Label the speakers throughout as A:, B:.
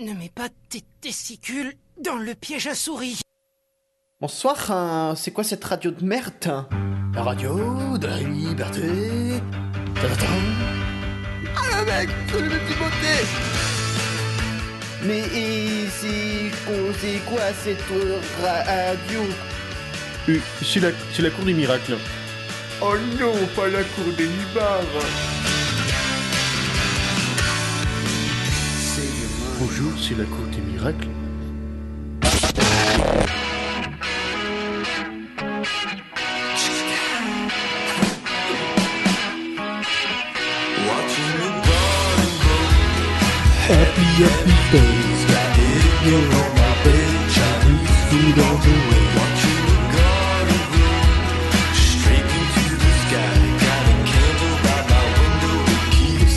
A: Ne mets pas tes testicules dans le piège à souris.
B: Bonsoir, hein, c'est quoi cette radio de merde hein
C: La radio de la liberté. Tadadam. Ah le mec, c'est le petit beauté
B: Mais ici, oh, c'est quoi cette euh, radio
D: Euh, C'est la, c'est la cour des miracles.
C: Oh non, pas la cour des libards
D: Bonjour, c'est la cour des miracles.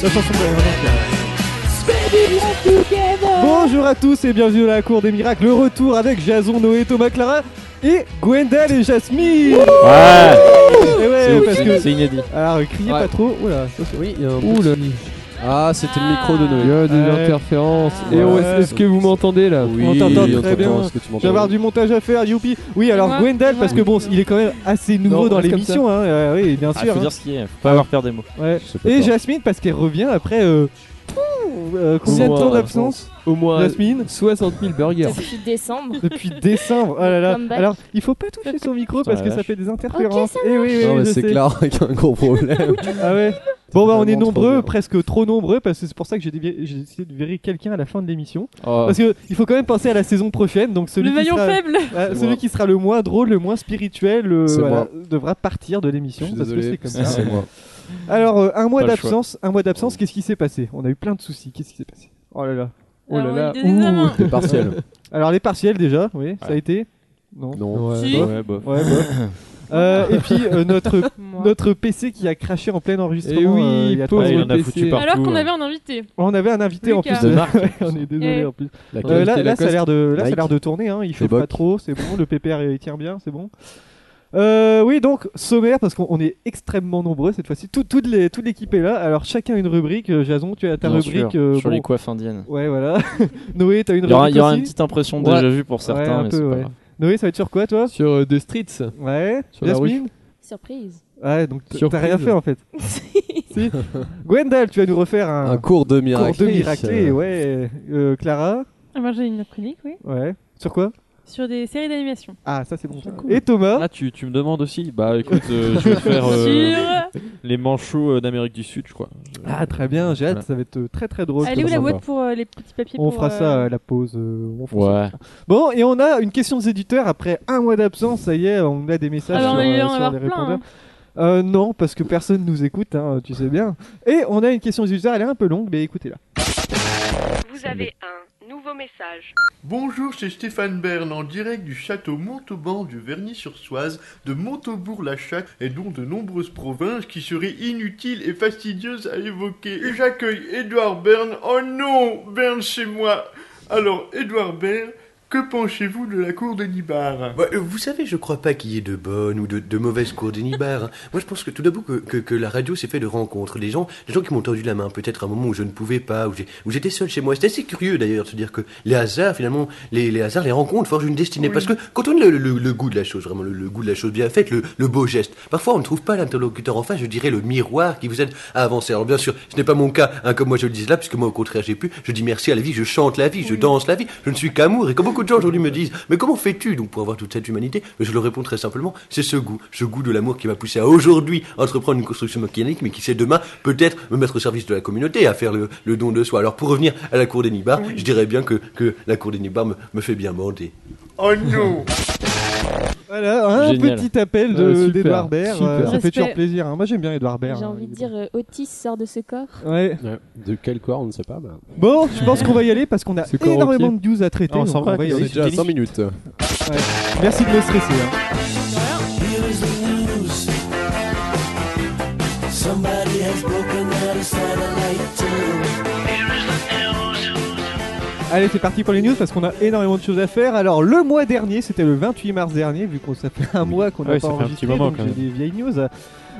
E: La chanson de Bonjour à tous et bienvenue à la Cour des Miracles. Le retour avec Jason, Noé, Thomas, Clara et Gwendal et Jasmine.
F: Ouais,
E: Et Eh ouais,
F: c'est ouf,
E: parce
F: c'est-
E: que.
F: c'est inédit.
E: Alors, criez
F: Ouais.
E: pas trop. Oula.
F: Oui, il y a un
E: Oula.
F: Ah, c'était le micro de
G: Il y
F: Noé.
G: a des
E: Ouais.
G: interférences.
E: Ouais.
G: Et ouais, est-ce que vous m'entendez là
F: Oui,
E: On t'entend très
F: t'entend,
E: bien.
F: est-ce que tu
E: Je vais avoir du montage à faire, youpi. Oui, alors
H: moi
E: Gwendal, parce que bon, il est quand même assez nouveau
G: Non,
E: dans
G: reste comme
E: l'émission. Hein. euh, oui, bien
F: Ah,
E: sûr.
F: faut
E: hein.
F: dire ce qu'il y a, faut pas avoir peur des mots.
E: Ouais.
F: Je sais pas
E: Et
F: quoi.
E: Jasmine, parce qu'elle revient après. euh, pouh, euh, combien de
G: Au
E: temps
G: moins,
E: d'absence
G: Au moins
E: Jasmine
G: 60 000 burgers.
H: Depuis décembre.
E: depuis décembre. Oh là là.
H: Comeback.
E: Alors, il faut pas toucher son micro parce
F: Ah, la
E: que ça
F: vache.
E: fait des interférences. Eh oui, oui,
F: Non, mais
E: oui, je
F: c'est
E: sais.
F: clair qu'il y a un gros problème.
E: Ah ouais. Bon bah on est
G: Vraiment trop
E: nombreux,
G: bien.
E: presque trop nombreux, parce que c'est pour ça que j'ai dévi- j'ai décidé de virer quelqu'un à la fin de l'émission.
G: Oh.
E: Parce que il faut quand même penser à la saison prochaine, donc celui,
H: Le
E: qui,
H: maillon
E: sera,
H: faible.
E: euh,
G: C'est
E: celui
G: moi.
E: qui sera le moins drôle, le moins spirituel, euh,
G: C'est
E: voilà,
G: moi.
E: devra partir de
G: Je
E: l'émission.
G: suis
E: parce que
G: désolé,
E: c'est comme ça.
G: c'est moi.
E: Alors euh, un mois
G: Pas le choix.
E: d'absence, un mois d'absence, qu'est-ce qui s'est passé On a eu plein de soucis. Qu'est-ce qui s'est passé Oh là là. Oh là
H: Alors,
E: là.
H: il y a des examens.
E: Ouh.
F: C'est partiel.
E: Alors les partiels déjà, oui, ça a été. Non.
F: Non.
G: Ouais,
H: Si.
G: ouais, bof.
E: Ouais. bof. Euh, et puis euh, notre
H: Moi.
E: notre PC qui a craché en plein enregistrement.
G: Eh oui,
E: euh, il y
G: pauvre
E: a trois
F: Ouais, il
E: jours.
F: en a
G: PC.
F: foutu partout.
H: Alors qu'on
F: hein.
H: avait un invité.
E: On avait un invité en plus
H: Lucas.
F: de
E: de
F: marque.
E: on est désolé
H: Eh.
E: en plus.
G: La
E: Euh,
G: qualité,
E: là,
G: la
E: là, ça a
G: coste.
E: l'air de, là, ça a l'air
F: Nike.
E: de tourner. Hein. Il chauffe
F: Bock.
E: pas trop, c'est bon. Le PPR il tient bien, c'est bon. Euh, oui, donc sommaire parce qu'on on est extrêmement nombreux cette fois-ci. Tout, toute les- toute l'équipe est là. Alors chacun une rubrique. Euh, Jason, tu as ta
F: Bien sûr,
E: rubrique. euh,
F: sur les
E: bon.
F: coiffes indiennes.
E: Ouais, voilà. Noé, t'as une
F: Il y aura, il
E: rubrique
F: y aura
E: aussi
F: une petite impression de
E: Ouais.
F: déjà vu pour certains,
E: un
F: mais
E: peu,
F: c'est pas
E: ouais.
F: grave.
E: Noé, ça va être sur quoi, toi
G: Sur euh, The Streets.
E: Ouais.
G: Sur la
E: Jasmine.
H: Surprise.
E: Ah Ouais, donc t- t'as
G: Surprise.
E: rien fait en fait. si. Gwendal, tu vas nous refaire un,
F: Un cours de
E: cours
F: miracle.
E: de miracle. Ouais. Euh, Clara.
H: Moi Ah, ben, j'ai une chronique, oui.
E: Ouais. Sur quoi
H: Sur des séries d'animation.
E: Ah, ça c'est bon. Et Thomas
I: Ah, tu, tu me demandes aussi Bah écoute, euh, je vais faire euh,
H: Sur.
I: les manchots euh, d'Amérique du Sud, je crois.
E: Ah très bien, j'ai hâte,
I: Voilà.
E: ça va être euh, très très drôle.
H: Elle est où la
G: sympa.
H: boîte pour euh, les petits papiers
E: On
H: pour,
E: fera
H: euh,
E: ça à la pause. euh, on fera ça.
F: Ouais.
E: Bon, et on a une question des éditeurs après un mois d'absence, ça y est, on a des messages
H: Ah bah, on
E: sur,
H: va y
E: euh,
H: en
E: sur
H: avoir
E: les
H: plein,
E: répondeurs.
H: hein.
E: Euh, non, parce que personne nous écoute, hein, tu sais bien. Et on a une question des éditeurs, elle est un peu longue, mais écoutez-la.
J: Vous avez un nouveau message.
C: Bonjour, c'est Stéphane Bern en direct du château Montauban du Verny-sur-Soise, de Montaubourg-la-Chatte et dont de nombreuses provinces qui seraient inutiles et fastidieuses à évoquer. Et J'accueille Édouard Bern. Oh non, Bern chez moi. Alors, Édouard Bern, que pensez-vous de la cour de Nibar
K: Bah, euh, vous savez, je crois pas qu'il y ait de bonnes ou de, de mauvaises cours des nibards. Moi, je pense que tout d'abord que, que, que la radio s'est fait de rencontres. Des gens, des gens qui m'ont tendu la main, peut-être à un moment où je ne pouvais pas, où j'ai- où j'étais seul chez moi. C'est assez curieux d'ailleurs de se dire que les hasards, finalement, les, les hasards, les rencontres forgent une destinée. Parce que quand on a le, le- le goût de la chose, vraiment, le, le goût de la chose bien faite, le, le beau geste, parfois on ne trouve pas l'interlocuteur en face, je dirais le miroir qui vous aide à avancer. Alors bien sûr, ce n'est pas mon cas, hein, comme moi je le disais là, puisque moi au contraire j'ai pu, je dis merci à la vie, je chante la vie, je danse la vie, je ne suis qu'amour. Et comme beaucoup de gens aujourd'hui me disent, mais comment fais-tu donc pour avoir toute cette humanité Mais Je leur réponds très simplement, c'est ce goût, ce goût de l'amour qui m'a poussé à aujourd'hui entreprendre une construction mécanique, mais qui sait demain peut-être me mettre au service de la communauté, à faire le, le don de soi. Alors pour revenir à la cour des Nibars, je dirais bien que, que la cour des Nibars me, me fait bien bander.
C: Oh non
E: Voilà, Euh, un
F: Génial.
E: petit appel
G: Euh,
E: de-
G: super,
E: d'Edouard Baird,
G: super.
E: euh, ça fait
H: Respect.
E: toujours plaisir. hein. Moi j'aime bien Edouard Baird.
H: J'ai
E: hein,
H: envie
E: il
H: de
E: est
H: dire euh, Otis sort de ce corps.
E: bon. Ouais.
F: De quel corps, on ne sait pas. bah.
E: Bon, je pense qu'on va y aller parce qu'on a
G: C'est corps au
E: énormément de news à traiter.
I: Ah, on
E: donc
I: s'en va,
E: va y
I: c'est
E: aller.
I: déjà à 5
F: minutes.
E: Merci de me stresser. hein. Allez, c'est parti pour les news parce qu'on a énormément de choses à faire. Alors, le mois dernier, c'était le 28 mars dernier, vu qu'on ça fait un mois qu'on n'a
I: Ouais,
E: pas
I: ça fait un
E: enregistré,
I: petit moment,
E: donc
I: quand
E: j'ai
I: même.
E: des vieilles news.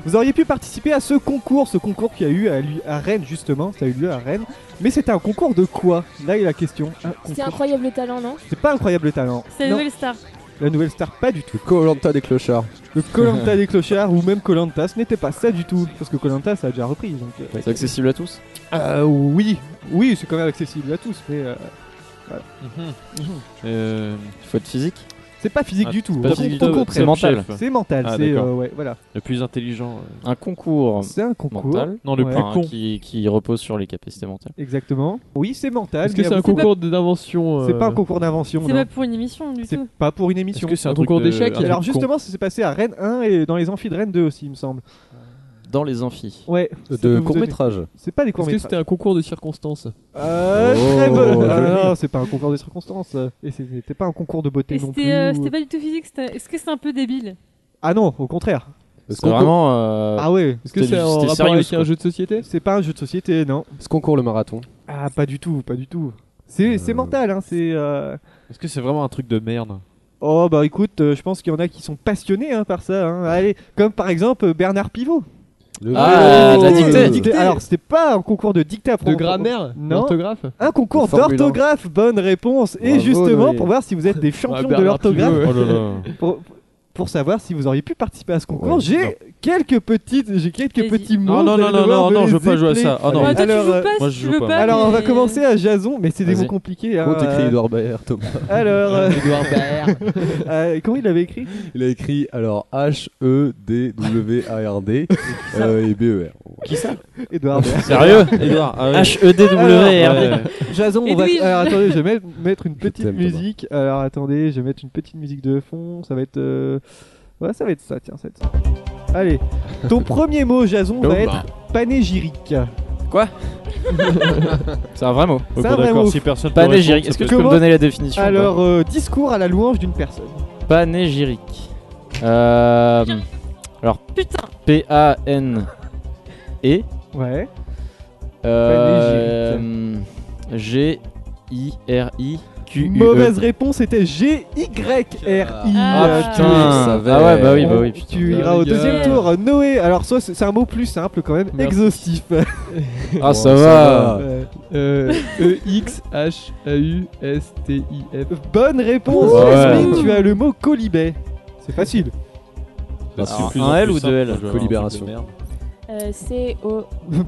E: Vous auriez pu participer à ce concours, ce concours qui a eu à, lui- à Rennes justement, ça a eu lieu à Rennes. Mais c'était un concours de quoi Là est la question. Un
H: C'était
E: concours-
H: incroyable le talent, non
E: C'est pas incroyable le talent.
H: C'est la
E: Non,
H: nouvelle star.
E: la nouvelle star, pas du tout.
F: Colanta des clochards.
E: Le Colanta des clochards ou même Colanta, ce n'était pas ça du tout. Parce que Colanta, ça a déjà repris. Donc, euh,
C: C'est accessible à tous
E: euh, oui, oui, c'est quand même accessible à tous, mais euh,
G: Mhm.
E: Mhm.
C: Euh, Faut être physique
E: c'est pas physique
C: Ah,
E: du tout.
C: pas
E: Au-
C: physique
E: au
C: du tout,
E: contraire.
C: c'est mental.
E: C'est mental,
C: Ah,
E: c'est
C: d'accord.
E: euh, ouais, voilà.
C: Le plus intelligent. euh,
F: Un concours
E: C'est un concours.
F: mental.
C: Non, le
E: Ouais.
C: plus
F: Enfin,
C: con.
F: Qui, qui repose sur les capacités mentales.
E: Exactement. Oui, c'est mental.
G: Est-ce que
E: mais
G: c'est un
E: bon, pas-
G: concours d'invention euh,
E: C'est pas un concours d'invention.
H: C'est
E: non.
H: pas pour une émission du
E: C'est
H: tout.
E: pas pour une
C: Est-ce
E: émission.
C: que c'est un,
G: Un
C: truc
G: concours
C: de-
G: d'échecs,
C: un
G: il y a
E: Alors
C: truc con
E: justement, ça s'est passé à Rennes 1 et dans les amphis de Rennes 2 aussi, il me semble.
F: Dans les amphis.
E: Ouais. ça peut
F: De
E: vous
F: court
E: donner-
F: métrage.
E: C'est pas des courts
G: Est-ce que
E: métrages.
G: c'était un concours de circonstances
E: Euh,
F: Oh,
E: très bonne. Ah
F: joli.
E: non, c'est pas un concours des circonstances. Et c'est- c'était pas un concours de beauté
H: Et
E: non plus.
H: c'était euh, c'était pas du tout physique. c'était- Est-ce que c'est un peu débile
E: Ah non, au contraire.
F: C'est
G: concours-
F: vraiment. euh,
E: Ah ouais.
G: Est-ce que
F: C'était
G: c'est en
F: c'était
G: rapport
F: sérieux,
G: avec un
F: quoi.
G: jeu de société
E: C'est pas un jeu de société, non.
F: Ce concours, le marathon.
E: Ah, pas du tout, pas du tout. C'est c'est mental, hein, c'est. euh,
C: Est-ce que c'est vraiment un truc de merde
E: Oh bah écoute, euh, je pense qu'il y en a qui sont passionnés hein, par ça. hein. Allez, comme par exemple euh, Bernard Pivot.
F: Le-
C: Ah, de la
E: Oh,
C: dictée.
E: le Alors c'était pas un concours de dictée à
G: De
E: prendre-
G: grammaire
E: Non.
G: D'orthographe
E: Un concours
F: De Formule un.
E: d'orthographe, bonne réponse. Et
F: Bravo,
E: justement,
F: Noé.
E: pour voir si vous êtes des champions de
G: Bernard
E: l'orthographe,
G: Pivot,
C: Oh là là.
E: pour, pour savoir si vous auriez pu participer à ce concours,
F: Ouais,
E: j'ai quelques petites, j'ai quelques
H: Vas-y.
E: petits mots.
C: Non, non,
E: vous
C: non,
E: allez
C: non,
E: devoir
C: non,
E: me
C: non,
E: les
C: je veux pas jouer à
E: épeler.
C: ça. Ah non.
H: Bah, Toi, tu
E: Alors,
H: joues
E: euh,
H: pas
C: moi,
H: si
C: je
H: tu
C: joue
H: veux
C: pas.
H: pas.
E: Alors on va
H: mais-
E: commencer à Jason, mais c'est des
F: Vas-y.
E: mots compliqués. hein,
F: Gros, t'écris
E: euh,
F: Edouard Baer, Thomas.
E: alors, euh,
G: Edouard Baer.
E: euh, comment il avait écrit
F: Il a écrit alors
I: E
F: H-E-D-W-A-R-D euh, et B-E-R.
E: Edouard.
C: Sérieux Edouard ah ouais.
E: E Euh, H-E-D-W-R-D. Jason, on va...
H: Edwige.
E: Alors attendez, je vais mettre- mettre une petite
F: t'aime, Thomas.
E: musique. Alors attendez, je vais mettre une petite musique de fond. Ça va être. euh, Ouais, ça va être ça, tiens, ça va être ça. Allez, ton premier mot, Jason, va être panégyrique.
C: C'est un vrai mot.
E: C'est un vrai
C: d'accord,
E: mot.
C: Si personne te
E: Panégyrique,
C: répond,
E: est-ce
C: ça
E: que
C: peut
E: tu peux me
C: être-
E: donner
F: la définition
E: Alors, euh, discours à la louange d'une personne.
F: Panégyrique. Euh,
H: Putain
F: P-A-N-E.
E: Ouais.
F: E. euh, G-I-R-I-Q-U-E.
E: Mauvaise réponse était G-Y-R-I.
H: Ah,
E: Euh,
H: putain.
E: tu-
F: Ah,
C: savais.
F: ouais, bah oui,
E: on-
F: bah oui. putain.
E: Tu
G: Ah,
E: iras au
G: les gars.
E: deuxième tour. Euh, Noé, alors soit c'est c'est un mot plus simple quand même,
G: Merci.
E: exhaustif.
F: Ah, ça
C: ça
F: va.
E: Euh,
G: Euh, E-X-H-A-U-S-T-I-F.
E: Bonne réponse,
F: Ouais.
E: Jasmine, tu as le mot colibet. C'est facile.
C: Alors,
F: Alors,
C: plus
F: un
C: en
F: L
C: plus
F: ou
C: simple,
F: deux L
C: je vais avoir un
F: Colibération.
C: truc de merde.
H: Euh, C'est au.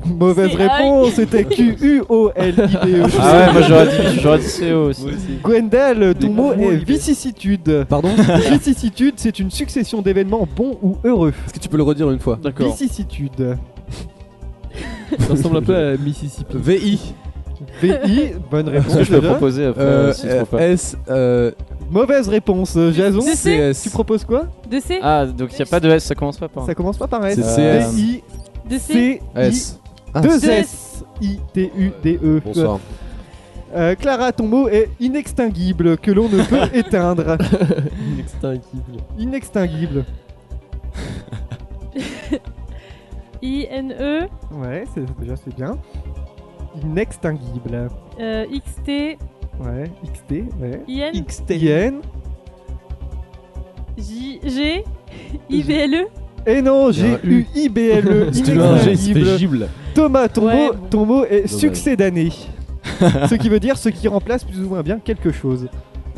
E: Mauvaise
H: C'est
E: réponse, c'était Q-U-O-L-I-B-E.
F: Ah ouais, moi j'aurais dit, j'aurais dit CO aussi.
E: Gwendal, ton
G: Les
E: mot
G: bons mots,
E: est
G: il est-
E: vicissitude.
F: Pardon
E: vicissitude, c'est une succession d'événements bons ou heureux.
F: Est-ce que tu peux le redire une fois
G: D'accord.
E: Vicissitude.
G: Ça ressemble un peu à Mississippi.
F: V-I.
E: V-I, bonne
F: Est-ce que
E: réponse
F: je peux
E: déjà.
F: proposer après
C: Euh,
F: si tu trouves pas
C: S.
E: Mauvaise réponse, Jason.
H: C'est-
F: euh, C
E: Tu
F: S
E: proposes quoi
H: De C
F: Ah, donc il n'y a pas de S, ça commence pas par un.
E: Ça commence pas par S. Euh,
F: C'est CS.
E: I
H: De C
E: C I
F: S. Ah,
E: 2
H: c'est-
E: S I T U D E.
F: Bonsoir.
E: Euh, Clara, ton mot est inextinguible que l'on ne peut éteindre.
G: Inextinguible.
E: Inextinguible.
H: I-N-E
E: Ouais, c'est- déjà c'est bien. Inextinguible.
H: euh, X-T
E: Ouais, XT, ouais.
H: I-N
E: XTN.
H: J G I B L E
E: Et non, j'ai
F: un
E: eu IBLE. Inextinguible. E, Thomas, ton,
H: Ouais,
E: mot,
H: bon.
E: ton mot est succès d'année. ce qui veut dire ce qui remplace plus ou moins bien quelque chose.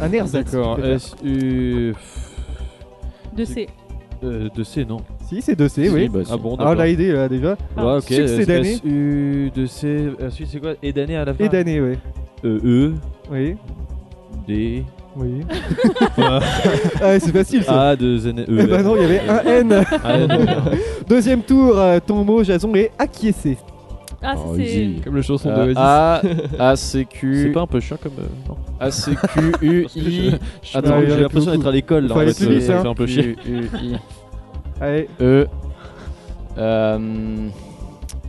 E: Un ersatz.
C: D'accord.
E: tu préfères.
C: S U.
H: de C.
C: euh, De C non.
E: Si, c'est 2C, oui.
C: Ah bon.
E: Ah, on
C: d'accord.
E: l'a aidé là déjà.
C: Ouais, ok.
E: Succès d'année.
C: S U de C. euh, Ensuite c'est quoi Et d'année à la fin.
E: Et d'année, oui.
C: Euh, E
E: Oui,
C: D
E: oui. ah, c'est facile ça.
C: A de Z E.
E: Eh ben non, il y avait un N.
C: Ah, non.
E: Deuxième tour, euh, ton mot, Jason, est acquiescer.
H: Ah ça,
F: Oh,
H: c'est
F: easy.
G: Comme la chanson de
F: Euh,
G: Oasis.
F: A A C
C: C'est
F: Q
C: pas un peu chiant comme. euh, non.
F: A C Ah, Q U I
C: Attends,
E: aller
C: j'ai
E: avec
C: l'impression
E: le
C: d'être à l'école là.
E: Faut
C: en
E: aller
C: fait,
E: plus vite,
C: ça
E: hein.
C: fait un peu chier.
F: Q U I
E: Allez,
F: E Euh,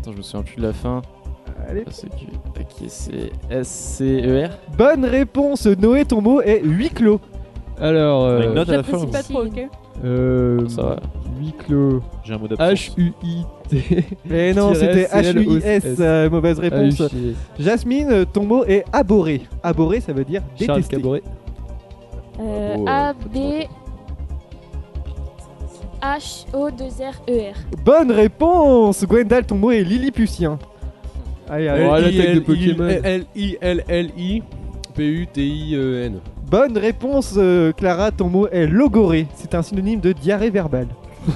F: Attends, je me souviens plus de la fin.
E: allez.
F: A C Q A Q C S C E R
E: Bonne réponse, Noé, ton mot est huis clos.
G: Alors.
F: Bah,
C: Avec
G: Euh,
C: note à la fin.
H: j'apprécie pas trop, ok
G: euh,
F: Ça va.
G: Huis clos.
C: J'ai un mot d'absence.
G: H-U-I-T.
E: Eh non,
G: Tiret,
E: c'était
G: c'est L, O,
E: H-U-I-S,
G: S. Ah
E: euh, mauvaise réponse.
G: H-U-I-S.
E: Jasmine, euh, ton mot est aboré. Aboré, ça veut dire
G: Charles
E: détester. Oh,
G: Cabaret.
H: Euh,
F: Bravo,
H: A
F: euh,
H: B E,
L: H-O-2-R-E-R.
E: Bonne réponse Gwendal, ton mot est Lilliputien. Allez, allez.
I: L-I-L-L-I-P-U-T-I-E-N.
E: Bonne réponse, euh, Clara, ton mot est logoré. C'est un synonyme de diarrhée verbale.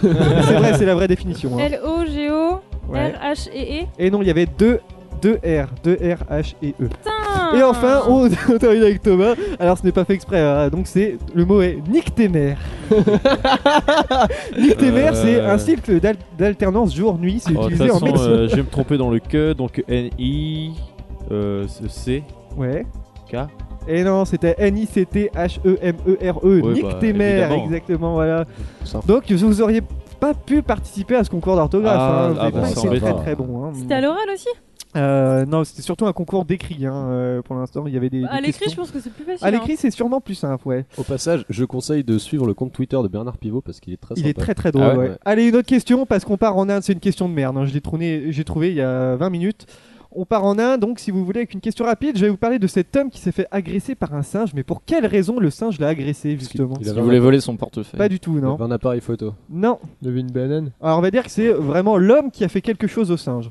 E: c'est vrai, c'est la vraie définition. hein. Ouais.
H: L-O-G-O-R-H-E-E.
E: Et non, il y avait deux, deux R, deux R, H et E.
H: Putain
E: Et enfin, on termine avec Thomas. Alors, ce n'est pas fait exprès. hein. Donc, c'est le mot est nique tes mères. nique tes mères, c'est
F: Euh.
E: un cycle d'al- d'alternance jour-nuit. C'est
F: Oh, De toute
E: utilisé en
F: façon,
E: médecine.
F: euh, je vais me tromper dans le que, donc N-I, euh, ce C,
E: Ouais.
F: K.
E: Et non, c'était E N-I-C-T-H-E-M-E-R-E.
F: Ouais,
E: Nique
F: bah,
E: tes mères,
F: évidemment.
E: exactement, voilà. Donc, vous auriez pas pu participer à ce concours d'orthographe.
F: Ah,
E: hein. Vous
F: ah,
E: avez
F: bah,
E: pas
F: ça
E: été
F: embête.
E: très très bon. hein.
H: C'était à l'oral aussi
E: Euh, non, c'était surtout un concours d'écrit. hein, euh, pour l'instant, il y avait des.
H: Bah, À
E: des
H: l'écrit,
E: questions.
H: je pense que c'est plus facile. hein.
E: À l'écrit, c'est sûrement plus simple, ouais.
I: Au passage, je conseille de suivre le compte Twitter de Bernard Pivot parce qu'il est très
E: Il est
I: sympa.
E: très très drôle.
I: Ah
E: ouais. Allez, une autre question parce qu'on part en Inde. C'est une question de merde. hein. Je l'ai trouvé, j'ai trouvé il y a 20 minutes. On part en Inde, donc si vous voulez, avec une question rapide, je vais vous parler de cet homme qui s'est fait agresser par un singe. Mais pour quelle raison le singe l'a agressé justement
M: Il voulait voler son portefeuille.
E: Pas du tout, non.
I: Un appareil photo.
E: Non.
G: Il avait une banane.
E: Alors on va dire que c'est vraiment l'homme qui a fait quelque chose au singe.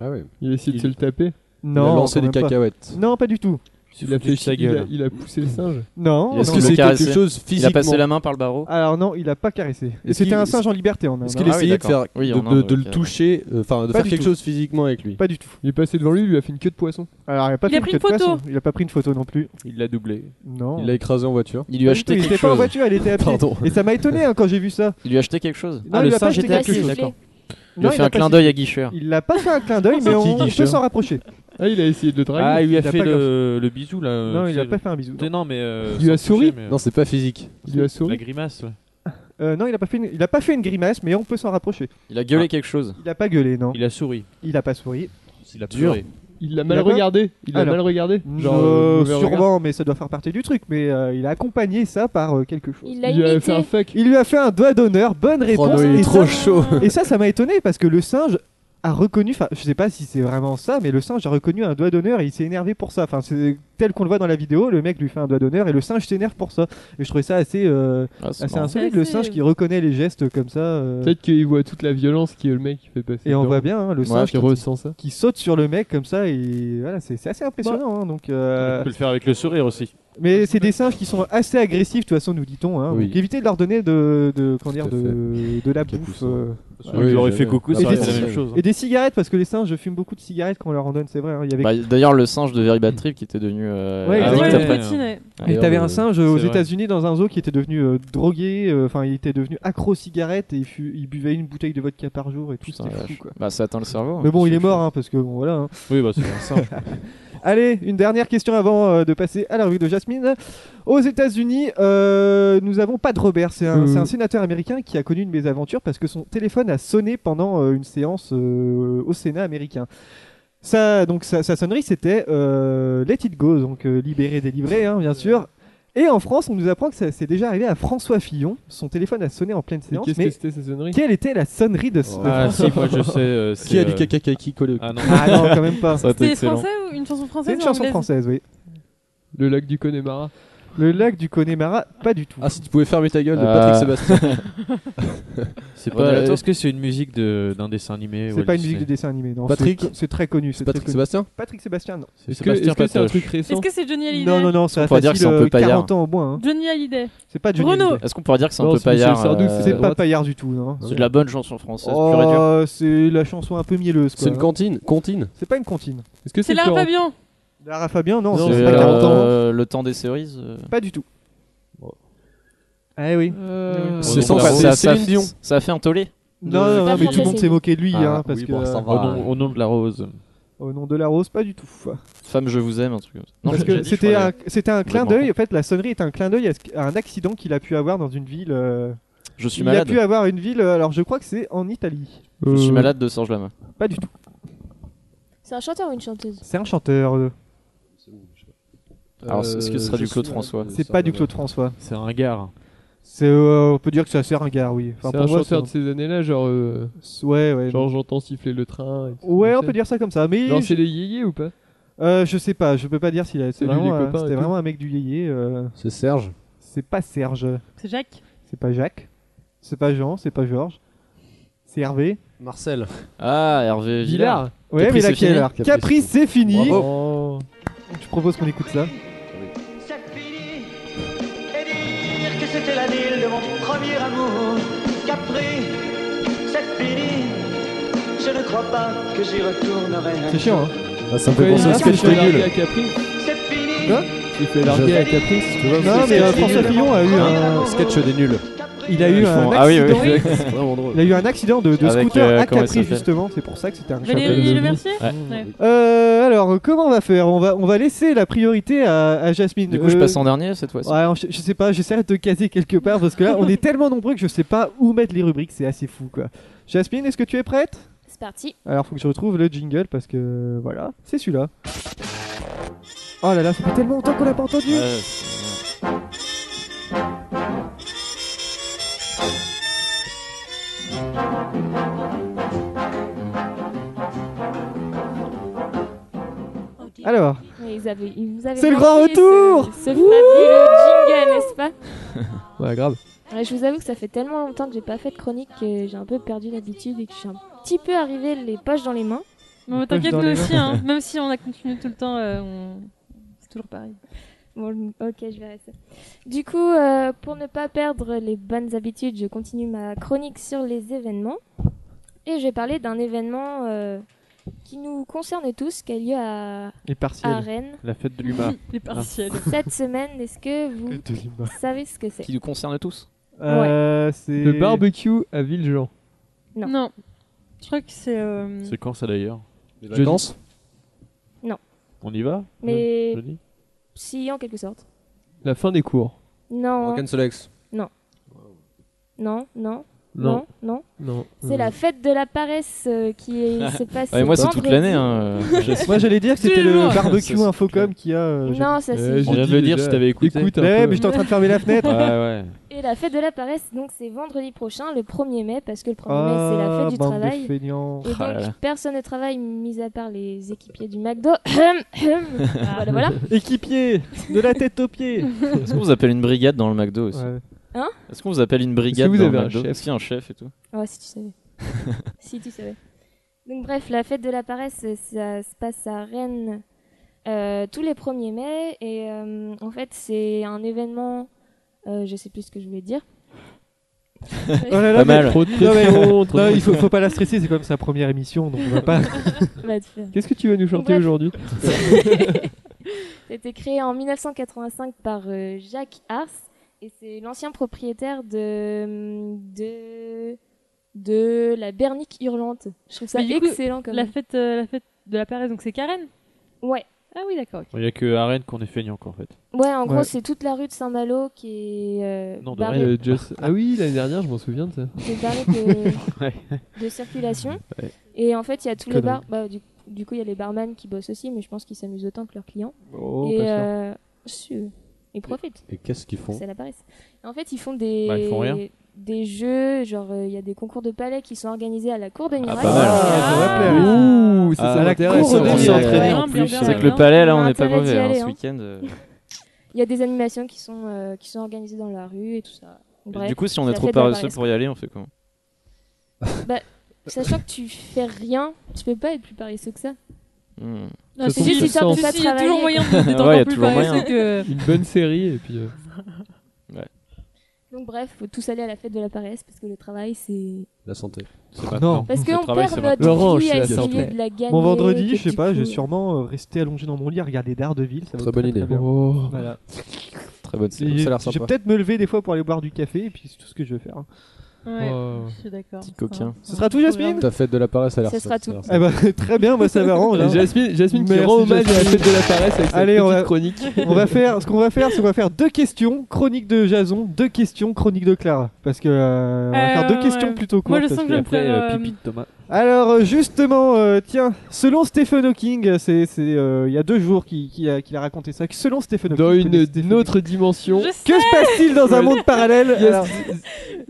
I: Ah ouais.
G: Il a essayé de se le taper.
E: Non.
I: Il a lancé
E: quand
I: des
E: même pas.
I: cacahuètes.
E: Non, pas du tout.
G: Il a, fait
I: foutu de sa
G: chier- il a-
I: gueule.
G: il a poussé le singe.
E: Non.
I: Est-ce
E: non,
I: que
E: non.
I: c'est quelque chose
M: Il a
I: physiquement
M: passé la main par le barreau. Ah
E: Alors non, il a pas caressé. Et
I: Est-ce
E: C'était
I: qu'il-
E: un singe en liberté en Inde.
I: Est-ce
E: hein.
I: qu'il essayait de faire,
M: Oui,
I: de,
M: en
I: de-
M: Inde,
I: de le
M: ok.
I: toucher, euh, enfin de
E: Pas
I: faire
E: du
I: quelque
E: tout.
I: chose physiquement avec lui
E: Pas du tout.
G: Il est passé devant lui, il lui a fait une queue de poisson.
E: Alors il a pas
H: Il a
E: fait
H: pris
E: de
H: une photo.
E: façon. Il a pas pris une photo non plus.
F: il l'a doublé.
E: Non.
I: Il l'a écrasé en voiture.
M: Il lui a
E: Pas du tout,
M: acheté
E: il
M: quelque
E: était pas en
M: chose.
E: voiture, il était à pied.
M: Pardon.
E: Et ça m'a étonné hein, quand j'ai vu ça.
M: Il lui a acheté quelque chose.
E: Non, il lui a pas acheté quelque chose.
M: d'accord. Il lui a
E: Non,
M: fait un
E: pas
M: clin
E: fait-
M: d'œil à Guicheur.
E: Il l'a pas fait un clin d'œil,
M: C'est
E: mais
M: qui,
E: on, on peut
M: Guicheur
E: s'en rapprocher.
G: Ah, il a essayé de le draguer.
F: Ah, il lui a
E: Il a
F: fait
E: pas
F: le, le bisou là. euh,
E: Non,
F: tu
E: il
F: sais,
E: a
F: le-
E: pas fait un bisou.
F: Non, mais. euh,
G: Il lui a
F: sans
G: souri.
F: toucher, mais,
I: Non, c'est pas physique.
G: Il lui a
F: La
G: souri.
F: grimace, ouais.
E: Euh, non, il a pas fait une, il a pas fait une grimace, mais on peut s'en rapprocher.
M: Il a gueulé quelque chose.
E: Il a pas gueulé, non.
F: Il a souri.
E: Il a pas souri.
F: Il a
M: Dur.
F: pleuré.
G: Il l'a mal
E: a pas-
G: regardé. Il l'a
E: Alors.
G: mal regardé.
E: Euh,
G: euh, mauvais
E: sûrement,
G: regard.
E: mais ça doit faire partie du truc. Mais euh, il a accompagné ça par euh, quelque chose.
L: Il l'a
G: Il lui a
L: imité.
G: fait un fuck.
E: Il lui a fait un doigt d'honneur. Bonne
I: Oh
E: réponse.
I: non, il
E: et
I: est trop
E: ça-
I: chaud.
E: Et ça, ça m'a étonné parce que le singe a reconnu, enfin, je sais pas si c'est vraiment ça, mais le singe a reconnu un doigt d'honneur et il s'est énervé pour ça. Enfin, c'est tel qu'on le voit dans la vidéo, le mec lui fait un doigt d'honneur et le singe s'énerve pour ça. Et je trouvais ça assez, euh,
M: Ah, c'est
E: assez
M: marrant.
E: insolite, le
H: Assez-
E: singe qui reconnaît les gestes comme ça. euh,
G: Peut-être qu'il voit toute la violence que le mec fait passer.
E: et on
G: dedans.
E: voit bien hein, le singe
G: qui
E: qui,
G: ressent ça.
E: qui saute sur le mec comme ça et voilà, c'est c'est assez impressionnant. hein, donc, euh,
F: Tu peux le faire avec le sourire aussi.
E: mais c'est des singes qui sont assez agressifs, de toute façon, nous dit-on. Hein,
I: Oui.
E: Donc évitez de leur donner de, de, comment dire,
I: Tout à
E: de, de la
I: Tout à fait
E: bouffe.
I: ça.
E: euh,
F: Il leur aurait fait coucou,
E: Et
F: ça aurait
E: des-
F: été la même chose. hein.
E: Et des cigarettes, parce que les singes fument beaucoup de cigarettes quand on leur en donne, c'est vrai. hein. Il y avait...
M: Bah, D'ailleurs, le singe de Very Bad Trip qui était devenu. euh,
E: Ouais,
H: Ouais,
E: Ah
M: addict
E: ouais,
H: le
M: après.
F: ouais.
H: petit, ouais.
E: et
I: Bah,
M: D'ailleurs,
E: t'avais un
M: le-
E: singe euh,
F: Ah, c'est
E: aux
F: vrai.
E: États-Unis dans un zoo qui était devenu euh, drogué, euh, enfin il était devenu accro aux cigarettes et il, fu- il buvait une bouteille de vodka par jour et tout,
M: Putain,
E: c'était
M: la
E: fou
M: vache.
E: quoi.
M: Bah, ça atteint le cerveau.
E: Mais bon,
M: hein,
E: il est
M: c'est
E: mort,
M: chaud.
E: hein, parce que bon voilà. hein.
F: Oui, bah c'est un singe.
E: Allez, une dernière question avant euh, de passer à la revue de Jasmine. Aux États-Unis, euh, nous avons Pat Robert. C'est un,
G: Euh.
E: c'est un sénateur américain qui a connu une mésaventure parce que son téléphone a sonné pendant euh, une séance euh, au Sénat américain. Ça, donc sa, sa sonnerie, c'était euh, Let It Go, donc euh, libéré, délivré, hein, bien sûr. Et en France, on nous apprend que ça c'est déjà arrivé à François Fillon. Son téléphone a sonné en pleine
G: Mais
E: séance.
G: Qu'est-ce que
E: Mais
G: c'était ces sonneries
E: quelle était la sonnerie de, ce de
F: Ah,
E: François
F: si, moi je sais. euh, c'est,
I: Qui a du
F: euh,
I: caca qui collé au
F: Ah non.
E: Ah non, quand même pas.
H: C'était français ou une chanson française
E: C'est une
H: ou
E: chanson
H: anglaise
E: française, oui.
G: Le lac du Connemara.
E: Le lac du Connemara, pas du tout.
I: Ah si tu pouvais fermer ta gueule de
M: Euh,
I: Patrick Sébastien.
F: C'est
M: Ouais,
F: pas.
M: euh,
F: Est-ce que c'est une musique de- d'un dessin animé
E: C'est
F: Walt
E: pas une musique de
F: Disney
E: dessin animé, non.
I: Patrick
E: C'est- C'est très connu. c'est
I: Patrick
E: très connu.
I: Sébastien
E: Patrick Sébastien, non.
F: C'est
G: Est-ce que est-ce
F: Sébastien
G: que c'est un
F: Patoche.
G: truc récent
H: Est-ce que c'est Johnny Hallyday
E: Non, non, non, ça
M: pourrait
E: a
M: dire que c'est un peu paillard.
E: 40 ans au moins. hein.
H: Johnny Hallyday.
E: C'est pas Johnny
H: Renaud.
E: Hallyday.
M: Est-ce qu'on pourrait dire que c'est un
G: Non,
M: peu
G: c'est Michel
M: paillard
G: Sardou,
M: euh,
E: C'est
G: Euh,
E: pas
G: droite.
E: paillard du tout, non.
M: C'est de la bonne chanson française, pure et dure.
E: Oh, c'est la chanson un peu mielleuse, quoi.
I: C'est une cantine, Contine.
E: C'est pas une comptine.
G: Est-ce que
H: C'est
G: c'est
H: Lara
G: Florent
H: Fabian.
E: Lara Fabian, non,
M: C'est,
E: c'est pas 40 ans.
M: euh, le temps des cerises. euh.
E: Pas du tout. Ah oui. bah,
I: C'est
F: sans-
M: Donc,
F: c'est
M: ça- ça-
I: Céline Dion.
M: Ça a fait un tollé.
E: Non, non, non, mais tout le monde s'est moqué de lui,
M: Ah,
E: hein, parce
I: oui,
E: que.
I: bon, ça
F: Au
I: va.
F: nom, au nom de la rose.
E: Au nom de la rose, pas du tout.
M: Femme, je vous aime, un truc comme ça. Non, j'ai
E: Parce
M: déjà
E: que
M: dit,
E: c'était
M: je crois,
E: un, c'était un clin
M: complètement
E: d'œil. En fait, la sonnerie est un clin d'œil à ce- à un accident qu'il a pu avoir dans une ville. euh,
M: Je suis
E: Il a
M: malade.
E: pu avoir une ville. euh, Alors, je crois que c'est en Italie.
M: Je suis
G: Euh,
M: malade de Serge Lama.
E: Pas du tout.
L: C'est un chanteur ou une chanteuse
E: C'est un chanteur. euh,
M: Alors, est-ce que ce
B: Euh,
M: sera du Claude François
E: C'est pas du Claude François.
F: C'est un gars.
E: C'est, euh, on peut dire que c'est assez ringard, oui. Enfin,
G: C'est
E: pour
G: un
E: moi,
G: chanteur de ces années-là, genre. euh,
E: c'est- Ouais, ouais.
G: Genre j'entends siffler le train. et tout
E: Ouais,
G: comme
E: on
G: ça.
E: peut dire ça comme ça. Mais
G: Genre
E: je,
G: c'est les yéyés ou pas
E: euh, je sais pas, je peux pas dire s'il a. C'était
G: Salut les
E: vraiment, euh,
G: copains et
E: c'était
G: tout.
E: vraiment un mec du yéyé. euh,
I: C'est Serge.
E: C'est pas Serge,
H: C'est Jacques.
E: c'est pas Jacques, c'est pas Jean, c'est pas Georges, c'est Hervé.
M: Marcel. Ah, Hervé Villard.
E: Ouais, mais
M: Caprice, c'est
E: laquelle
M: fini.
E: alors Caprice, c'est fini.
M: Bravo.
E: Je propose qu'on écoute ça.
N: dire que c'était la ville de mon premier amour. Capri, c'est fini. Je ne crois pas que j'y retournerai. un
E: C'est chiant,
N: jour.
E: hein
M: Ah, ça me
G: Pourquoi
M: fait penser
G: il
M: à
G: a
M: ce que je
G: fait larguer à
M: fais
G: Capri
N: C'est fini.
G: Il fait larguer à Capri. tu vois,
E: Non,
G: c'est
E: mais
G: ce
E: euh,
G: sketch
E: François
G: des
E: Fillon a eu
G: nuls.
E: un.
M: Sketch des nuls.
E: Il a eu
M: Ils
E: un
M: font- ah oui, oui,
E: accident.
M: oui, c'est vraiment drôle.
E: Il a eu un accident de, de
M: Avec,
E: scooter
M: euh,
E: à
M: comment il
E: Capri,
M: s'appelle
E: justement. C'est pour ça que c'était un
H: Valérie
E: château.
H: Le Mercier
M: Ouais.
H: Ouais.
E: Euh, alors, comment on va faire on va, on va laisser la priorité à, à Jasmine.
M: Du coup, je
E: Euh,
M: passe en dernier cette fois-ci.
E: Ouais, alors, je, je sais pas, j'essaierai de te caser quelque part parce que là, on est tellement nombreux que je sais pas où mettre les rubriques, c'est assez fou quoi. Jasmine, est-ce que tu es prête
L: C'est parti.
E: Alors, faut que je retrouve le jingle parce que voilà, c'est celui-là. Oh là là, ça fait tellement longtemps qu'on l'a pas entendu. Alors,
L: Oui, ils avaient- ils vous avaient
E: C'est le
L: manqué
E: grand retour
L: Ce, ce fabuleux jingle, n'est-ce pas
G: Ouais, grave.
L: Ouais, Je vous avoue que ça fait tellement longtemps que j'ai pas fait de chronique que j'ai un peu perdu l'habitude et que je suis un petit peu arrivé les poches dans les mains.
H: Bon,
E: poches
H: t'inquiète,
E: dans
H: nous
E: les
H: aussi,
E: mains.
H: hein. même si on a continué tout le temps, euh, on- c'est toujours pareil.
L: Bon, ok, je verrai ça. Du coup, euh, pour ne pas perdre les bonnes habitudes, je continue ma chronique sur les événements. Et je vais parler d'un événement euh, qui nous concerne tous, qui a lieu à,
E: les
L: à
E: partiels.
L: Rennes
I: La fête de l'humain.
H: Les partiels.
L: cette semaine. Est-ce que vous savez ce que c'est
M: Qui nous concerne tous.
E: Euh, c'est
G: Le barbecue à Villejean.
L: Non.
H: Non. Je crois que c'est. euh,
I: C'est quand ça d'ailleurs Les
G: Jeudi.
I: vacances
L: Non.
I: On y va
L: Mais
I: Jeudi
L: si, en quelque sorte.
G: La fin des cours.
L: Non,
M: Solex.
L: non, non, non,
G: Non.
L: non.
G: Non.
L: C'est la fête de la paresse euh, qui est- s'est passée.
M: Ah, mais moi, c'est toute
L: vendredi.
M: l'année. hein, euh, je sais.
E: Moi j'allais dire que c'était
H: Tous les
E: le
H: jours.
E: barbecue
M: Ça, c'est
E: Infocom qui a. euh, j'ai-
L: Non, ça c'est.
M: On vient de le dire si t'avais écouté.
G: Écoute, un
E: Ouais,
G: peu.
E: Eh, mais j'étais en train de fermer la fenêtre.
I: Ouais, ouais.
L: Et la fête de la paresse, donc c'est vendredi prochain, le 1er mai, parce que le 1er mai c'est la
E: Ah,
L: fête du
E: bande de
L: travail.
E: feignants.
L: Et donc,
M: Ah là là.
L: personne ne travaille, mis à part les équipiers du McDo. voilà, voilà.
E: Équipier De la tête aux pieds
M: Est-ce qu'on vous appelle une brigade dans le McDo aussi
E: Ouais.
M: Est-ce qu'on vous appelle une brigade
G: Est-ce que vous
M: dans
G: avez
M: le
G: un
M: McDo
G: chef
M: Est-ce qu'il y a un chef et tout
L: Oh, si tu savais. si tu savais. Donc, bref, la fête de la paresse, ça se passe à Rennes euh, tous les 1er mai. Et euh, en fait, c'est un événement. euh, je sais plus ce que je voulais dire.
E: Oh là là,
M: Pas
E: mais-
M: mal.
G: Trop de
E: Non, mais-
G: pression. trop de
E: Non, il faut,
G: pression.
E: faut pas la stresser, c'est quand même sa première émission, donc on va pas.
L: Bah, tu fais-
G: Qu'est-ce que tu vas nous chanter
L: Bref.
G: aujourd'hui
L: C'était créé en 1985 par euh, Jacques Ars et c'est l'ancien propriétaire de de de la Bernique hurlante. Je trouve ça
H: Mais du coup,
L: excellent comme
H: La fête, euh, la fête de la paresse, donc c'est Karen
L: ouais
H: Ah oui, d'accord. ok.
I: Il y a que à Rennes qu'on est feignant en fait.
L: ouais en gros
E: Ouais.
L: c'est toute la rue de Saint-Malo qui est euh,
I: Non, de
L: barrée,
G: Euh, Just- Ah oui, l'année dernière, je m'en souviens de ça.
L: qui est barrée de, de circulation
I: Ouais.
L: et en fait il y a tous les
G: Connerie.
L: bars bah, du, du coup il y a les barman qui bossent aussi mais je pense qu'ils s'amusent autant que leurs clients
G: Oh,
L: et
G: pas sûr.
L: euh, si, ils profitent.
I: Et qu'est-ce qu'ils font
L: C'est la paresse. En fait, ils font des,
I: Bah, ils font rien.
L: des jeux, genre euh, il y a des concours de palais qui sont organisés à la cour des miracles.
M: pas mal. Ah,
E: Ah, ça va plaire.
G: Ouh,
E: ça, ça
G: la
E: m'intéresse.
G: cour
E: On
G: des
E: s'est
G: miracles.
E: entraîné
H: en plus.
M: C'est vrai que
H: Ouais.
M: le palais là,
L: On a
M: on n'est pas
L: intérêt d'y
M: mauvais. hein,
L: aller,
M: Ce
L: hein.
M: week-end. euh.
L: Il y a des animations qui sont, euh, qui sont organisées dans la rue et tout ça. Bref,
M: Du coup, si on
L: c'est
M: est
L: la
M: trop
L: fête de la
M: paresseux
L: paresse.
M: pour y aller, on fait comment
L: Bah, Sachant que tu fais rien, tu peux pas être plus paresseux que ça.
M: Hmm.
H: Non,
G: Ça
H: c'est
G: tombe
H: juste
G: sur
H: histoire de
G: ça,
L: en
H: pas
L: fait.
H: Il y a toujours moyen de-
M: Ouais,
H: d'être
M: il y a
H: encore plus
M: toujours moyen.
H: paresseux que.
G: Une bonne série, et puis. euh,
L: Donc bref, faut tous aller à la fête de la paresse parce que le travail c'est.
I: La santé.
M: Oh,
E: Ah, Non.
L: Parce qu'on
I: travail,
L: perd
I: c'est
L: notre
G: maintenant.
L: vie à
G: L'orange, c'est la
L: essayer
G: santé.
L: de la gagner.
E: Mon vendredi,
L: que
E: je sais
L: du
E: pas, je vais
L: coup-
E: sûrement euh, rester allongé dans mon lit à regarder Daredevil. Ça va
I: Très bonne idée.
E: bien.
G: Oh.
E: Voilà.
I: Très bonne
E: Et Je vais peut-être me lever des fois pour aller boire du café, et puis c'est tout ce que je vais faire. hein.
H: Ouais,
G: Oh.
H: je suis d'accord.
M: Petit coquin.
E: Ce sera tout, Jasmine
I: Ta fête de la paresse, ça a l'air
L: Ça sera tout.
I: a
E: Eh
I: l'air
E: bah, très bien, moi ça m'arrange.
G: Et
E: hein.
G: Jasmine, Jasmine qui
E: Merci,
G: rend hommage à la
E: Jasmine.
G: fête de la paresse avec sa
E: Allez, on
G: petite
E: va-
G: chronique.
E: On va faire, ce qu'on va faire, c'est qu'on va faire deux questions, chronique de Jason, deux questions, chronique de Clara. Parce que euh, on va
H: Euh,
E: faire deux
H: ouais.
L: Euh,
E: questions plutôt courtes.
H: Moi, je sens
E: parce
H: que je vais me
I: Après,
H: faire.
I: euh,
H: euh,
I: pipi de Thomas.
E: Alors euh, justement, euh, tiens, selon Stephen Hawking, c'est c'est, euh, il y a deux jours qu'il qu'il a, qu'il a raconté ça. que Selon Stephen Hawking,
G: Dans
E: vous
G: une,
E: connaissez
G: une autre dimension.
H: Je
E: Que se passe-t-il dans un monde parallèle
G: Yes.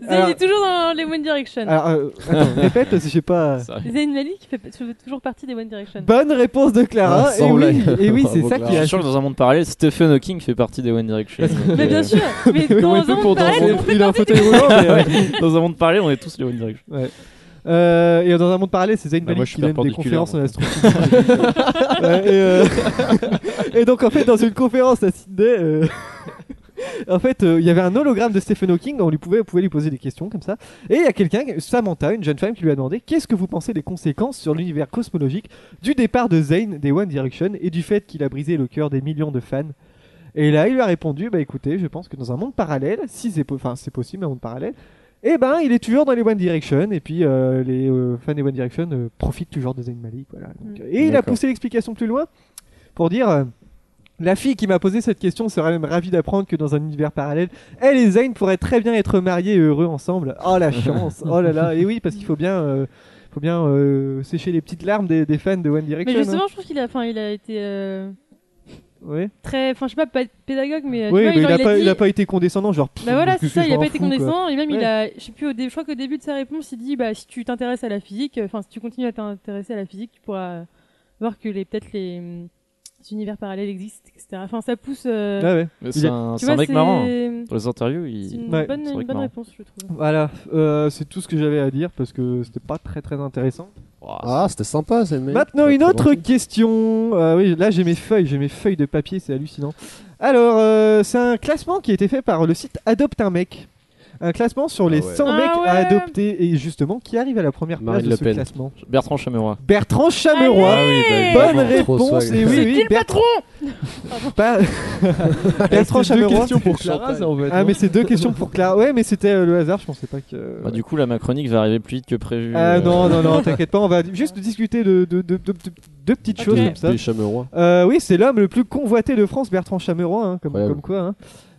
E: Alors,
H: il est toujours dans les One Direction.
E: alors, euh, attends, répète, parce que j'ai pas.
H: Zayn Malik fait fait toujours partie des One Direction.
E: Bonne réponse de Clara.
F: Ah,
E: et
F: sans
E: oui,
F: blague.
E: eh oui, c'est
F: Bravo,
E: ça
F: Clara.
E: qui
F: Je
E: a.
F: suis sûr que dans un monde parallèle, Stephen Hawking fait partie des One Direction. donc,
H: Mais
F: euh,
H: bien sûr, mais dans
G: Comment il
H: un
G: fait
H: monde
G: pour
H: parallèle,
G: danser
H: on fait
G: Il a un
H: partie
G: fauteuil roulant. mais, euh,
F: dans un monde parallèle, on est tous les One Direction.
E: Ouais. Euh, et dans un monde parallèle, c'est
F: Ah,
E: Zayn
F: Bah,
E: Malik
F: moi, je suis
E: qui donne des
F: perpendiculaire,
E: conférences en
F: donc.
E: astrophysique. Ouais, et, euh, et donc en fait, dans une conférence à Sydney, euh, en fait, euh, il y avait un hologramme de Stephen Hawking. On lui pouvait, on pouvait lui poser des questions comme ça. Et il y a quelqu'un, Samantha, une jeune femme, qui lui a demandé qu'est-ce que vous pensez des conséquences sur l'univers cosmologique du départ de Zayn des One Direction et du fait qu'il a brisé le cœur des millions de fans. Et là, il lui a répondu, bah écoutez, je pense que dans un monde parallèle, si c'est po- enfin, c'est possible, un monde parallèle, eh ben, il est toujours dans les One Direction, et puis euh, les euh, fans des One Direction euh, profitent toujours de Zayn Malik, voilà. Donc,
H: Mm.
E: euh, Et il a
F: D'accord.
E: poussé l'explication plus loin pour dire. euh, la fille qui m'a posé cette question serait même ravie d'apprendre que dans un univers parallèle, elle et Zayn pourraient très bien être mariés et heureux ensemble. Oh la chance, oh là là, et oui parce qu'il faut bien, euh, faut bien euh, sécher les petites larmes des, des fans de One Direction.
H: Mais justement,
E: hein.
H: je trouve qu'il a, enfin, il a été euh,
E: Ouais.
H: très, enfin, je sais pas, pas pédagogue, mais euh, tu
E: Oui,
H: vois,
E: mais il
H: genre,
E: a,
H: il a
E: pas,
H: dit-
E: il a pas été condescendant, genre. pff,
H: Bah voilà, c'est
E: qu'est-ce que
H: ça,
E: je
H: il a
E: m'en
H: pas été
E: fous, quoi.
H: condescendant, et même il
E: Ouais.
H: a, je sais plus, au dé- je crois qu'au début de sa réponse, il dit, bah, si tu t'intéresses à la physique, euh, enfin, si tu continues à t'intéresser à la physique, tu pourras euh, voir que les, peut-être les, hum, les univers parallèles existent, etc. Enfin, ça pousse. euh,
E: Ah ouais.
F: Mais
E: Il
F: c'est
E: a-
F: un,
H: tu
F: c'est
H: vois,
F: un mec
H: c'est-
F: marrant. hein. Dans les interviews, il.
H: C'est une
E: Ouais.
H: bonne,
F: C'est
H: une
F: vrai
H: bonne
F: que marrant.
H: réponse, je trouve.
E: Voilà, euh, c'est tout ce que j'avais à dire parce que c'était pas très très intéressant.
M: Ah, c'était sympa, c'est
E: Maintenant, une autre question. Euh, oui, là j'ai mes feuilles, j'ai mes feuilles de papier, c'est hallucinant. Alors, euh, c'est un classement qui a été fait par le site Adopte un mec. Un classement sur les
F: ouais.
E: 100
H: Ah
E: mecs
H: ouais.
E: à adopter et justement qui arrive à la première place
F: Marine
E: de
F: Le
E: ce
F: Pen.
E: classement.
F: Bertrand Chameroy.
E: Bertrand Chameroy. Ah
F: oui, bah,
E: Bonne
F: évidemment. Trop
E: réponse.
F: swag.
E: Et oui,
F: C'est
E: oui,
F: qui le
E: Bertrand. Pas- Bertrand
G: c'est deux
E: Chameroy.
G: questions pour Clara, ça en fait.
E: Ah
G: non
E: mais c'est deux questions pour Clara. Ouais mais c'était euh, le hasard, je pensais pas que.
F: Bah, du coup, là, ma chronique va arriver plus vite que prévu.
E: Ah
F: euh,
E: non non non, t'inquiète pas, on va juste discuter de de, de, de- de- de petites choses
H: Ok.
E: comme ça.
M: Les Chamerois.
E: Euh, oui, c'est l'homme le plus convoité de France, Bertrand Chameroy, hein, comme,
M: Incroyable.
E: comme quoi. hein.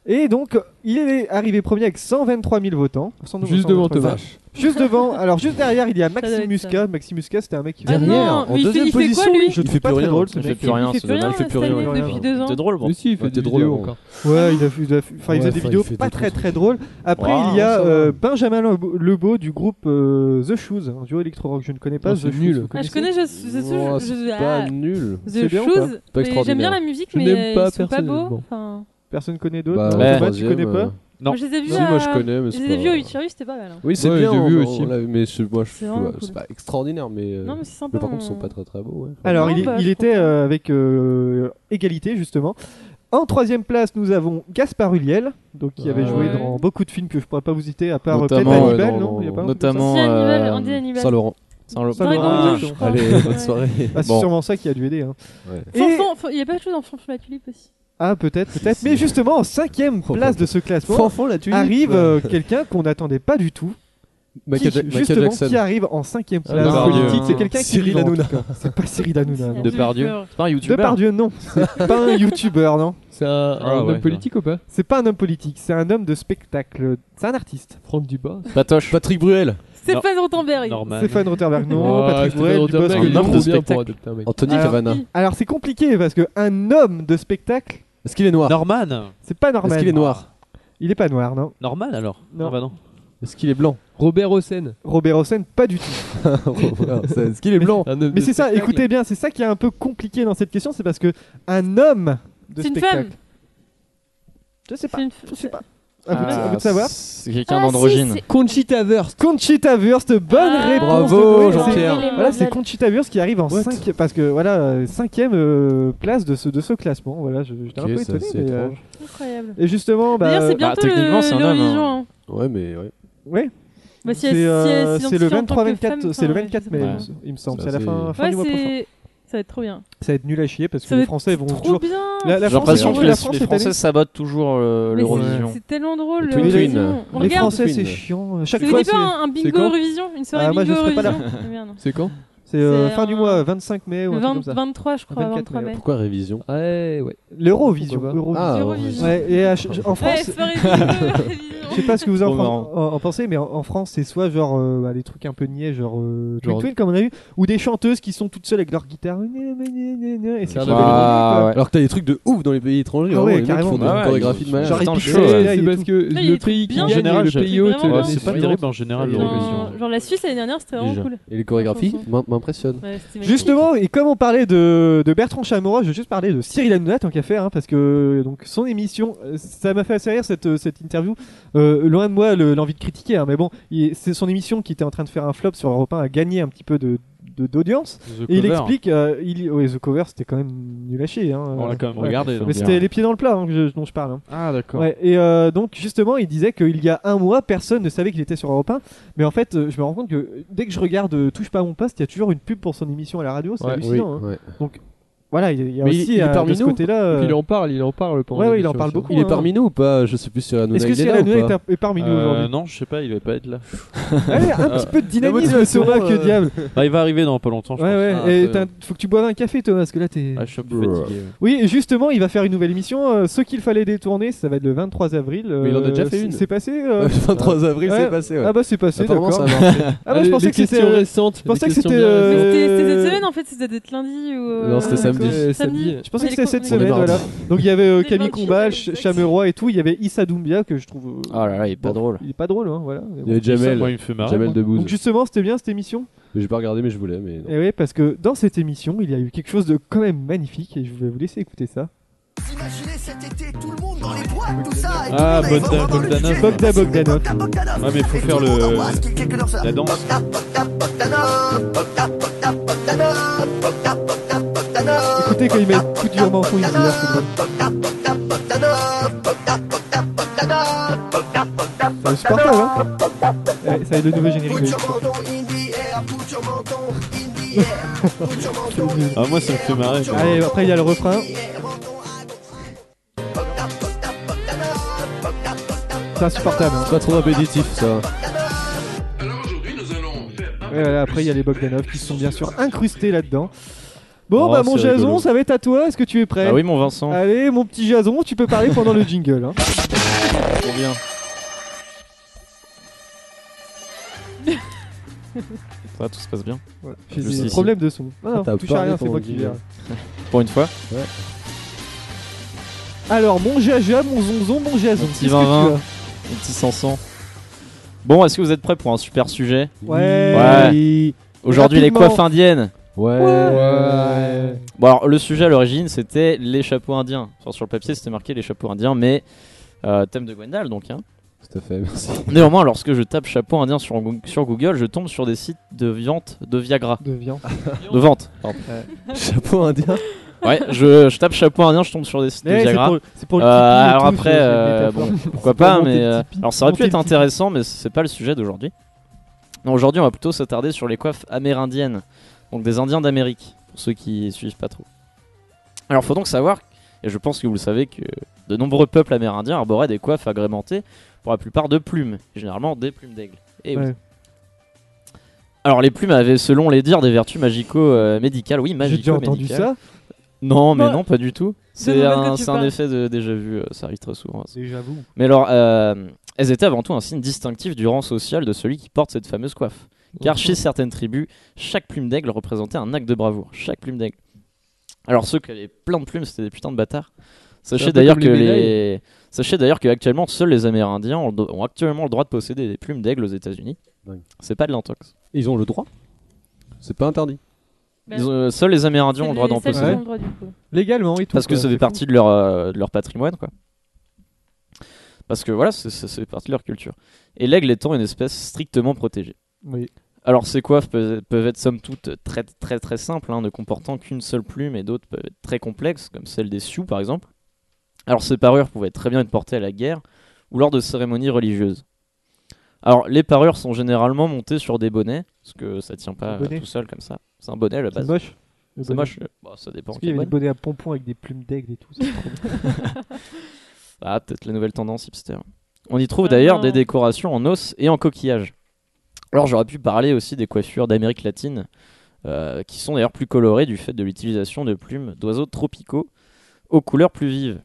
E: Et donc, il est arrivé premier avec 123 000 votants. Sans doute
G: Juste devant
E: 123 000.
G: Thomas.
E: Juste devant. Alors, juste derrière, il y a
H: doit
E: Maxime
H: être
E: Muscat. Maxime Muscat, c'était un mec qui
H: Ah
E: faisait-
H: non, mais il fait- il fait quoi, lui
E: Je
M: Il
E: ne
M: fait
E: fais pas
M: plus
E: très
M: rien.
E: drôle, ce
F: Il fait
E: mec.
F: plus rien,
H: fait
F: c'est
H: plus rien,
F: dommage.
H: il fait plus rien depuis deux ans.
F: C'était drôle, bon.
G: Mais si, il fait
M: Ouais,
G: des
M: t'es drôle,
G: vidéos
M: hein.
G: encore.
E: Ouais, il a fait, il a fait- enfin,
M: Ouais,
E: il faisait des
M: enfin, il
E: vidéos
M: fait
E: pas
M: des
E: très
M: trucs.
E: très drôles. Après,
F: Waouh,
E: il y a
M: ça va.
E: euh, Benjamin Lebo- Lebeau du groupe euh, The Shoes, un duo électro-rock. Je ne connais pas.
M: Non,
E: The
M: c'est
E: Shoes,
M: nul.
E: vous
H: Ah, je
E: connaissez
H: connais, je, je,
M: Oh,
H: je, je-
M: C'est
H: ah,
M: pas nul.
H: The
E: c'est bien ou
H: Shoes, mais
E: pas Pas
H: j'aime bien
M: extraordinaire.
H: la musique,
G: Je
H: mais
G: n'aime
H: euh,
G: pas
H: ils sont pas
G: personnellement.
H: beaux. Enfin,
E: Personne connaît d'autres.
M: Bah,
E: non
F: ouais.
E: Thomas, tu connais
M: troisième, euh,
E: pas
F: Non.
H: Moi, je les ai vus
M: Si,
H: à-
M: moi je connais, mais
H: je
M: c'est
H: les ai
M: pas-
H: vus au Iturus, c'était pas mal. hein.
M: Oui, c'est
G: Ouais,
M: bien.
G: j'ai vu
M: on-
G: aussi.
M: on l'a vu, mais c'est- moi, je
H: C'est
M: trouve- euh,
H: vraiment cool.
M: c'est pas extraordinaire, mais. euh,
H: Non, mais c'est sympa. hein.
M: Mais par contre, ils
H: on-
M: sont pas très très beaux. ouais.
E: Alors,
H: Non,
E: il,
H: bah,
E: il
H: je
E: était
H: comprends.
E: euh, avec euh, égalité, justement. En troisième place, nous avons Gaspard Ulliel, donc qui avait
H: Ah
M: Ouais.
E: joué dans beaucoup de films que je pourrais pas vous citer, à part euh, peut-être
F: Notamment,
M: ouais,
E: Hannibal,
M: non,
E: non,
M: non,
E: Il y a pas un truc comme ça
F: Notamment.
H: Si, Hannibal,
F: euh,
H: Andy Hannibal.
M: Saint-Laurent.
F: Saint-Lo-
E: Dragon
F: Ah,
H: Rouge, je crois.
M: Allez, bonne
H: Ouais.
M: soirée.
E: Ah, c'est
F: Bon.
E: sûrement ça qui a dû aider. hein.
M: Ouais.
E: Et-
H: Fanfan, fa- il y a pas de chose dans Fanfan la tulipe aussi.
E: Ah, peut-être, peut-être.
M: si.
E: Mais justement, en cinquième place de ce classement,
M: Fanfan la tulipe.
E: arrive euh, quelqu'un qu'on n'attendait pas du tout.
M: Michael,
E: qui,
M: Ja- Michael
E: justement,
M: Jackson.
E: qui arrive en cinquième
F: Ah,
E: place
F: Depardieu.
E: politique. C'est quelqu'un qui
M: Cyril
E: vit en tout
M: Hanouna.
E: cas. C'est pas Cyril Hanouna. non.
H: De
F: Depardieu.
H: peur.
F: C'est pas un youtubeur.
E: Depardieu, non. C'est pas un youtubeur, non.
G: C'est un,
F: Ah,
G: un
F: ouais,
G: homme politique ou pas
E: C'est pas un homme politique, c'est un homme de spectacle. C'est un artiste.
G: Franck Dubas
F: Patoche.
M: Patrick Bruel.
H: Stéphane Rottenberg.
E: Stéphane Rotterberg, non.
G: Ah,
E: Patrick
G: Stéphane
E: Bruel, du
G: Rothenberg,
E: Bosc,
G: il est
F: non.
G: trop
F: De
G: bien
F: spectacle.
G: pour adopter un mec.
M: Anthony
E: Alors,
M: Cavana.
E: Alors c'est compliqué parce que un homme de spectacle,
M: Est-ce qu'il est noir
O: Norman
E: c'est pas normal.
M: Est-ce qu'il est noir
E: Il est pas noir, non.
O: Norman alors
E: Non.
O: Ah bah non.
M: Est-ce qu'il est blanc
G: Robert Hossein.
E: Robert Hossein, pas du tout.
M: Est-ce qu'il est blanc
G: un homme de
E: Mais c'est ça,
G: spectacle.
E: écoutez bien, c'est ça qui est un peu compliqué dans cette question, c'est parce que un homme de
H: C'est une
E: spectacle.
H: femme.
E: Je sais pas.
H: C'est une
E: Je sais pas. À vous, de- à
F: Ah,
E: vous de savoir.
F: C'est quelqu'un
L: Ah,
F: d'androgyne.
L: si, c'est-
G: Conchita Wurst.
E: Conchita Wurst, bonne
H: Ah.
E: réponse.
M: Bravo,
E: de Noé.
M: Jean-Pierre.
L: Ah,
E: C'est-
L: les
E: Voilà, c'est
L: Marvel.
E: Conchita Wurst qui arrive en
M: What
E: 5 parce que voilà, euh, cinquième euh, place de ce, de ce classement. Voilà, je- j'étais
M: Ok,
E: un peu
M: ça,
E: étonné.
M: c'est
E: mais, euh,
M: étrange.
H: Incroyable.
E: Et justement, bah,
H: D'ailleurs, c'est
F: bah,
H: bientôt
F: techniquement, c'est
H: le-
F: un homme,
H: l'Eurovision. hein.
M: Ouais, mais ouais.
E: ouais.
H: Bah, si
E: C'est
H: elle- si elle
E: euh,
H: s'identifie
E: c'est le
H: en tant que
E: 23 24
H: femme,
E: c'est le
H: enfin,
E: 24
H: ouais,
E: mai
F: Ouais.
E: il me semble
M: Ça,
E: c'est à la fin, fin
H: Ouais,
E: du mois prochain
H: c'est. Ça va être trop bien.
E: ça va être nul à chier parce que
H: Ça
E: les
H: va
E: français vont
H: Trop
E: toujours
H: bien.
E: la, la
F: J'ai
E: France
F: l'impression
E: ils
F: que
E: ont
F: les,
E: la France
F: les
E: cette
F: Français
E: année.
F: sabotent toujours euh,
H: Mais
F: l'Eurovision.
H: c'est- C'est tellement drôle.
M: Les Twin
H: l'Eurovision.
M: Twin.
H: On
E: les
H: regarde.
E: français c'est
M: Twin.
E: chiant
H: Je
E: chaque
H: vous
E: fois
H: dis
E: c'est
H: pas un, un
G: c'est
H: bingo
G: quand
H: Eurovision, une soirée
E: Ah, moi, je
H: bingo
E: serai pas là.
H: Eurovision. Ah, merde.
G: C'est quand
E: c'est, euh,
H: c'est
E: fin du
H: un-
E: mois 25 mai ou un
H: Le
E: truc
H: 20
E: comme ça
H: 23 je crois,
E: 24
H: 23
E: mai,
H: mai.
M: Pourquoi révision
G: Ouais, ouais.
E: l'Eurovision
G: Pourquoi
M: Ah,
G: pas
E: Eurovision.
H: Eurovision.
E: Ouais, et à ch- en
H: Ouais,
E: France
H: soirée bingo Eurovision.
E: Je sais pas ce que vous en,
M: Trop
E: Fran- en- en pensez, mais en, en France, c'est soit genre euh, bah, des trucs un peu niais, genre euh, Twin Twin, comme on a vu, ou des chanteuses qui sont toutes seules avec leur guitare. Et c'est
I: Ah,
E: un peu mélodique, quoi.
I: ouais. Alors que t'as des trucs de ouf dans les pays étrangers,
E: Ah
I: vraiment,
E: ouais,
I: les mecs qui font
E: carrément.
I: des
E: Ah ouais,
I: chorégraphies de
E: ils-
I: malade.
E: genre, ils
I: Putain,
E: piquent
I: je-
E: les-
I: ouais.
E: les-
G: C'est parce que
E: Ah,
G: le
E: il
G: pays qui
E: est
G: gagne
E: bien.
G: et le
E: C'est
G: pays hôte.
H: vraiment
G: euh,
H: bien.
G: c'est
H: C'est pas
G: différent.
F: terrible en général,
H: Non,
F: l'Eurovision.
H: genre la Suisse l'année dernière, c'était vraiment
I: Déjà.
H: cool.
I: Et les chorégraphies
H: Franchement.
I: m'im- m'impressionnent.
H: Ouais, c'était magnifique.
E: Justement, et comme on parlait de, de Bertrand Chamorro, je vais juste parler de Cyril Hanouna tant qu'à faire, hein, parce que donc son émission, euh, ça m'a fait assez rire cette, euh, cette interview. Euh, loin de moi le- l'envie de critiquer, hein, mais bon, il- c'est son émission qui était en train de faire un flop sur Europe 1 a gagné un petit peu de de- d'audience
F: The
E: et il
F: Cover.
E: explique euh, il ouais, The Cover c'était quand même nul à chier hein.
F: On l'a quand même regardé, donc
E: mais
F: bien.
E: c'était les pieds dans le plat hein, que je- dont je parle hein.
F: Ah, d'accord.
E: Ouais, et euh, donc justement, il disait qu'il y a un mois, personne ne savait qu'il était sur Europe 1. Mais en fait, euh, je me rends compte que dès que je regarde euh, Touche pas à mon poste, il y a toujours une pub pour son émission à la radio. C'est
G: Ouais,
E: hallucinant.
G: oui,
E: hein.
G: ouais.
E: Donc voilà, il y a- il y a
G: Mais
E: aussi
G: il est
E: euh,
G: parmi
E: de ce
G: nous.
E: côté-là. euh,
G: Puis il en parle, il en parle pendant.
E: Ouais, ouais, il
G: l'émission
E: en parle
G: aussi.
E: beaucoup,
I: Il est parmi nous ou pas Je sais plus si Hanouna
E: Est-ce que
I: il est
E: Cyril
I: là
E: Hanouna
I: ou pas.
E: est un- est parmi nous
F: Euh,
E: aujourd'hui
F: Non, je sais pas, il va pas être là.
E: Allez, un petit peu de dynamisme,
F: motivation,
E: Thomas, que
F: euh,
E: diable.
F: Bah, il va arriver dans pas longtemps, je
E: Ouais, ouais.
F: pense.
E: et
F: Ah,
E: t'as- faut que tu boives un café, Thomas, parce que là t'es.
F: Ah, je suis un peu fatigué. ouais.
E: Oui, et justement, il va faire une nouvelle émission. euh, ce qu'il fallait détourner, ça va être le 23 avril. euh,
I: Mais il en a déjà fait
E: c'est-
I: une.
E: C'est passé. euh,
I: Le 23 avril, c'est passé, ouais.
E: Ah bah c'est passé,
I: Apparemment,
E: d'accord.
I: ça a marché.
E: Ah bah je
I: Les-
E: pensais
I: les
E: que c'était
I: questions
G: récentes,
E: Je pensais
G: les
E: que c'était.
G: questions bien
E: euh,
G: récentes.
H: Mais c'était c'était cette semaine en fait, c'était d'être lundi ou. euh,
I: Non, c'était samedi.
G: Euh,
H: Samedi.
E: Je pensais que c'était cette
H: On est
E: semaine,
I: mardi.
E: voilà. Donc il y avait euh,
H: Les
E: Camille
H: 28,
E: Combal, Ch- Chameroy et tout. Il y avait Issa Doumbia que je trouve. euh,
I: Ah là là, il est pas
E: bon,
I: drôle.
E: Il est pas drôle, hein, voilà. mais
I: Il y a
E: bon.
I: Jamel.
F: moi, il me fait marrer,
I: Jamel
F: moi.
I: Debbouze.
E: Donc justement, c'était bien cette émission.
I: J'ai pas regardé, mais je voulais. Mais non.
E: Et oui, parce que dans cette émission, il y a eu quelque chose de quand même magnifique et je vais vous laisser écouter ça.
O: Imaginez cet été tout le monde dans les boîtes, tout ça. et tout
F: Ah,
O: le monde allait voir
F: Bogda-
O: le
F: Bogdanov.
O: DJ.
F: Bogda
E: Bogdanov.
F: Ouais, mais faut
O: Et
F: faire
O: tout monde
F: le.
O: en boîte, quelqu'un qui danse là.
F: La danse.
O: Bogda, Bogda, Bogdanov, Bogda, Bogda, Bogdanov, Bogda, Bogda, Bogdanov,
E: Écoutez quand il met tout durement en fond, il dit là, c'est drôle.
O: Bogdanov, Bogda, Bogda, Bogdanov, Bogda, Bogda,
E: C'est insupportable, hein Ouais, Ça va être le nouveau générique.
O: Put
E: de-
O: your menton in the air, put your menton in the air, put your menton in the
F: Ah, moi, ça me fait marrer.
E: Mmh. Allez, après il y a le refrain. C'est insupportable. hein.
I: C'est pas trop appétitif ça.
E: Ouais, voilà, après il y a les Bogdanov qui sont bien sûr incrustés là-dedans. Bon,
F: Oh,
E: bah mon
F: c'est
E: Jason,
F: rigolo.
E: ça va être à toi. Est-ce que tu es prêt
F: Ah oui, mon Vincent.
E: Allez, mon petit Jason, tu peux parler pendant le jingle. hein.
F: Trop bien. Ça va, tout se passe bien
E: Voilà.
F: Juste
E: J'ai des
F: ici.
E: problèmes de son. Ah, non,
I: Ah, t'as
E: touche à
I: parlé
E: rien, c'est
I: pendant
E: moi
I: le
E: qui
I: jingle.
E: gère.
F: Pour une fois
I: Ouais.
E: Alors, mon Jaja, mon Zonzon, mon Jason.
F: Mon petit
E: qu'est-ce que tu
F: Vinvin,
E: as
F: mon petit Sanson. Bon, est-ce que vous êtes prêts pour un super sujet
E: Ouais.
F: Ouais. Aujourd'hui, les
E: Rapidement.
F: coiffes indiennes.
I: Ouais.
F: Bon, alors, le sujet à l'origine, c'était les chapeaux indiens. Enfin, sur le papier, c'était marqué les chapeaux indiens, mais euh, thème de Gwendal, donc. Hein.
I: Tout à fait, merci.
F: Néanmoins, lorsque je tape chapeau indien sur, Goo- sur Google, je tombe sur des sites de vente de Viagra.
E: De viande.
F: De vente, pardon.
I: Chapeau indien.
F: Ouais, je, je tape chapeau indien, je tombe sur des sites de
E: Ouais, c'est
F: Viagra.
E: pour- c'est pour le
F: Euh,
E: Tipeee et
F: alors
E: tout,
F: après,
E: c'est- c'est
F: euh,
E: une métaphore.
F: bon,
E: C'est
F: pourquoi
E: pour
F: pas,
E: monter
F: mais
E: le
F: euh,
E: Tipeee,
F: alors ça aurait pu
E: monter
F: être
E: le Tipeee.
F: intéressant, mais c'est pas le sujet d'aujourd'hui. Non, Aujourd'hui, on va plutôt s'attarder sur les coiffes amérindiennes, donc des Indiens d'Amérique, pour ceux qui suivent pas trop. Alors, faut donc savoir, et je pense que vous le savez, que de nombreux peuples amérindiens arboraient des coiffes agrémentées pour la plupart de plumes, et généralement des plumes d'aigle. Et oui.
E: Ouais.
F: Alors, les plumes avaient, selon les dires, des vertus magico-médicales. Oui,
E: J'ai déjà
F: magico-médicales.
E: entendu ça.
F: Non, mais
E: Ouais.
F: non, pas du tout.
E: de
F: C'est
E: quoi
F: un,
E: tu
F: c'est un
E: parles
F: effet de déjà vu, euh, ça arrive très souvent. ça.
E: Déjà vu.
F: Mais alors, euh, elles étaient avant tout un signe distinctif du rang social de celui qui porte cette fameuse coiffe. Car chez certaines tribus, chaque plume d'aigle représentait un acte de bravoure. Chaque plume d'aigle. Alors ceux qui avaient plein de plumes, c'était des putains de bâtards.
G: un
F: Sachez
G: peu
F: d'ailleurs
G: comme
F: que
G: les
F: les... Sachez d'ailleurs que actuellement, seuls les Amérindiens ont, le do- ont actuellement le droit de posséder des plumes d'aigle aux États-Unis.
I: Dingue.
F: C'est pas de l'intox.
I: Ils ont le droit. C'est pas interdit.
H: Bah,
F: Ils ont- euh, seuls les Amérindiens ont
H: c'est
F: le droit
H: les
F: d'en
H: seuls qui
F: posséder.
H: ont le droit, du coup.
E: Légalement et tout.
F: Parce que
E: quoi,
F: ça fait
E: c'est
F: partie de leur, euh, de leur patrimoine, quoi. Parce que voilà, c'est- c'est- ça fait partie de leur culture. Et l'aigle étant une espèce strictement protégée.
E: fou. Oui.
F: Alors ces coiffes peuvent peuvent être somme toute très très très simples, hein, ne comportant qu'une seule plume, et d'autres peuvent être très complexes, comme celle des Sioux par exemple. Alors ces parures pouvaient très bien être portées à la guerre ou lors de cérémonies religieuses. Alors les parures sont généralement montées sur des bonnets, parce que ça tient pas
E: Un bonnet.
F: euh, tout seul comme ça. C'est un bonnet à la
E: C'est
F: base.
E: moche. le
F: C'est
E: bonnet.
F: moche. euh, bah, ça dépend.
E: Parce qu'il
F: quel
E: y avait des
F: bonnet.
E: bonnets à pompons avec des plumes d'aigle et tout. c'est trop bien.
F: Ah, peut-être la nouvelle tendance hipster. On y trouve d'ailleurs des décorations en os et en coquillage. Alors j'aurais pu parler aussi des coiffures d'Amérique latine, euh, qui sont d'ailleurs plus colorées du fait de l'utilisation de plumes d'oiseaux tropicaux aux couleurs plus vives.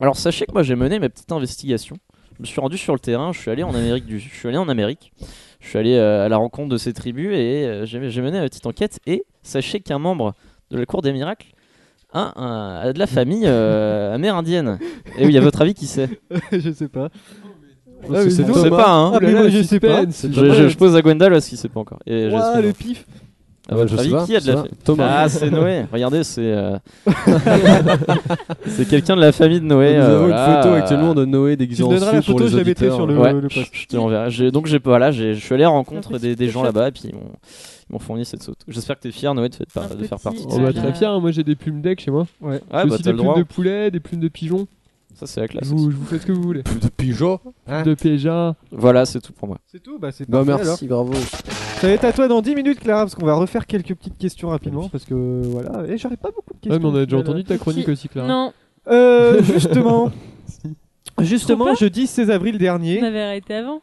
F: Alors sachez que moi j'ai mené mes petites investigations. je me suis rendu sur le terrain, je suis allé en Amérique du Sud, je suis allé en Amérique, je suis allé euh, à la rencontre de ces tribus et euh, j'ai j'ai mené ma petite enquête. Et sachez qu'un membre de la Cour des Miracles a, un- a de la famille euh, amérindienne. Et Eh oui, à votre avis, qui c'est
E: je sais pas. Ah,
I: pense que c'est Ah,
F: On
I: Thomas.
F: sait pas, hein.
E: Oh
I: Ah, mais moi, je sais pas.
F: Je, je- Ah, je pose à Gwendal parce qu'il sait pas encore. Et
I: Ouah,
F: sais
I: le
F: pas.
I: pif.
F: À votre
I: Je sais
F: avis,
I: pas,
F: qui a de
I: je
F: la
I: sais
F: fa-
I: pas. Thomas.
F: Ah, c'est Noé. Regardez, c'est. euh, c'est quelqu'un de la famille de Noé.
I: Nous
F: euh,
I: avons une
F: voilà.
I: photo actuellement de Noé déguisé
F: Tu
I: en
F: me donneras
I: Sioux
F: la
I: pour
F: photo,
I: les
F: je la mettrai
I: auditeurs.
F: sur le-
I: Ouais.
F: le post. Je te l'enverrai. J'ai- Donc j'ai voilà, j'ai- je suis allé à la rencontre des, des gens là-bas et puis ils m'ont ils m'ont fourni cette photo. J'espère que t'es fier Noé de, fait- de faire partie. de
G: On
F: cette
G: va
F: équipe.
G: très fier, hein, moi j'ai des plumes d'aigle chez moi.
E: Ouais.
F: Ah,
G: J'ai
F: bah,
G: aussi
F: t'as
G: des
F: le
G: plumes
F: droit.
G: de poulet, des plumes de pigeon.
F: Ça c'est la classe.
G: Je vous, je vous fais ce que vous voulez.
I: De pigeon
G: De pigeon.
F: Voilà, c'est tout pour moi.
E: C'est tout, bah c'est
I: Bah,
E: parfait,
I: merci,
E: alors. Ça va être à toi dans 10 minutes, Clara, parce qu'on va refaire quelques petites questions rapidement, parce que euh, voilà. Et j'aurais pas beaucoup de questions.
G: Ouais, mais on a déjà
E: au final,
G: entendu
E: là.
G: ta chronique aussi, Clara.
H: Non.
E: Euh, justement. justement,
H: Trop peur
E: jeudi 16 avril
H: On
E: dernier.
H: avait arrêté avant.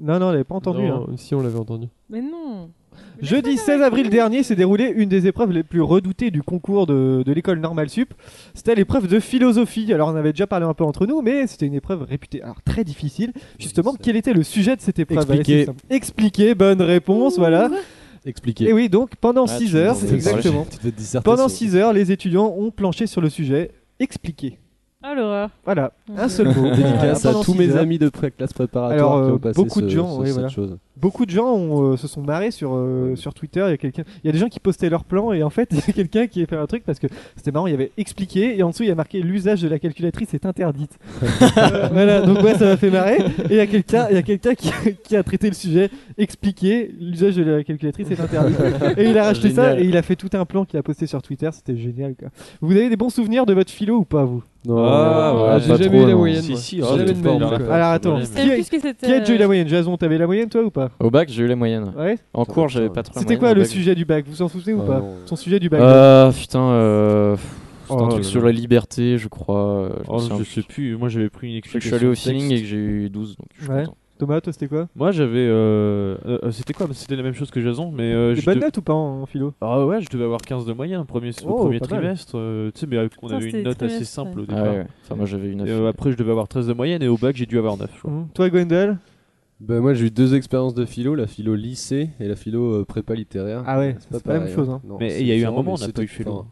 E: Non, non, elle l'avait pas entendu. hein.
G: Non, Si on l'avait entendu.
H: Mais non.
E: Jeudi 16 avril dernier s'est déroulée une des épreuves les plus redoutées du concours de, de l'école normale sup. C'était l'épreuve de philosophie. Alors on avait déjà parlé un peu entre nous, mais c'était une épreuve réputée alors très difficile. Justement, quel était le sujet de cette épreuve Allez,
I: Expliquer.
E: c'est simple. Expliquer, bonne réponse, voilà.
I: Expliquer.
E: Et oui, donc pendant
I: Ah,
E: 6
I: tu
E: heures,
I: nous en avais
E: exactement.
I: parlé. Tu devais disserter
E: Pendant
I: sur-
E: 6 heures, les étudiants ont planché sur le sujet expliquer.
H: Ah l'horreur. Ah.
E: Voilà, un seul mot. Voilà,
I: Dédicace à
E: pendant
I: tous
E: six
I: mes
E: heures.
I: amis de pré- classe préparatoire
E: Alors,
I: qui
E: euh,
I: ont passé
E: beaucoup de
I: ce-
E: gens,
I: ce-
E: oui,
I: cette
E: voilà.
I: chose.
E: Beaucoup de gens ont, euh, se sont marrés sur, euh, sur Twitter. Il y a quelqu'un, il y a des gens qui postaient leurs plans et en fait, il y a quelqu'un qui a fait un truc parce que c'était marrant. Il y avait expliqué et en dessous il y a marqué l'usage de la calculatrice est interdite. Euh, voilà, donc ouais, ça m'a fait marrer. Et il y a quelqu'un, il y a quelqu'un qui, qui a traité le sujet, expliqué l'usage de la calculatrice est interdite. Et il a racheté ça
I: Génial.
E: et il a fait tout un plan qu'il a posté sur Twitter. C'était génial. Quoi. Vous avez des bons souvenirs de votre philo ou pas vous
I: Non.
G: Ah, ouais,
I: pas
G: j'ai jamais
I: trop,
G: eu la
I: non.
G: moyenne.
I: Si,
G: moi.
I: si,
G: J'ai
I: ah,
G: jamais
I: t'es
G: de
I: fort,
G: ma vie,
I: on
G: quoi.
I: l'a
E: Alors attends,
I: Je
E: qui
H: savais
E: a,
H: plus que c'était,
E: qui a déjà eu
H: euh,
E: la moyenne Jason, t'avais la moyenne toi ou pas
F: Au bac, j'ai eu la moyenne.
E: Ouais.
F: En cours, j'avais pas trop. la
E: C'était
F: moyenne,
E: quoi
F: au
E: le
F: bac,
E: sujet du bac Vous vous en souvenez ou
I: Ah,
E: pas
I: non.
E: Son sujet du bac
F: Euh, putain, euh, pff, c'est
M: Oh
F: un truc
M: là
F: sur
M: là.
F: la liberté, je crois. euh,
M: Oh,
F: c'est un-
M: je sais plus, moi j'avais pris une
F: Je sais que je
M: explication.
F: suis allé au
M: de texte.
F: feeling et que j'ai eu 12. Donc je suis
E: Ouais.
F: content.
E: Thomas, toi c'était quoi
M: Moi j'avais. euh, euh, euh, C'était quoi C'était la même chose que Jason, mais. euh,
E: Des
M: je
E: bonnes
M: te-
E: notes ou pas en, en philo
M: Ah ouais, je devais avoir 15 de moyen au premier, au
E: Oh,
M: premier
E: pas mal.
M: trimestre. euh, tu sais, mais avec- on
H: Putain,
M: avait
H: c'était
M: une
H: les
M: note assez
H: trimestres,
M: simple au
H: ouais.
F: Ah
M: départ.
F: ouais, ouais. Enfin, moi j'avais eu
M: Et,
F: 9.
M: euh, après, je devais avoir 13 de moyenne et au bac, j'ai dû avoir 9. Je crois.
E: Mhm. Toi Gwendal
I: Bah, moi j'ai eu deux expériences de philo, la philo lycée et la philo euh, prépa littéraire.
E: Ah ouais, c'est pas la
I: pareil,
E: même chose, hein.
I: Non,
M: Mais
I: c'est
M: il y a eu un
I: différent,
M: moment,
I: mais
M: on n'a
I: c'était-
M: pas eu philo.
I: enfin,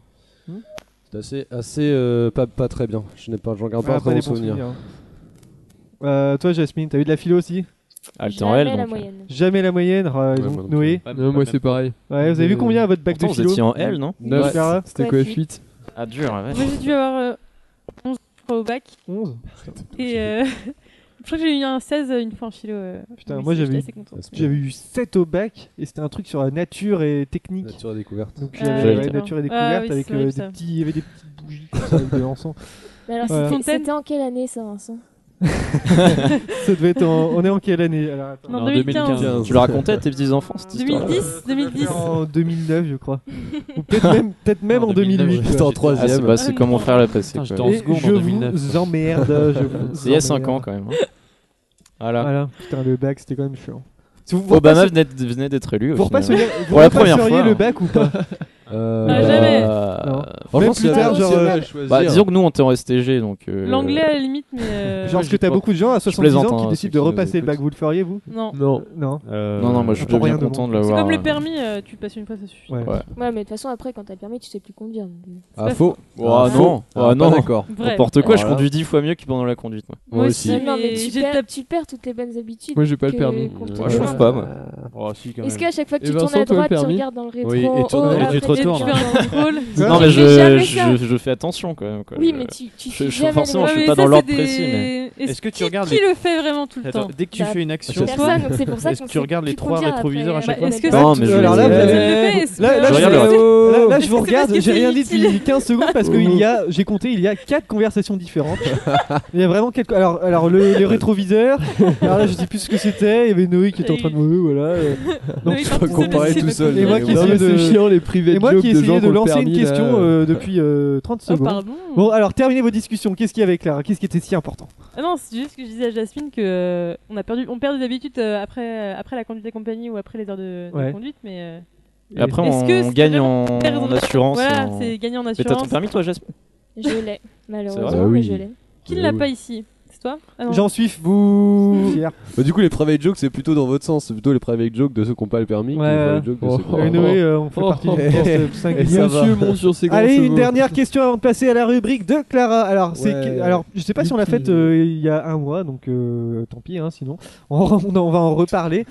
E: Hmm
I: C'était assez, assez euh, pas, pas très bien. Je n'ai pas, j'en garde pas un
E: Ah,
I: très
E: des
I: bon
E: bons
I: souvenir.
B: hein.
E: souvenirs. Euh, toi Jasmine, t'as eu de la philo aussi
F: Alter
L: Jamais
F: L.
L: la
F: donc.
L: moyenne.
E: Jamais la moyenne, euh,
I: moi
E: donc,
I: non plus.
E: Noé.
M: Ouais,
G: Non, moi
M: pas
G: c'est pareil.
E: Ouais, vous avez vu combien à votre bac
F: Euh, Pourtant,
E: de
F: vous
E: philo
F: étiez en L, non
I: Neuf.
E: Clara
I: C'était
L: Ouais,
I: quoi,
L: si.
I: 8
F: Ah, dur, ouais.
H: Moi j'ai dû avoir euh, 11 je crois, au bac
E: 11
H: et euh, je crois que j'ai eu un 16 une fois en philo. euh,
E: Putain,
H: au
E: moi,
H: lycée,
E: j'avais
H: j'étais assez contente.
E: J'avais eu 7 au bac et c'était un truc sur la nature et technique.
I: Nature et découverte.
E: Donc
H: Ah,
E: j'avais
F: oui,
E: ouais,
F: d'accord.
E: nature et
H: Ah,
E: découverte
H: oui,
E: avec
H: c'est
E: euh,
H: horrible,
E: des
H: ça.
E: petits, il y avait des petites bougies comme ça, avec de l'encens.
L: Mais alors,
E: Ouais.
L: c'était-
H: Fontaine.
L: c'était en quelle année ça, Vincent
E: Ça devait être en- On est en quelle année Alors, attends.
H: Non,
M: En
H: 2015.
M: 2015.
F: Tu le racontais à tes petits-enfants cette histoire Euh,
H: 2010, 2010.
E: En 2009, je crois. Ou peut-être même, peut-être même en,
M: En
E: 2008.
M: 2009,
E: quoi.
I: J'étais en
F: Ah, c'est
I: troisième.
F: pas- c'est comme mon frère l'a
M: Putain,
F: passé. quoi.
M: j'étais en
E: Et
M: seconde
E: je
M: en 2009.
E: vous emmerde. je vous
F: C'est il y a 5
E: emmerde.
F: ans quand même. hein. Voilà.
E: Voilà, putain, le bac, c'était quand même chiant. Si vous- vous
F: Obama
E: repassez-
F: venait de- venait d'être élu. au
E: vous
F: final.
E: repasseriez, vous
F: Pour la première
E: repasseriez
F: fois,
E: le
F: hein.
E: bac ou pas
I: Euh,
H: Ah, jamais.
F: Euh,
E: Non.
I: Franchement,
E: Même
I: si
E: plus
I: la-
E: tard,
I: si
E: genre,
I: on
E: euh,
I: avait à choisir-
F: Bah, disons que nous on était en STG donc. euh,
H: L'anglais à la limite, mais. euh,
E: Genre, parce que t'as beaucoup de gens à 70
F: plaisante,
E: ans qui
F: hein,
E: décident de
F: ceux qui nous
E: repasser le bac, vous le feriez vous
H: Non.
G: Non.
E: Non.
M: Euh,
F: Non, non, moi je suis
E: Pour rien
F: bien
E: de
F: content de
H: C'est
F: l'avoir.
H: comme le
F: euh,
H: permis, euh, tu le passes une fois, ça suffit.
E: Ouais.
F: Ouais.
L: Ouais, mais de toute façon, après, quand t'as le permis, tu sais plus conduire. donc, euh.
I: Ah, faux.
F: Oh non,
I: Ah,
F: oh
I: pas
F: non,
I: D'accord.
H: Bref.
F: n'importe quoi, je
I: Voilà.
F: conduis 10 fois mieux que pendant la conduite. moi.
I: Moi aussi.
H: Oui,
L: Non, mais
H: mais
L: tu
H: j'ai
L: perds,
H: tapé-
L: tu perds toutes les bonnes habitudes.
G: Moi, j'ai pas le
L: que-
G: permis.
L: qu'on te
F: Moi je
L: donne.
F: pense pas, moi.
M: Oh, si, quand
L: Est-ce
M: même.
L: qu'à chaque fois que
G: Et
L: tu tournes
G: Vincent,
L: à
G: toi, le
L: droite, tu
G: permis
L: regardes dans le rétro
I: Oui, et
L: oh,
I: tourne- et
L: après,
M: tu te retournes.
L: vas dans le contrôle.
E: Ouais.
F: Non, mais
L: Tu fais
F: je,
L: jamais ça.
F: je, je fais attention quand même. Quoi.
L: Oui,
F: Je-
L: mais tu, tu
F: je-
L: suis
F: je-
L: jamais
F: forcément,
L: allé
F: je
L: dans le
F: suis pas
L: rétro.
F: dans
H: ça,
F: l'ordre
H: c'est
F: précis,
H: des-
F: mais-
M: Est-ce que tu
H: qui-
M: regardes
H: Qui
M: les-
H: le fait vraiment tout le
M: Attends,
H: temps
M: dès que tu
L: Bah,
M: fais une action,
L: Personne, donc c'est pour ça
M: Est-ce
L: qu'on
M: que tu
L: sait-
M: regardes les
L: tu
M: trois
L: conduis après,
M: rétroviseurs à chaque
H: fois
L: Est-ce que
H: Ouais.
L: ça-
F: Non, mais je-
E: Alors là, vous
F: je-
E: avez-
H: je-
E: là, là,
F: je
E: je,
F: regarde
E: là- là, je
H: Est-ce
E: vous
H: que c'est
E: regarde,
H: parce que
E: j'ai
H: c'est
E: rien dit depuis
H: inutile
E: 15 secondes parce que il y a, j'ai compté, il y a 4 conversations différentes. Il y a vraiment quelques. Alors, alors le, les rétroviseurs, alors là, je sais plus ce que c'était, il y avait Noé qui était en train de me. Voilà. euh.
H: Oui, quand tu sais
I: comparer
H: le-
I: tout
H: c'est-
I: seul.
E: Et moi
I: mais
E: qui
I: bon.
G: Non,
E: essayais
G: mais c'est
E: de-
G: chiant les privés
E: Et moi
G: jokes
E: qui
G: de gens
E: essayais de
G: qui ont le
E: lancer une
G: permis,
E: question
G: là.
E: euh, depuis euh, 30
H: Oh,
E: secondes.
H: pardon.
E: Bon, alors terminez vos discussions. Qu'est-ce qu'il y avait, Clara Qu'est-ce qui était si important
H: Ah non, c'est juste que je disais à Jasmine que euh, on a perdu, on perd des habitudes euh, après, euh, après la conduite des compagnies ou après les heures de, de
E: Ouais.
H: conduite, mais euh,
F: Et après,
H: Est-ce
F: on,
H: que
F: on
H: c'est
F: gagne en,
H: vraiment raison
F: en
H: de-
F: assurance. et
H: voilà,
F: en-
H: c'est gagner en
F: Mais t'as ton
H: assurance.
F: permis, toi, Jasmine
L: Je l'ai, malheureusement,
F: vrai
L: mais
I: Oui.
L: je l'ai.
H: Qui ne l'a
I: Oui.
H: pas ici C'est toi Ah non.
E: J'en suis vous.
I: Bah, du coup, les private jokes, c'est plutôt dans votre sens. C'est plutôt les private jokes de ceux qui n'ont pas le permis. que
E: Ouais,
I: les
E: ouais.
I: private jokes
G: Oh,
I: de ceux qui ont
E: Et
I: le
E: Noé,
I: permis.
E: euh, on fait
I: Oh,
E: partie
I: oh,
E: du
I: oh.
E: top 5
G: Eh,
I: Et ça va.
E: Allez, une dernière question avant de passer à la rubrique de Clara. Alors, c'est
I: Ouais.
E: que- alors je sais pas si on l'a faite euh, il y a un mois, donc euh, tant pis, hein, sinon on, on en va en reparler.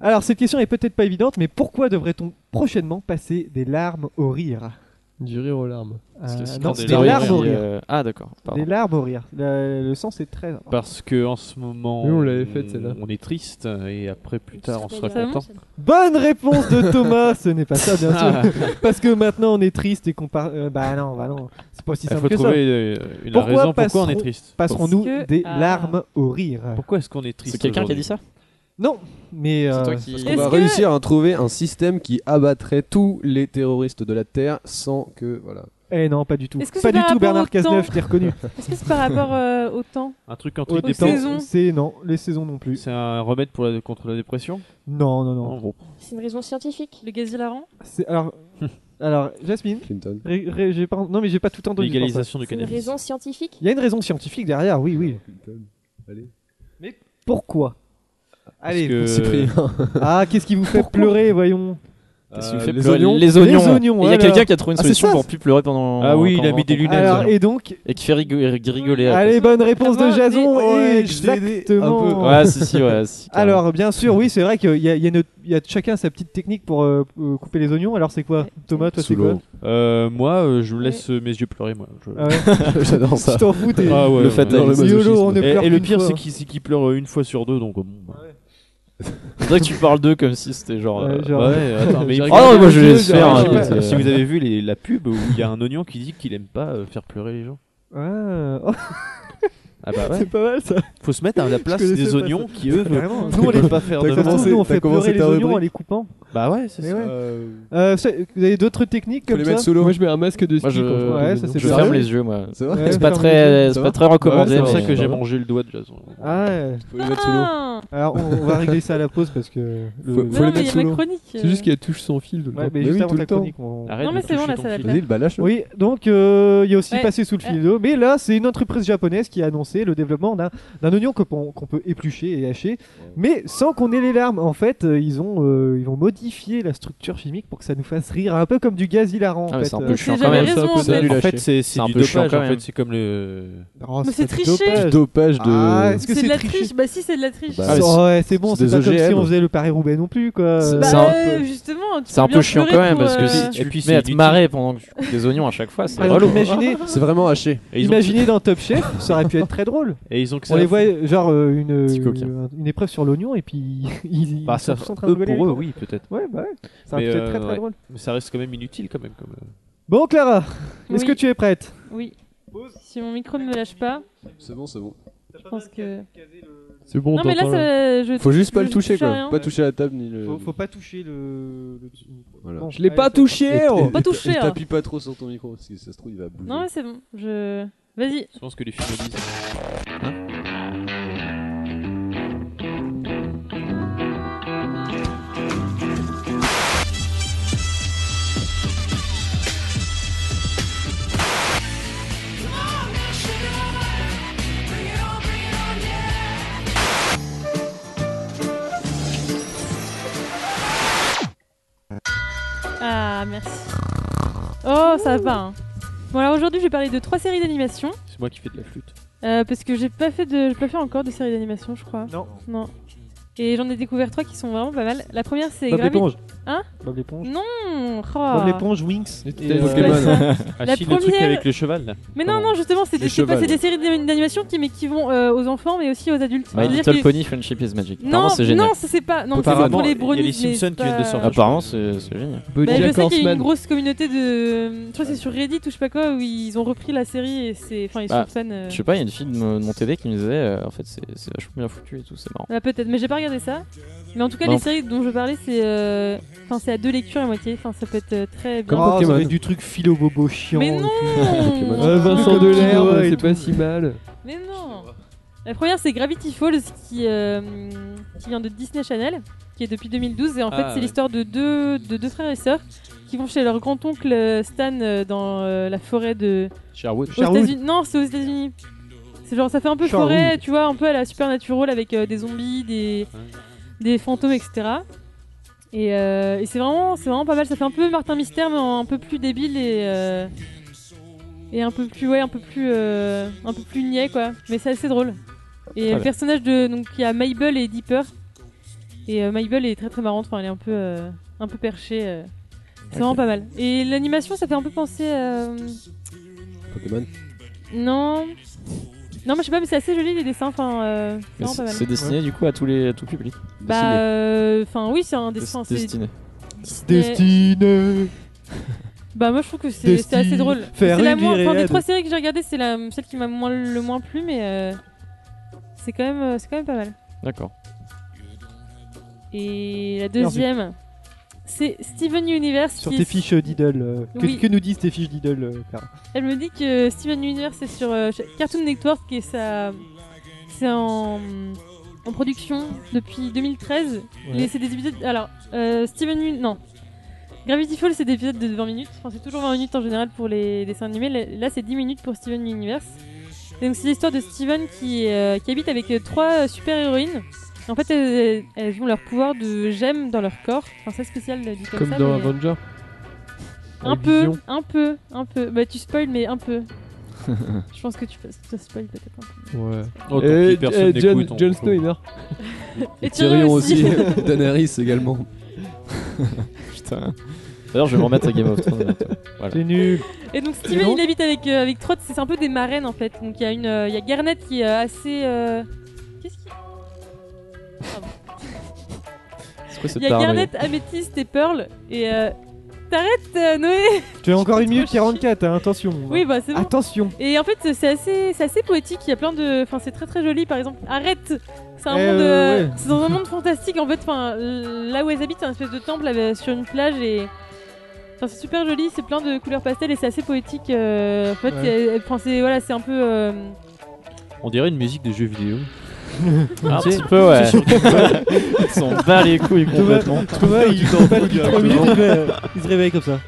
E: Alors, cette question est peut-être pas évidente, mais pourquoi devrait-on prochainement passer des larmes au rire
G: Du rire aux larmes.
E: Parce que
G: Euh,
E: c'est
G: non,
E: quand
G: c'est
E: des
G: des
E: larmes
G: larmes
E: qui,
G: au rire.
E: euh,
F: Ah, d'accord.
E: Des larmes au rire. Le, le sens est très important.
C: Parce que en ce moment,
G: Oui, on l'avait
C: on-
G: faite, celle-là.
C: On est triste et après plus tard on sera
E: Ça
C: content.
E: Bonne réponse de Thomas, ce n'est pas ça bien sûr. Parce que maintenant on est triste et qu'on parle. euh, bah non, bah non, c'est pas aussi
C: Il
E: simple
C: faut
E: que ça.
C: trouver euh, une
E: Pourquoi
C: raison pourquoi on est
E: passerons-
C: triste.
E: Passerons-nous
C: Parce que-
E: des
C: Ah.
E: larmes au rire
C: Pourquoi est-ce qu'on est triste
F: C'est quelqu'un qui a dit ça
E: Non, mais. euh,
F: toi qui-
I: Parce qu'on va réussir à trouver un système qui abattrait tous les terroristes de la Terre sans que. Voilà.
E: Eh non, pas du tout.
H: Est-ce que c'est
E: Pas du
H: par
E: tout,
H: rapport au
E: Bernard Cazeneuve,
H: temps
E: t'es reconnu.
H: Est-ce que c'est par rapport euh, au temps
C: Un truc entre
E: Au
C: les
E: temps,
H: saisons.
E: C'est non, les saisons non plus.
C: C'est un remède pour la- contre la dépression
E: Non, non, non.
C: En gros.
L: C'est une raison scientifique.
H: Le gaz hilarant
C: Oh,
E: C'est- Alors, alors, Jasmine.
I: Clinton.
E: ré- ré- j'ai pas- non, mais j'ai pas tout entendu.
C: Légalisation du
E: par contre.
L: Une raison scientifique
E: Il y a une raison scientifique derrière, oui, oui.
I: Allez.
E: Mais pourquoi Allez,
C: que-
E: Cyprien. ah, qu'est-ce qui vous fait pleurer, voyons Euh, oh
F: Qu'est-ce
C: Euh,
F: qui vous fait pleurer Les oignons. Et il y a quelqu'un qui a
E: Ah,
F: trouvé une solution pour plus pleurer pendant.
C: Ah oui, il a
F: pendant-
C: mis des lunettes.
E: Alors, et donc
F: Et qui fait rigol- rigoler. après.
E: Allez, bonne réponse de
C: oh,
E: Jason.
F: Ouais,
E: Exactement.
F: un peu. Ouais, si, si, ouais, si, carrément.
E: Alors, bien sûr, oui, c'est vrai qu'il y a, il y a une- il y a chacun sa petite technique pour euh, euh, couper les oignons. Alors, c'est quoi Thomas, toi, c'est quoi
C: Euh, moi, euh, je laisse euh, mes yeux pleurer, moi. Je-
E: Ah ouais J'adore ça. Tu t'en fous, t'es-
C: Ah ouais,
E: Le
C: ouais,
E: fatalisme.
C: ouais.
E: YOLO, on ne
C: et,
E: pleure
C: et le
E: qu'une
C: pire,
E: fois, Ah
C: c'est
E: hein.
C: qu'il c'est qu'il pleure euh, une fois sur deux, donc. euh, bon.
F: Faudrait que tu parles d'eux comme si c'était genre. euh,
C: Ouais, attends, mais
F: Ah
C: il-
F: non, moi je vais
C: Si
F: faire.
C: vous-
F: un-
C: Si vous avez vu les- la pub où il y a un oignon qui dit qu'il aime pas euh, faire pleurer les gens.
E: Ah.
C: Ah bah ouais.
E: C'est pas mal ça.
C: Faut se mettre à la place
E: Je connaissais
C: des
E: pas
C: oignons
E: ça. hein.
C: qui eux ne
E: Carrément.
C: nous on les pas faire
E: T'as
C: de
E: commencé-
C: mal.
E: nous, on fait
C: T'as commencé
E: pleurer les
C: ta
E: oignons
C: rubrique
E: en les coupant.
C: Bah ouais, c'est
E: Mais
C: ça.
E: ouais. Euh, ça- vous avez d'autres techniques comme ça
G: Moi, je mets un masque de ski.
F: Moi, je,
G: quand vois
E: Ouais,
G: des
E: ça,
G: gens.
E: c'est
F: je
E: pas
F: ferme
E: mal.
F: les yeux, moi.
E: C'est
F: C'est
E: vrai
F: pas
E: Ferme les
F: très,
E: yeux.
F: c'est
E: Ça va
F: pas très recommandé.
E: Ouais,
C: C'est pour ça
F: mais-
C: que j'ai mangé le doigt de Jason.
E: Ah ouais.
I: Faut les mettre sous l'eau.
H: Ah.
E: Alors, on, on va régler ça à la pause parce que. le-
G: Faut,
E: le-
G: faut les mettre sous l'eau. C'est juste qu'elle touche son fil.
E: Ouais, mais juste avant ta chronique, on-
H: euh. Non, mais c'est bon, là, ça va le faire.
E: Oui, donc euh, il y a aussi
H: Ouais.
E: passé sous le fil d'eau. Mais là, c'est une entreprise japonaise qui a annoncé le développement d'un d'un oignon que pon- qu'on peut éplucher et hacher, mais sans qu'on ait les larmes. En fait, euh, ils, ont, euh, ils vont modifier la structure chimique pour que ça nous fasse rire, un peu comme du gaz hilarant.
F: Ah,
E: en
F: mais
E: fait.
F: c'est un
E: Euh,
F: peu chiant quand même.
C: En fait, c'est c'est
F: un
C: du
F: peu chiant
C: dopage.
F: quand
C: En fait,
F: même.
C: c'est comme le.
E: Oh,
H: Mais c'est
E: pas du
H: triché.
E: dopage.
I: Du dopage de-
E: Ah, est-ce que
H: C'est de
E: c'est
H: la
E: triché
H: triche Bah si, c'est de la triche.
I: Bah,
E: Oh,
I: c'est-
E: ouais, c'est bon,
I: c'est
E: c'est
I: des
E: pas comme si
I: OGM.
E: on faisait le Paris-Roubaix non plus, quoi.
F: C'est-
E: Euh,
F: c'est
H: Bah,
F: un
H: euh,
F: peu-
H: justement, tu
F: C'est un
H: peux bien
F: peu chiant
H: pleurer
F: quand même
H: pour,
F: parce que si
H: euh,
F: tu
C: Et puis,
F: te
C: c'est
F: mets à te
C: inutile.
F: marrer pendant que tu coupes des oignons à chaque fois, c'est
E: Par exemple,
F: relou.
E: imaginez-
I: C'est vraiment haché.
C: Et ils ont-
E: Imaginez dans Top Chef, ça aurait pu être très drôle.
C: Et ils ont que ça
E: On
C: à
E: les
C: foutre.
E: voit euh, genre euh, une,
C: Petit coquin.
E: euh, une épreuve sur l'oignon et puis ils, ils
C: Bah,
E: sont
C: ça,
E: tous en train de
C: eux
E: rigoler.
C: pour eux, oui, peut-être.
E: Ouais, bah ouais. Ça va
C: Mais,
E: peut-être
C: euh,
E: très très
C: ouais.
E: drôle.
C: Mais ça reste quand même inutile, quand même. Comme... euh,
E: Bon, Clara, est-ce
H: Oui.
E: que tu es prête
H: Oui. Si mon micro ne me lâche pas,
I: C'est bon, c'est bon.
H: je pense que.
G: C'est bon,
H: Non, mais là,
G: t'entends,
H: ça, je.
I: Faut juste pas
H: je
I: le toucher,
H: touche à rien.
I: quoi. Pas toucher la table ni
C: Euh,
I: le.
E: faut, faut pas toucher le. le-
I: Voilà.
E: Bon,
G: Je l'ai
E: allez,
G: pas
E: ça-
G: touché,
I: Et-
G: oh.
I: et-
H: Pas
I: et-
H: touché,
I: Et
H: hein.
I: t'appuies pas trop sur ton micro, parce que ça se trouve, il va bouger.
H: Non, mais c'est bon. Je. Vas-y.
C: Je pense que les films hein. le disent.
H: Ah, merci. Oh, ça va pas. hein. Bon, alors aujourd'hui, je vais parler de trois séries d'animation.
C: C'est moi qui fais de la flûte.
H: euh, parce que j'ai pas fait de, j'ai pas fait encore de séries d'animation, je crois.
E: Non.
H: Non. Et j'en ai découvert trois qui sont vraiment pas mal. La première, c'est
E: Bob
H: Gravi-
E: l'éponge.
H: Hein
E: Bob l'éponge.
H: Non. oh.
E: Bob l'éponge, Winx.
G: Et
E: euh,
H: Pokémon.
C: Ah,
H: La
C: si, le truc
H: première-
C: avec le cheval, là.
H: Mais non, non, justement, c'est
F: Les
H: des, c'est pas-
F: chevals.
H: c'est des séries d'ani- d'animation qui, mais qui vont euh, aux enfants, mais aussi aux adultes.
F: My
H: C'est-à-dire
F: Little
H: que-
F: Pony Friendship is Magic.
H: Ah, Non,
F: Apparemment, c'est génial.
H: non, ça, c'est pas. Non, c'est
F: Apparemment,
H: pour les
F: il y a
H: brownies.
C: les
H: mais
C: Simpsons
H: c'est
C: qui viennent de
H: pas-
C: sortir.
F: Apparemment, c'est c'est génial.
H: Bah, je sais qu'il y a
G: Horseman.
H: une grosse communauté de. Je crois que c'est sur Reddit ou je sais pas quoi où ils ont repris la série et c'est. Enfin, ils
F: Bah,
H: soupçonnent. euh,
F: Je sais pas, il y a une fille de mon de mon TD qui me disait euh, en fait, c'est c'est vachement bien foutu et tout, c'est marrant.
H: Ah, peut-être, mais j'ai pas regardé ça. Mais en tout cas,
F: Non.
H: les séries dont je parlais, c'est. euh, Enfin, c'est à deux lectures à moitié. Enfin, ça peut être euh, très bien.
E: Oh, ça doit être du truc philo bobo chiant.
H: Mais
E: et tout.
H: non
G: Euh, Vincent
E: Comme Kinoa
G: Delerme,
E: et
G: c'est
E: tout.
G: pas si mal.
H: Mais non La première, c'est Gravity Falls qui, euh, qui vient de Disney Channel, qui est depuis 2012. Et en
C: Ah,
H: fait, c'est
C: ouais.
H: l'histoire de deux, de deux frères et sœurs qui vont chez leur grand-oncle euh, Stan euh, dans euh, la forêt de.
C: Sherwood.
H: Aux États-Unis- Non, c'est aux États-Unis. C'est genre, ça fait un peu
E: Charles
H: forêt,
E: Wood.
H: tu vois, un peu à la Supernatural avec euh, des zombies, des, des fantômes, etc. Et, euh, et c'est vraiment, c'est vraiment pas mal. Ça fait un peu Martin Mystère, mais en un peu plus débile et euh, et un peu plus, ouais, un peu plus, euh, un peu plus niais, quoi. Mais c'est assez drôle. Et
A: Très
H: le
A: bien.
H: personnage de donc il y a Mabel et Dipper. Et euh, Mabel est très très marrante. Enfin, elle est un peu, euh, un peu perchée. euh. C'est
I: Ok.
H: vraiment pas mal. Et l'animation, ça fait un peu penser. euh,
I: Pokémon.
H: Non. Non, mais je sais pas, mais c'est assez joli les dessins. Enfin, euh, c'est
F: Mais
H: vraiment pas
F: C'est
H: mal.
F: c'est destiné du coup à tous les à tout public.
H: Bah, euh, enfin, oui, c'est un dessin. c'est-
F: Destiné.
E: Destiné.
H: Bah, moi, je trouve que c'est c'est assez
E: Destiné.
H: drôle.
E: Faire
H: C'est la
E: une
H: moins- enfin, des
E: virée.
H: trois séries que j'ai regardées, c'est la celle qui m'a moins- le moins plu, mais euh, c'est quand même, euh, c'est quand même pas mal.
F: D'accord.
H: Et la deuxième, c'est Steven Universe.
E: Sur
H: qui
E: tes
H: est-
E: fiches euh, Diddle. euh, que,
H: Oui.
E: que nous disent tes fiches Diddle, euh, Clara
H: Elle me dit que Steven Universe c'est sur euh, cha- Cartoon Network et ça c'est en, en production depuis 2013.
A: Ouais.
H: Les- C'est des épisodes. Alors euh, Steven Universe non. Gravity Falls c'est des épisodes de 20 minutes. Enfin, c'est toujours 20 minutes en général pour les dessins animés. Là- Là c'est 10 minutes pour Steven Universe. Et donc c'est l'histoire de Steven qui, euh, qui habite avec euh, trois super héroïnes. En fait elles, elles ont leur pouvoir de gemme dans leur corps. Enfin c'est spécial euh, dit comme,
G: Comme
H: ça.
G: dans
H: mais-
G: Avenger.
H: un
G: Avec
H: peu,
G: Vision.
H: un peu, un peu. Bah tu spoil mais un peu. Je pense que tu passes, ça spoil peut-être un peu.
G: Ouais.
M: Oh, tant
G: et
M: pis, personne
G: et John,
M: n'écoute, on
G: John
M: s'en fout.
G: Snow est mort.
H: Et Tyrion aussi.
I: Daenerys également.
F: Putain. D'ailleurs, je vais me remettre à Game of Thrones. bientôt. Voilà.
E: C'est nul.
H: Et donc Steven il habite avec euh, avec trois, c'est un peu des marraines en fait. Donc il y a une, euh, il y a Garnet qui est euh, assez. euh, Qu'est-ce qui
F: C'est quoi
H: Il
F: cette
H: y a
F: paranoïa
H: Garnet, Améthyste et Pearl et. euh, T'arrêtes euh, Noé.
E: Tu as encore une minute 44, hein, attention.
H: Oui, bah c'est bon.
E: Attention.
H: Et en fait, c'est assez, c'est assez poétique. Il y a plein de, enfin, c'est très très joli. Par exemple, arrête. C'est un
E: Eh,
H: monde,
E: euh,
H: euh,
E: ouais.
H: c'est dans un monde fantastique. En fait, enfin, là où elles habitent, c'est un espèce de temple avec- sur une plage et, enfin, c'est super joli. C'est plein de couleurs pastel et c'est assez poétique. euh, en fait,
C: Ouais.
H: c'est- elle- enfin, c'est voilà, c'est un peu. euh,
C: On dirait une musique des jeux vidéo.
F: Un petit peu, ouais. Ils s'en bat les couilles complètement.
E: Thomas, il s'en bat depuis 3 minutes, il, va- euh, il se réveille comme ça.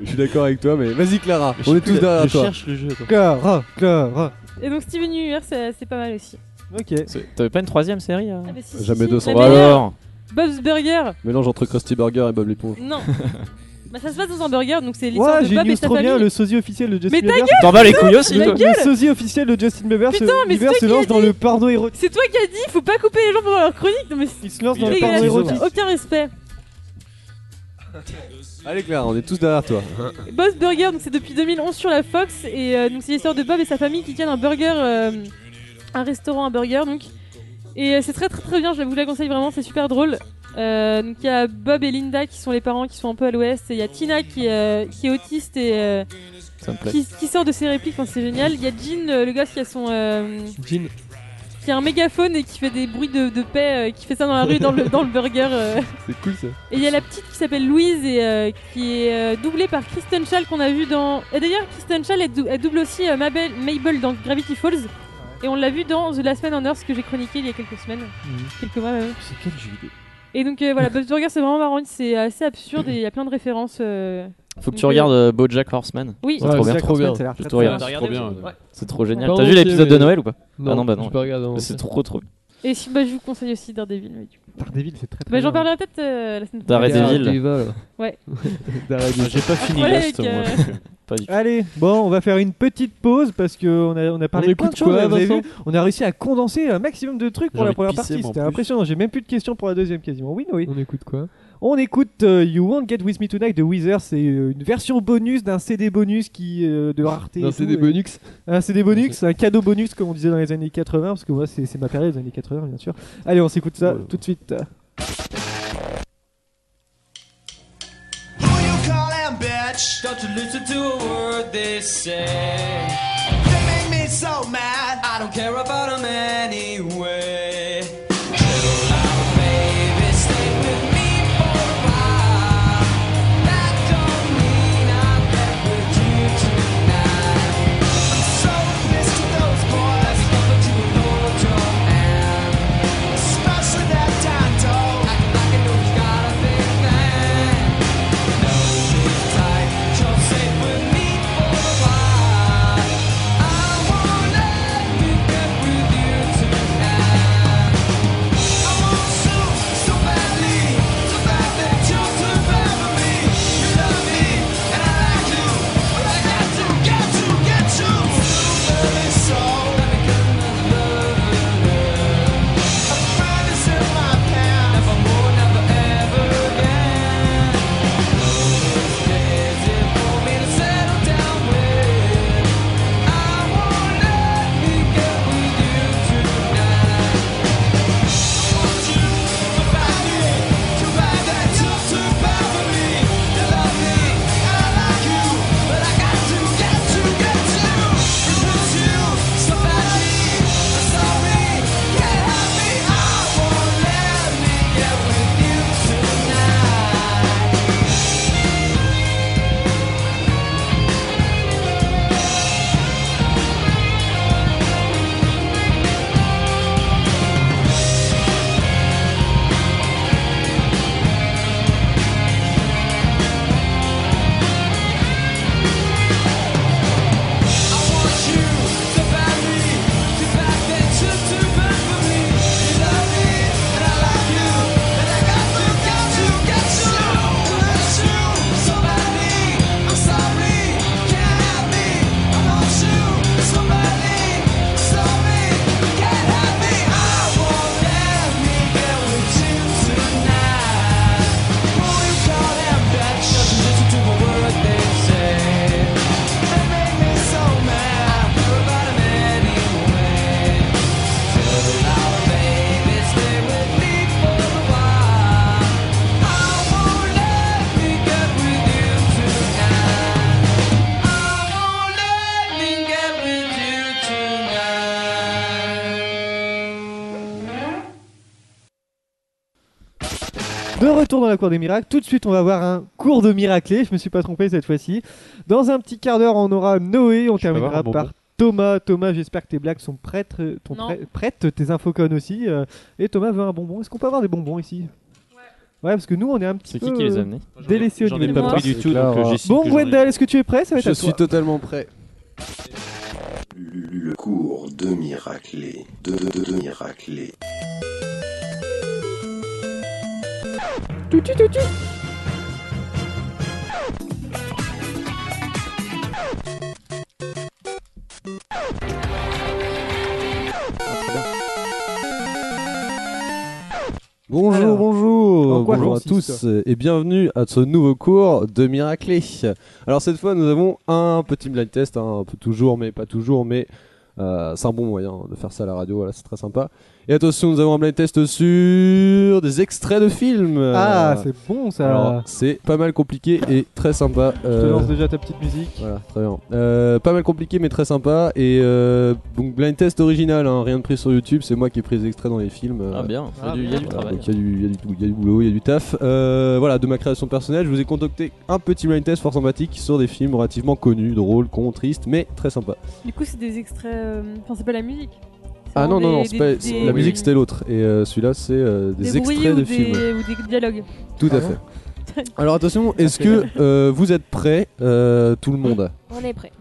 I: Je suis d'accord avec toi, Ah, mais vas-y Clara, on est tous
E: plus,
I: derrière
E: je
I: toi.
E: cherche le jeu, attends. Clara, Clara.
H: Et donc Steven Universe, c'est c'est pas mal aussi.
E: Ok.
F: C'est- T'avais pas une troisième série euh
H: Ah, bah, si, si,
I: Jamais
H: si.
I: 200.
H: La meilleure, Bob's Burger.
I: Mélange entre Krusty Burger et Bob l'éponge.
H: Non. bah, ça se passe dans un burger, donc c'est l'histoire
E: Ouais,
H: de Bob et
E: Genius,
H: sa
E: trop bien,
H: famille.
E: le sosie officiel de Justin
H: Mais ta
E: Bieber.
H: gueule, T'en bats les putain, couilles aussi, ta toi. gueule.
E: Le sosie officiel de Justin Bieber se,
H: Putain, mais c'est
E: Bieber
H: toi
E: se
H: qui
E: lance
H: l'as
E: dans
H: dit.
E: le porno érotique.
H: C'est toi qui as dit, faut pas couper les gens pendant leur chronique. Non, mais
E: Il se lance dans le
H: Dégueulasse,
E: porno érotique.
H: t'as Aucun respect.
I: Allez Clara, on est tous derrière toi.
H: Boss Burger, donc c'est depuis 2011 sur la Fox et euh, donc c'est l'histoire de Bob et sa famille qui tiennent un burger, euh, un restaurant, un burger donc. Et euh, c'est très très très bien, je vous la conseille vraiment, c'est super drôle. Euh, donc il y a Bob et Linda qui sont les parents qui sont un peu à l'ouest, et il y a Tina qui, euh, qui est autiste et euh,
F: Ça me plaît.
H: qui, qui sort de ses répliques, enfin, c'est génial. Il y a Jean, euh, le gosse qui a son euh,
G: Jean.
H: qui a un mégaphone et qui fait des bruits de, de paix, euh, qui fait ça dans la rue dans le dans le burger. euh.
G: C'est cool ça.
H: Et il y a la petite qui s'appelle Louise et euh, qui est euh, doublée par Kristen Schall qu'on a vu dans. Et d'ailleurs, Kristen Schall elle, dou- elle double aussi euh, Mabel- Mabel dans Gravity Falls. Et on l'a vu dans The Last Man on Earth que j'ai chroniqué il y a quelques semaines,
E: Mhm.
H: quelques mois même.
C: C'est quel jeu vidéo
H: Et donc euh, voilà, Bob's Burger c'est vraiment marrant, c'est assez absurde et il y a plein de références. euh,
F: Faut que
H: donc,
F: tu
H: euh,
F: regardes euh, BoJack Horseman.
H: Oui.
F: c'est
H: Ouais,
F: trop bien.
H: BoJack
F: Trop
H: Horseman,
F: bien.
H: ça a l'air
F: Juste
H: très,
F: trop
H: très
F: bien.
C: bien. Trop bien, ouais.
F: C'est trop génial.
G: Pas
F: T'as vu
G: entier,
F: l'épisode
G: mais-
F: de Noël ou pas
G: Non,
F: Ah non, bah non.
G: j'ai pas regardé en
F: Mais C'est
G: entier.
F: trop trop bien.
H: Et si bah, je vous conseille aussi Daredevil, mais du coup.
E: Daredevil, c'est très
H: Bah, j'en parlerai peut-être euh, la semaine prochaine.
F: Daredevil.
H: Ouais.
C: Ah, J'ai pas fini
H: Voilà, avec,
C: Lost, moi.
H: euh,
C: donc, euh,
F: Pas du tout.
E: Allez, bon, on va faire une petite pause parce qu'on a, on a parlé de plein de
G: écoute
E: choses.
G: quoi,
E: là, vous avez
G: Vincent
E: vu, on a réussi à condenser un maximum de
G: J'ai
E: trucs pour la
G: envie de
E: première
G: pisser,
E: partie.
G: moi, en
E: C'était
G: plus.
E: impressionnant. J'ai même plus de questions pour la deuxième quasiment. Oui, oui.
G: On écoute quoi
E: On écoute euh, You Won't Get With Me Tonight de Weezer. C'est euh, une version bonus d'un CD bonus qui euh, de rareté.
G: D'un
E: et tout,
G: CD
E: et-
G: bonus.
E: Un CD bonus, un cadeau bonus comme on disait dans les années 80 parce que moi c'est c'est ma période des années 80 bien sûr. Allez, on s'écoute ça tout de suite.
B: call them bitch. Don't you listen to a word they say. They make me so mad. I don't care about them anyway. Little loud baby, stay with me for a while. That don't mean I'm back with you tonight. I'm so pissed at those boys, but you know what you're at. Especially that Tonto. I can, I can know he's got a big man. Tight, so stay with me for a while. I wanna
E: De retour dans la cour des miracles, tout de suite on va voir un cours de miraclé, je me suis pas trompé cette fois-ci. Dans un petit quart d'heure on aura Noé, on terminera
M: avoir un
E: par
M: bonbon.
E: Thomas. Thomas, j'espère que tes blagues sont prêtes, euh, ton
H: Non.
E: prêt- prêtes, tes infocones aussi. euh, Et Thomas veut un bonbon, est-ce qu'on peut avoir des bonbons ici Ouais, parce que nous on est un petit
F: C'est
E: peu
F: qui qui les a
E: euh,
F: amenés
E: délaissés au
F: J'en ai
E: début.
F: pas pris du tout,
I: donc, euh, j'estime
E: Bon
I: que j'en ai-
E: Gwendal, est-ce que tu es prêt Ça va être
I: Je
E: à
I: suis
E: toi.
I: totalement prêt.
A: Le cours de Miraclé. De, de, de, de Miraclé.
I: Bonjour,
E: Alors, en
I: bonjour,
E: quoi
I: bonjour à
E: consiste
I: tous et bienvenue à ce nouveau cours de Miraclé. Alors cette fois, nous avons un petit blind test, hein, un peu toujours, mais pas toujours, mais euh, c'est un bon moyen de faire ça à la radio. Voilà, c'est très sympa. Et attention, nous avons un blind test sur des extraits de films.
E: Ah,
I: Euh,
E: c'est bon ça.
I: alors, c'est pas mal compliqué et très sympa.
E: Je te
I: Euh,
E: lance déjà ta petite musique.
I: Voilà, très bien. Euh, pas mal compliqué, mais très sympa. Et euh, donc, blind test original, hein, rien de pris sur YouTube, c'est moi qui ai pris les extraits dans les films. euh.
F: Ah bien, il y a du- il y a du
I: Voilà,
F: travail.
I: donc Il y, a du- il y a du tout, il y a du boulot, il y a du taf. Euh, voilà, de ma création personnelle, je vous ai contacté un petit blind test fort sympathique sur des films relativement connus, drôles, cons, tristes, mais très sympa.
H: Du coup, c'est des extraits. euh, Enfin, c'est pas la musique. C'est
I: Ah non,
H: vraiment
I: non, non,
H: des-
I: c'est pas,
H: des-
I: c'est-
H: des-
I: la musique c'était l'autre, et euh, celui-là c'est euh, des,
H: bruits Ah.
I: extraits
H: ou
I: de
H: des-
I: films.
H: Ou des dialogues.
I: Tout à fait. Alors attention, est-ce que euh, vous êtes prêts, euh, tout le monde
L: On est prêt.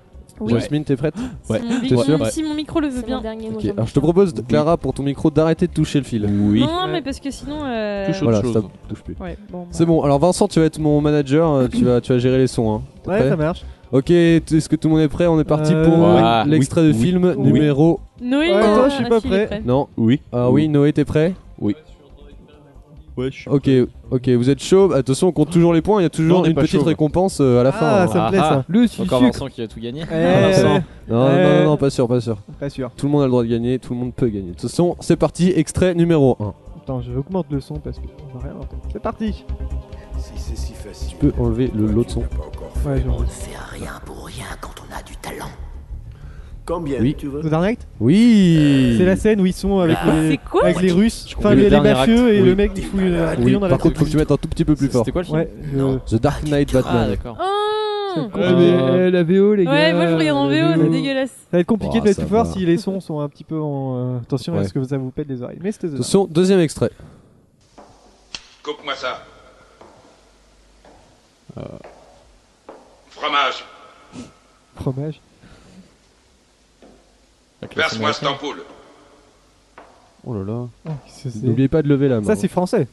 I: Jasmine, t'es prête
L: Ouais.
H: Ah, Si mon
I: T'es
H: micro-
I: sûr
H: Si mon micro le veut
L: C'est mon
H: bien.
L: dernier mot.
I: Ok,
L: j'en ai
I: alors je te propose, Clara, pour ton micro, d'arrêter de toucher le fil. Oui.
H: Non, mais parce que sinon. euh,
I: Touche autre Voilà, chose. stop, touche plus.
H: Ouais, bon. bah.
I: C'est bon, alors Vincent, tu vas être mon manager, euh, tu vas, tu vas gérer les sons. Hein. T'es
E: Ouais,
I: prêt
E: ça marche.
I: Ok, t- est-ce que tout le monde est prêt On est parti
E: Euh,
I: pour
E: Ah,
I: l'extrait
E: oui,
I: de film
E: oui.
I: numéro.
H: Noé,
E: Ouais,
H: euh,
E: attends, je suis
H: ah,
E: pas
H: si, il est
E: prêt.
I: Non
M: Oui.
I: Ah oui, Noé, t'es prêt
M: Oui.
I: Ouais, je suis ok, ok, vous êtes chaud. Bah, Attention, on compte toujours les points. Il y a toujours
M: Non, on est
I: une
M: pas
I: petite
M: chaud. Ah,
I: récompense euh,
E: Ah,
I: à la fin. hein.
E: Le
F: Encore
E: sucre.
F: Vincent qui a tout gagné.
I: Vincent. Non, non,
E: Eh.
I: non, non, pas sûr, pas sûr.
E: Pas sûr.
I: Tout le monde a le droit de gagner, tout le monde peut gagner. Attention, c'est parti, extrait numéro 1.
E: Attends, je augmente le son parce qu'on va rien entendre. C'est parti.
P: Si c'est si facile.
I: Tu peux enlever le lot de son.
E: Ouais,
P: On
E: genre.
P: ne fait rien pour rien quand on a du talent. Combien
I: Oui.
P: tu veux
E: The Dark Knight
I: Oui
E: C'est la scène où ils sont avec
P: Ah,
E: les,
P: c'est Ah, quoi
E: avec les Russes,
I: Je
E: enfin
I: comprends.
E: les,
I: Le
E: les
I: dernier
E: mafieux
I: acte.
E: et
I: Oui.
E: le mec qui fout une- un
I: Oui,
E: bouillon dans la
I: par contre, faut que tu mettes un tout petit peu plus fort.
F: C'était quoi le film
E: Ouais, euh,
I: The Dark Knight Batman.
F: Ah, d'accord.
P: Ah.
E: Ouais,
G: mais,
I: eh,
E: euh,
G: la VO, les gars.
H: Hum. Ouais, moi je regarde en
E: euh,
H: VO,
E: euh,
H: c'est dégueulasse.
E: Ça va être compliqué
I: Oh,
E: de mettre
I: ça
E: plus fort
I: va.
E: si les sons sont un petit peu en. euh, attention à
I: Ouais.
E: ce que ça vous pète les oreilles. Mais c'était The Dark.
I: Attention, deuxième extrait.
Q: Coupe-moi ça. Fromage.
E: Fromage.
Q: Verse-moi cette ampoule.
I: Oh là là.
E: c'est- Ah, c'est-
I: N'oubliez pas de lever la main. hein.
E: Ça, c'est français.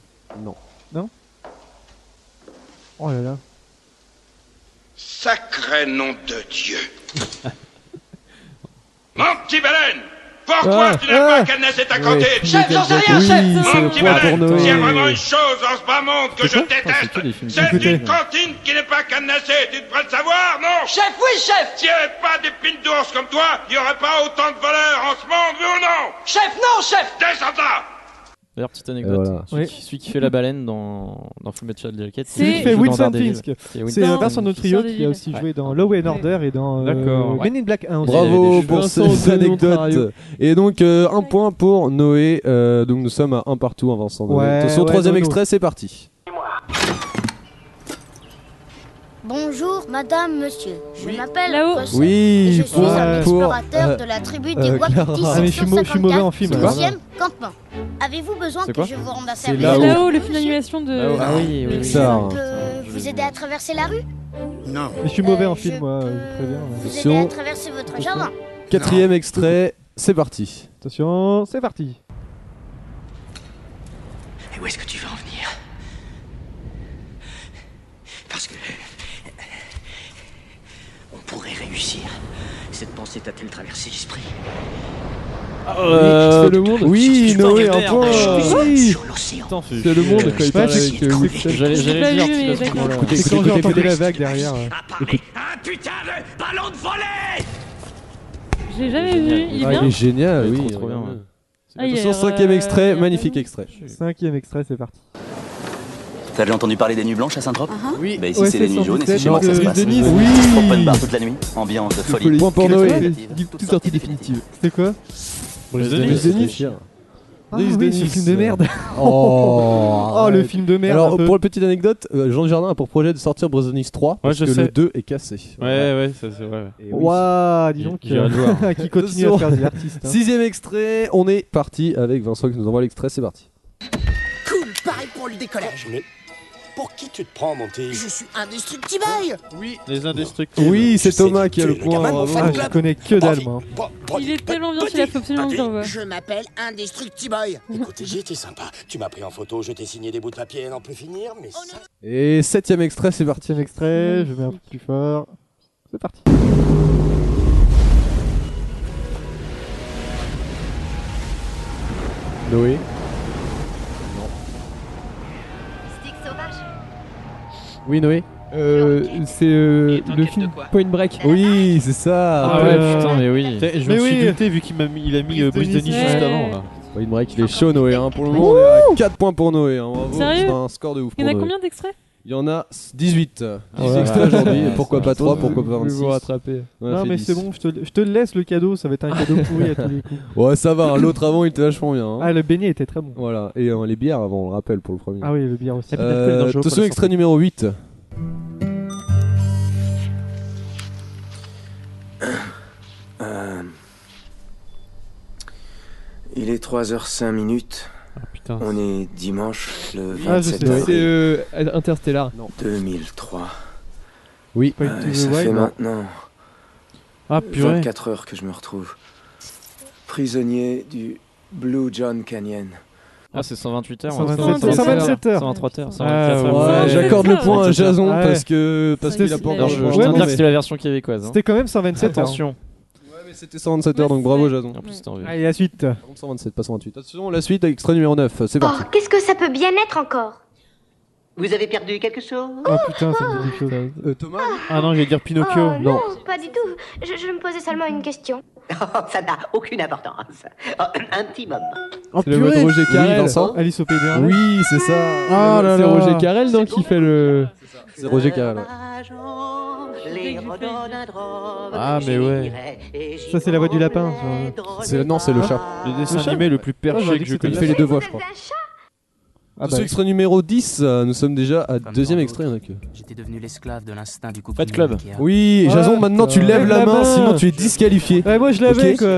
I: Non.
E: Non Oh là là.
Q: Sacré nom de Dieu. Mon petit baleine Pourquoi
I: Ah,
Q: tu n'as
I: ah.
Q: pas cadenassé ta
I: Ouais,
Q: cantine
I: il
Q: Chef,
I: était
Q: j'en sais
I: bien.
Q: rien,
I: Oui,
Q: chef
I: c'est
Q: Mon
I: le
Q: petit
I: point pour
Q: baleine
I: Noé.
Q: S'il y a vraiment une chose en ce bas monde que je
I: Ah,
Q: déteste, c'est
I: Écoutez.
Q: une cantine qui n'est pas cadenassée. Tu devrais le savoir, non Chef, oui, chef S'il n'y avait pas des pines d'ours comme toi, il n'y aurait pas autant de voleurs en ce monde, oui ou non Chef, non, chef Descends là
F: D'ailleurs, petite anecdote.
I: Et voilà.
F: Celui, qui, celui qui fait la baleine dans, dans Full Metal Jacket,
E: C'est lui qui fait Winston Fisk. C'est euh, Vincent D'Onofrio qui a aussi joué dans Law and Order et dans euh,
F: D'accord, ouais.
E: Men in Black 1 aussi.
I: Bravo pour
E: Vincent
I: cette
E: D'Onofrio.
I: anecdote. Et donc, euh, un point pour Noé. euh, donc, nous sommes à un partout, hein, Vincent. Noé.
E: Ouais,
I: Attention,
E: ouais,
I: troisième
E: Nono.
I: extrait, c'est parti.
J: Bonjour, madame, monsieur. Je m'appelle
H: Là-haut.
J: Cossa
I: Oui,
J: et je suis
I: pour-
J: un
I: pour,
J: explorateur
I: euh,
J: de la tribu
I: euh,
J: des Wapitis.
I: Clara. Ah, mais je suis mau- je suis mauvais en film,
J: e
I: voilà.
J: campement. Avez-vous besoin
I: C'est
J: que
I: quoi
J: je vous rende un
I: C'est
J: service
I: là-haut. Là-haut,
H: le film d'animation de- Là-haut. Ah oui, oui, oui.
J: Je
I: Pixar.
J: peux vous aider à traverser la rue
P: Non.
E: Mais je suis mauvais
J: Euh,
E: en film, moi, je préviens. ouais.
J: Vous aider à
I: Attention.
J: traverser votre jardin
I: Quatrième extrait, c'est parti.
E: Attention, c'est parti.
R: Et où est-ce que tu veux en venir Parce que. On pourrait réussir. Cette pensée t'a-t-elle traversé l'esprit
I: Euh,
G: le monde.
I: Oui,
G: Putain,
I: Noé,
G: merde,
I: un point.
G: je suis
I: Oui.
G: C'est le monde quand il parle avec. euh, Sextep.
F: J'allais j'allais
G: J'ai
F: le
G: pas vu,
F: dire.
G: mais
F: tu vois,
G: d'accord.
F: ce moment-là.
G: C'est quand j'ai entendu la vague
E: derrière.
H: J'ai jamais vu. Il est
I: Ah,
H: bien.
I: il est génial, oui. regarde-le.
H: Ah, il a
I: Attention,
H: l'air,
I: cinquième
H: euh,
I: extrait,
H: il a
I: magnifique extrait.
E: Cinquième extrait, c'est parti.
S: T'as déjà entendu parler des nuits blanches à Saint-Tropez Oui. Bah ici
E: Ah Ouais,
S: c'est
E: c'est
S: les nuits jaunes et
E: 117,
S: c'est chez moi que ça se
E: de-
S: passe.
E: de Nice.
S: Oui. Open bar toute la nuit, ambiance de folie.
I: Point pour
S: Quelle
I: Noé.
S: alternative
I: Toute sortie définitive.
E: C'était quoi
I: Brise de Nice.
E: Ah oui, ce film de merde.
I: Oh,
E: Oh, le film de merde,
I: Alors,
E: un peu.
I: pour une petite anecdote, euh, Jean Jardin a pour projet de sortir Brothers Nice 3 parce
C: je
I: que
C: sais.
I: le 2 est cassé.
C: Ouais, ouais, ça c'est vrai.
I: Eh
E: Waouh, dis donc. euh,
I: J'irai le voir.
E: Qui continue à faire des artistes. hein.
I: Sixième extrait, on est parti avec Vincent qui nous envoie l'extrait, c'est parti.
P: Cool, pareil pour le décollage.
T: Mais pour qui tu te prends, mon petit Hein?
P: Je suis indestructible
C: Oui, les indestructibles.
I: Oui, c'est Thomas qui a le
E: le
I: point.
E: gamin de mon
I: bravo.
E: fan
I: Ah,
E: club. que dalle, moi.
H: Il est tellement bien, il a fait absolument que j'en
P: Je m'appelle Indestructible.
T: Écoute, j'ai été sympa. Tu m'as pris en photo, je t'ai signé des bouts de papier à n'en plus finir,
A: Oh
T: mais ça...
I: Et septième extrait, c'est parti.
E: Septième extrait, je mets un peu plus fort. C'est parti.
I: Noé. Oui, Noé.
G: Euh, c'est euh, le film Point Break.
I: Oui, c'est ça. Euh,
C: Ah ouais, putain, mais oui. Putain, je me
G: Mais
C: suis
G: oui.
C: douté vu qu'il m'a mis, il a mis euh, Brice
I: Brice
C: Denis
I: Denis.
C: juste
I: Ouais.
C: avant là.
I: Point Break, il est chaud, Noé. hein. Pour le moment, on est à 4 points pour Noé. hein. Bravo,
H: Sérieux
I: c'est un score de ouf.
H: Il y en a
I: pour Noé.
H: combien d'extraits
I: Il y en a 18. 18
G: ouais.
I: extraits aujourd'hui.
G: Ouais,
I: Pourquoi
G: c'est
I: pas 3,
G: vrai.
I: pourquoi pas
G: Je vais
I: 26
G: vous rattraper.
I: On a
E: non,
I: fait
E: mais
I: 10.
E: c'est bon, je te, je te laisse le cadeau, ça va être un cadeau pourri à tous les coups.
I: Ouais, ça va. hein. L'autre avant, il était vachement bien. hein.
E: Ah, le beignet était très bon.
I: Voilà. Et euh, les bières avant, on le rappelle pour le premier.
E: Ah oui, le bière aussi.
I: Euh, attention, extrait numéro 8.
E: Ah,
A: Euh, Il est 3h05 minutes.
I: Ah,
A: On est dimanche le
G: Ah, je sais,
A: 27
G: c'est
A: avril
G: euh, Interstellar.
A: 2003.
I: Oui.
A: Euh, ça fait
I: hein.
A: maintenant
G: Ah, purée.
A: 24 heures que je me retrouve prisonnier du Blue John Canyon.
F: Ah, c'est 128 heures.
E: 127 heures. 127 heures.
F: 123 heures.
E: Ah,
F: 124
E: ouais.
F: heures.
E: Ouais,
I: J'accorde le point à
F: 127 heures.
I: Jason
E: Ah Ouais.
I: parce que parce qu'il a pas
F: Alors,
I: encore.
F: je,
I: joué.
F: je tiens à dire
I: mais-
F: que c'était la version québécoise. hein.
E: C'était quand même 127 heures.
F: Attention.
I: C'était 127 heures, donc bravo Jason.
F: En plus, c'était en VF.
E: Allez, la suite.
I: 127, pas 128. Attention, la suite, extrait numéro 9. C'est
E: Ah.
I: parti.
J: Oh, Qu'est-ce que ça peut bien être encore
P: Vous avez perdu quelque chose
E: Oh putain, ça me dit quelque chose.
I: Thomas
C: Ah non, j'allais dire Pinocchio.
J: Oh, non, pas du tout. Je, je me posais seulement une question.
P: Oh, Ça n'a aucune importance. Oh, Intimum.
E: Oh,
G: C'est le mode Roger
I: Oui,
G: Carrel. hein,
I: Vincent
E: Alice au Pays des Merveilles.
I: Oui, c'est ça.
G: Ah là
I: C'est
G: là.
I: Roger
G: Carrel, non, qui fait le.
I: C'est Roger Carrel. ouais.
P: Les redonne un drôle.
C: Ah, mais ouais.
E: Ça, c'est la voix du lapin.
I: C'est- Non, c'est le chat.
C: Le dessin
I: Le chat
C: animé le plus
I: Ah, j'aurais
C: perché
I: dit
C: que
I: que
C: je
I: c'était-
C: connais.
I: Il fait les deux voix, je crois.
E: Ah,
I: Attention,
E: bah.
I: extrait numéro 10. euh, Nous sommes déjà à
F: Ah,
I: deuxième extrait. il y en a que-
P: J'étais devenu l'esclave de l'instinct du coup.
F: Pas de club.
I: Oui, Jason,
E: Ouais,
H: Ah,
I: maintenant tu
H: euh,
E: putain.
I: lèves la
E: Lève la
I: main,
E: main.
I: sinon tu es disqualifié.
E: Ouais, moi je l'avais
I: Ok.
E: quoi.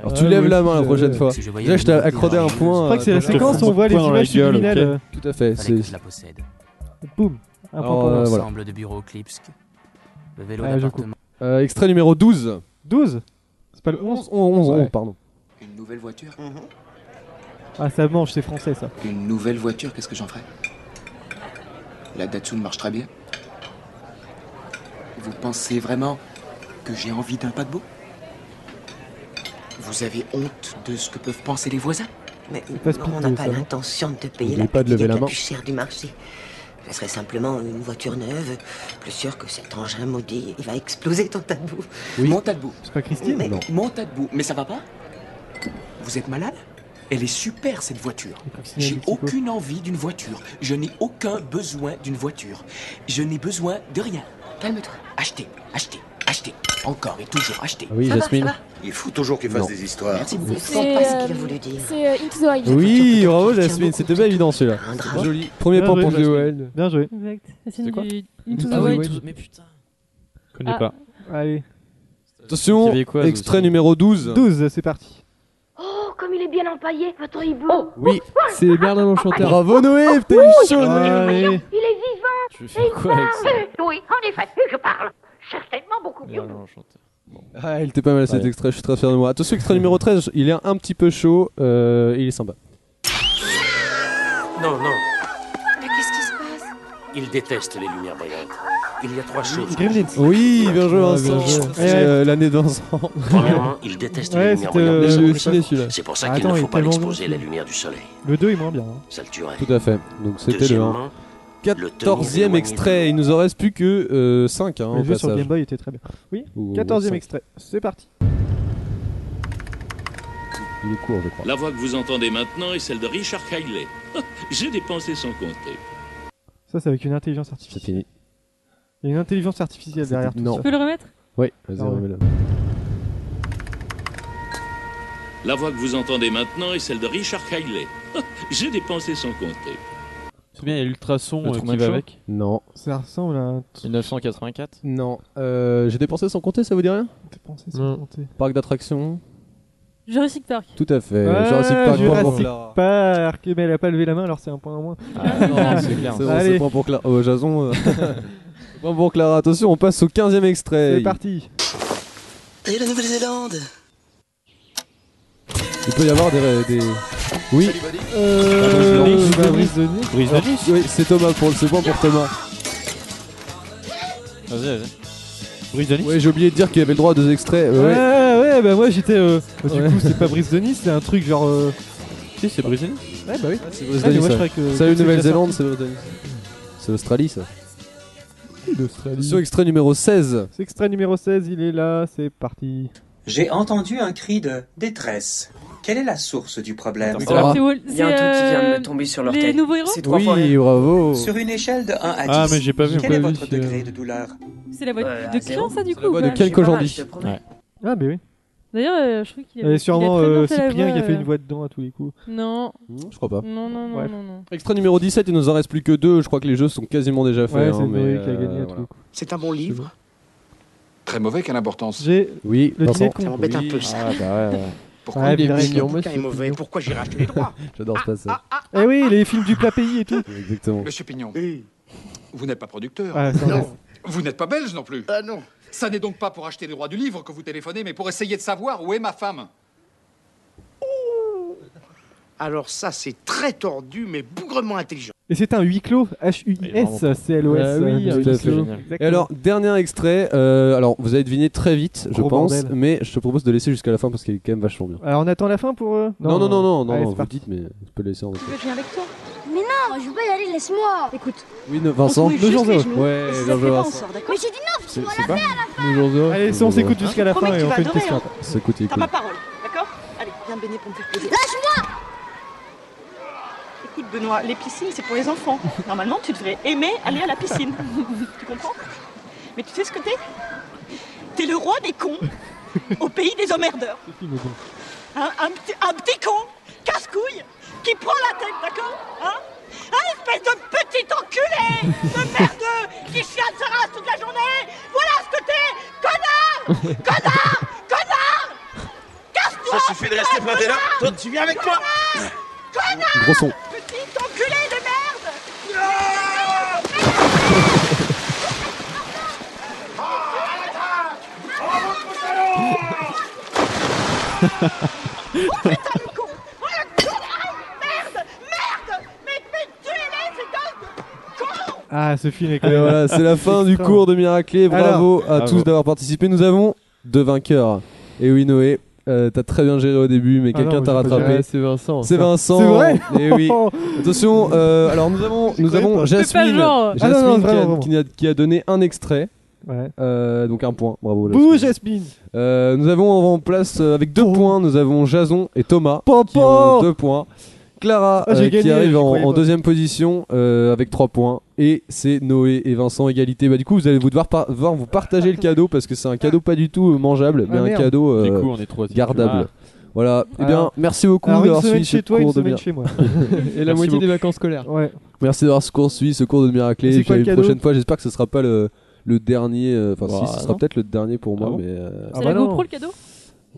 I: Alors tu
E: Ouais,
I: lèves
E: moi
I: la main la
E: aussi, j'avais.
I: prochaine fois.
P: Si je voyais
I: Déjà, je t'ai
P: le monde
I: accordé un
P: dans la
I: point.
E: Je crois que c'est
I: euh,
E: la
I: dans le
E: séquence où on voit les
C: Point dans la
E: images
C: gueule,
E: subliminales.
C: ok.
E: euh,
I: Tout à fait.
P: Fallait
I: c'est-
P: que je la possède.
E: Boum. Un point
I: Alors,
E: pour moi.
I: euh, voilà.
P: Oh, Ensemble de bureaux Klipsk. Le vélo
E: Ah, je
P: d'appartement.
I: Euh, Extrait numéro 12.
E: 12 C'est pas le 11
I: 11, 11,
E: Ouais.
I: pardon.
A: Une nouvelle voiture
E: Ah, ça mange, c'est français ça.
A: Une nouvelle voiture, qu'est-ce que j'en ferais La Datsun marche très bien. Vous pensez vraiment que j'ai envie d'un paquebot Vous avez honte de ce que peuvent penser les voisins
P: Mais
E: pas
P: non, on n'a
E: speedé,
P: pas
E: ça, non
P: l'intention de payer
I: N'oubliez
P: la
I: pas de lever
P: petite
I: la
P: la,
I: main.
P: plus chère du marché. Ce serait simplement une voiture neuve, plus sûr que cet engin maudit, il va exploser ton tabou.
I: Oui.
A: Mon tas de boue.
E: C'est pas Christine
A: Mais mon tas de boue. Mais ça va pas Vous êtes malade Elle est super cette voiture.
E: Christine
A: J'ai
E: Alexis, quoi.
A: aucune envie d'une voiture. Je n'ai aucun besoin d'une voiture. Je n'ai besoin de rien.
P: Calme-toi.
A: Acheter, acheter, acheter. Encore et toujours acheter.
I: Ah oui, Jasmine.
A: Il faut toujours qu'il
I: fasse Non.
A: des histoires. Merci beaucoup.
P: Je ne
L: C'est,
P: pas ce qu'il a
L: euh,
P: voulu dire.
L: C'est euh, Into the Wild.
I: Oui, bravo Jasmine, c'était bien évident celui-là. C'était Joli. Premier
E: Bien
I: point
E: joué,
I: pour Jasmine.
G: Joël.
E: Bien joué.
H: Exact. La
F: C'est
H: scène
F: quoi
H: du Into the
F: Ah ouais,
H: Wild.
F: tout- mais putain.
C: Je connais
H: Ah.
C: pas.
E: Allez.
I: Attention,
F: Québécoise
I: extrait
F: aussi.
I: numéro 12.
E: 12, c'est parti.
J: Oh, comme il est bien empaillé, votre hibou.
I: Oh, Oui.
G: C'est Bernard Enchanteur.
I: Bravo Noé, t'es chaud
E: Allez.
J: Il est vivant.
F: Tu fais quoi avec ça
J: Oui, en effet, je parle. Certainement beaucoup mieux.
F: Bien, non, chanteur.
I: Ah, il était pas mal cet
M: Ouais.
I: extrait, je suis très fier de moi. Attention, extrait numéro 13, il est un petit peu chaud, euh, il est sympa.
T: Non, non,
J: Mais qu'est-ce qui se passe
T: il déteste les lumières brillantes. Il y a trois choses.
E: Gremlins.
I: Oui, bien joué
E: Ouais,
I: Vincent.
E: bien joué.
I: C'est euh, l'année de Vincent.
T: Premièrement, il déteste
E: Ouais,
T: les
E: c'était,
I: C'était
T: lumières brillantes.
E: euh,
I: euh, le
E: le ciné,
I: ciné celui-là.
T: C'est pour
E: Ah,
T: ça qu'il
E: attends,
T: ne
E: il
T: faut
E: est
T: pas
E: tellement bon,
T: l'exposer à
E: ce
T: la
E: film.
T: lumière du soleil.
E: Le 2 est moins bien. hein.
T: Ça le tuerait.
I: Tout à fait, donc c'était le 1.
T: Deuxièmement, le tenir
I: 14 e
T: éloigné
I: extrait, il nous en reste plus que 5 hein,
E: Le
I: au
E: jeu sur
I: passage.
E: Game Boy était très bien. Oui,
I: Ou
C: euh,
E: 14 e
I: cinq.
E: extrait. C'est parti.
I: Il est court, je crois.
U: La voix que vous entendez maintenant est celle de Richard Kiley. J'ai dépensé sans compter.
E: Ça, c'est avec une intelligence
I: C'est
E: artificielle.
I: fini.
E: Il y a une intelligence artificielle derrière tout
I: non.
E: ça.
H: Tu peux le remettre
I: Ouais, vas-y,
E: Ah ouais.
I: remets-le.
U: La voix que vous entendez maintenant est celle de Richard Kiley. J'ai dépensé sans compter.
C: C'est bien, il y a l'ultrason
M: Le
C: euh, qui
M: Truman
C: va
M: Show
C: avec.
I: Non.
E: Ça ressemble à.
F: 1984
I: Non. Euh, J'ai dépensé sans compter, ça vous dit rien
E: Dépensé
I: sans compter. Parc d'attractions
H: Jurassic Park.
I: Tout à fait.
E: Ah,
I: Jurassic Park, point pour
E: Jurassic
I: Clara.
E: Park. Mais elle a pas levé la main, alors c'est un point en moins.
I: Ah, non, c'est clair. C'est bon,
E: Allez.
I: c'est point pour Clara. Oh, Jason. euh, c'est point pour Clara. Attention, on passe au 15 e extrait.
E: C'est parti.
S: Et la Nouvelle-Zélande
I: Il peut y avoir des. des- Oui.
E: Euh,
I: Brise
E: bah,
I: de
E: Brise de Nice.
I: Brise de Nice. Ah, Oui, c'est Thomas pour le c'est point pour Thomas.
F: Vas-y, vas-y.
C: Brise de Nice
I: Ouais, j'ai oublié de dire qu'il avait le droit à deux extraits.
E: Ouais,
I: euh, ouais.
E: ouais, bah moi j'étais. euh, bah, Du
I: Ouais.
E: coup, c'est pas Brise de Nice, c'est un truc genre. euh,
C: Si, c'est Brise de Nice.
E: Ouais, bah oui.
I: C'est Brise
E: Ah,
I: de
E: mais
I: Nice,
E: moi, je
I: ouais.
E: croyais que-
I: Salut
E: que c'est
I: Nouvelle-Zélande,
E: déjà
I: c'est Brise de Nice. C'est l'Australie ça.
E: l'Australie.
I: Sur extrait numéro 16.
E: C'est extrait numéro 16, il est là, c'est parti.
A: J'ai entendu un cri de détresse. Quelle est la source du problème
I: Attends, Ah. c'est
H: Wall- Il y a un c'est, truc qui vient de euh, me tomber sur leur les tête. nouveaux héros C'est trois fois
I: Oui,
H: rien.
I: bravo.
A: Sur une échelle de 1 à 10,
C: Ah, mais j'ai pas vu,
A: quel
C: j'ai
A: est
C: pas
A: votre degré de douleur
H: C'est la voix
A: Voilà,
H: de
A: euh, zéro.
H: Kian, ça, du
A: C'est
H: coup
A: la voix
H: ou
A: de
H: pas
A: Ken Kojandi.
E: Ouais. Ah, bah oui.
H: D'ailleurs, euh, je trouve qu'il a.
E: Et sûrement
H: il a très bien
E: euh,
H: fait la
E: Cyprien, il a
H: voix,
E: fait
H: euh,
E: une voix dedans à tous les coups.
H: Non.
I: Hmm, Je crois pas.
H: Non, non, non,
E: Bref.
H: non, non.
I: Extrait numéro 17, il nous en reste plus que deux. Je crois que les jeux sont quasiment déjà faits.
E: Ouais,
I: hein,
E: c'est
I: mais,
E: Noé qui a
I: euh,
E: gagné à tous
I: voilà.
E: les coups.
A: C'est un bon livre
V: Très mauvais, quelle importance
E: J'ai
I: Oui,
E: le dîner
I: Vincent.
E: con.
V: Ça m'embête un peu, ça.
I: Ah, bah ouais, ouais.
V: Pourquoi
E: Ouais,
V: il est
E: bien
V: mignon,
E: mignon,
V: le bouquin est
E: monsieur
V: mauvais Pourquoi j'ai racheté les droits
I: J'adore ce passage.
E: Eh oui, les films du plat pays ah. et tout.
I: Exactement.
V: Monsieur Pignon, vous n'êtes pas producteur.
E: Ah, ça, ouais.
V: non. Vous n'êtes pas belge non plus. Ah non. Ça n'est donc pas pour acheter les droits du livre que vous téléphonez, mais pour essayer de savoir où est ma femme.
K: Alors ça, c'est très tordu, mais bougrement intelligent.
E: Et c'est un huis clos,
I: Il est vraiment pas-
E: H-U-I-S, c'est LOS.
I: Ah oui,
E: euh,
I: tout à
E: huis
I: fait.
E: clos.
I: Et alors, dernier extrait. euh, alors, vous avez deviné très vite, je
E: Gros
I: pense,
E: bordel.
I: mais je te propose de laisser jusqu'à la fin parce qu'il est quand même vachement bien.
E: Alors, on attend la fin pour. euh,
I: Non, non, non, non, non,
E: Allez,
I: vous
E: c'est parti.
I: dites, mais je peux le laisser en
J: Je viens avec toi. Mais non, je veux pas y aller, laisse-moi. Écoute,
I: Oui, ne- Vincent,
J: se met juste
I: 2
J: les genoux.
I: Ouais,
J: Si ça
I: bien
J: te fait
I: joué,
J: pas, on
I: Vincent.
J: sort, d'accord Mais j'ai dit non,
I: C'est
J: tu dois
I: c'est
J: la
I: pas
J: faire.
E: Allez,
I: euh,
E: si on s'écoute jusqu'à la fin
J: Promets que
E: et
J: tu
E: on
J: vas
E: fait une
J: adorer,
E: question.
J: hein.
E: après.
I: C'est écoute,
J: T'as ma parole, d'accord Allez, viens me baigner pour me faire plaisir. Lâche-moi
W: Écoute Benoît, les piscines c'est pour les enfants. Normalement tu devrais aimer aller à la piscine. tu comprends Mais tu sais ce que t'es T'es le roi des cons au pays des emmerdeurs. Un, un petit, un petit con, casse-couille, qui prend la tête, d'accord Hein Un espèce de petit enculé De merdeux qui chiale sa race toute la journée Voilà ce que t'es Connard Connard Connard Casse-toi
A: Ça suffit de rester planté là Toi, tu viens avec moi
W: Connard
I: Gros son.
W: Petit enculé de merde
E: Ah, ce film est quand
I: Et
E: même.
I: voilà, c'est la fin du
E: extra.
I: cours de Miracle. Bravo à
E: Alors-
J: Ah,
E: Bravo.
I: tous d'avoir participé. Nous avons deux vainqueurs. Et oui, Noé, euh, t'as très bien géré au début, mais
M: Ah
I: quelqu'un
M: non,
I: t'a
M: mais j'ai pas
I: rattrapé.
M: géré, c'est Vincent,
I: C'est
M: ça.
I: Vincent.
M: C'est vrai
I: Et oui.
E: Oh.
I: Bah, Attention, euh, alors nous avons, nous
M: croyais
I: avons
M: pas. C'est pas
I: Jasmine,
M: le genre.
I: Jasmine
M: Ah non, non,
I: qui,
M: vraiment,
I: a-
M: vraiment.
I: qui a, qui a donné un extrait.
E: Ouais.
I: Euh, donc un point, bravo.
E: Bouh, Jasmine
I: Euh, nous avons en place euh, avec deux points, nous avons Jason et Thomas qui ont deux points. Clara
E: Ah,
I: euh,
E: j'ai
I: qui
E: gagné,
I: arrive
E: j'y
I: en,
E: croyais
I: en
E: pas.
I: deuxième position euh, avec trois points et c'est Noé et Vincent égalité. Bah du coup vous allez vous devoir, par- devoir vous partager le cadeau parce que c'est un cadeau pas du tout euh, mangeable mais
E: Ah,
I: un
E: merde.
I: cadeau euh,
E: Du coup, on est Ah. trois types.
I: gardable. Voilà. Eh bien
E: Alors-
I: merci beaucoup
E: alors, une
I: d'avoir
E: semaine
I: suivi
E: chez
I: ce
E: toi, une
I: cours de
E: semaine
I: Mir-
E: chez moi.
G: Et la
I: Merci
G: moitié des
I: beaucoup.
G: vacances scolaires.
E: Ouais.
I: Merci d'avoir ce cours suivi, ce cours de miracle.
G: Et c'est
I: Et puis
G: quoi
I: à
G: le
I: une
G: cadeau
I: prochaine fois, j'espère que ce sera pas le, le dernier. euh, Enfin,
E: Bah,
G: Ouah,
I: si, ce sera
G: non.
I: peut-être le dernier pour moi,
G: Ah bon
I: mais. euh,
H: C'est la GoPro le cadeau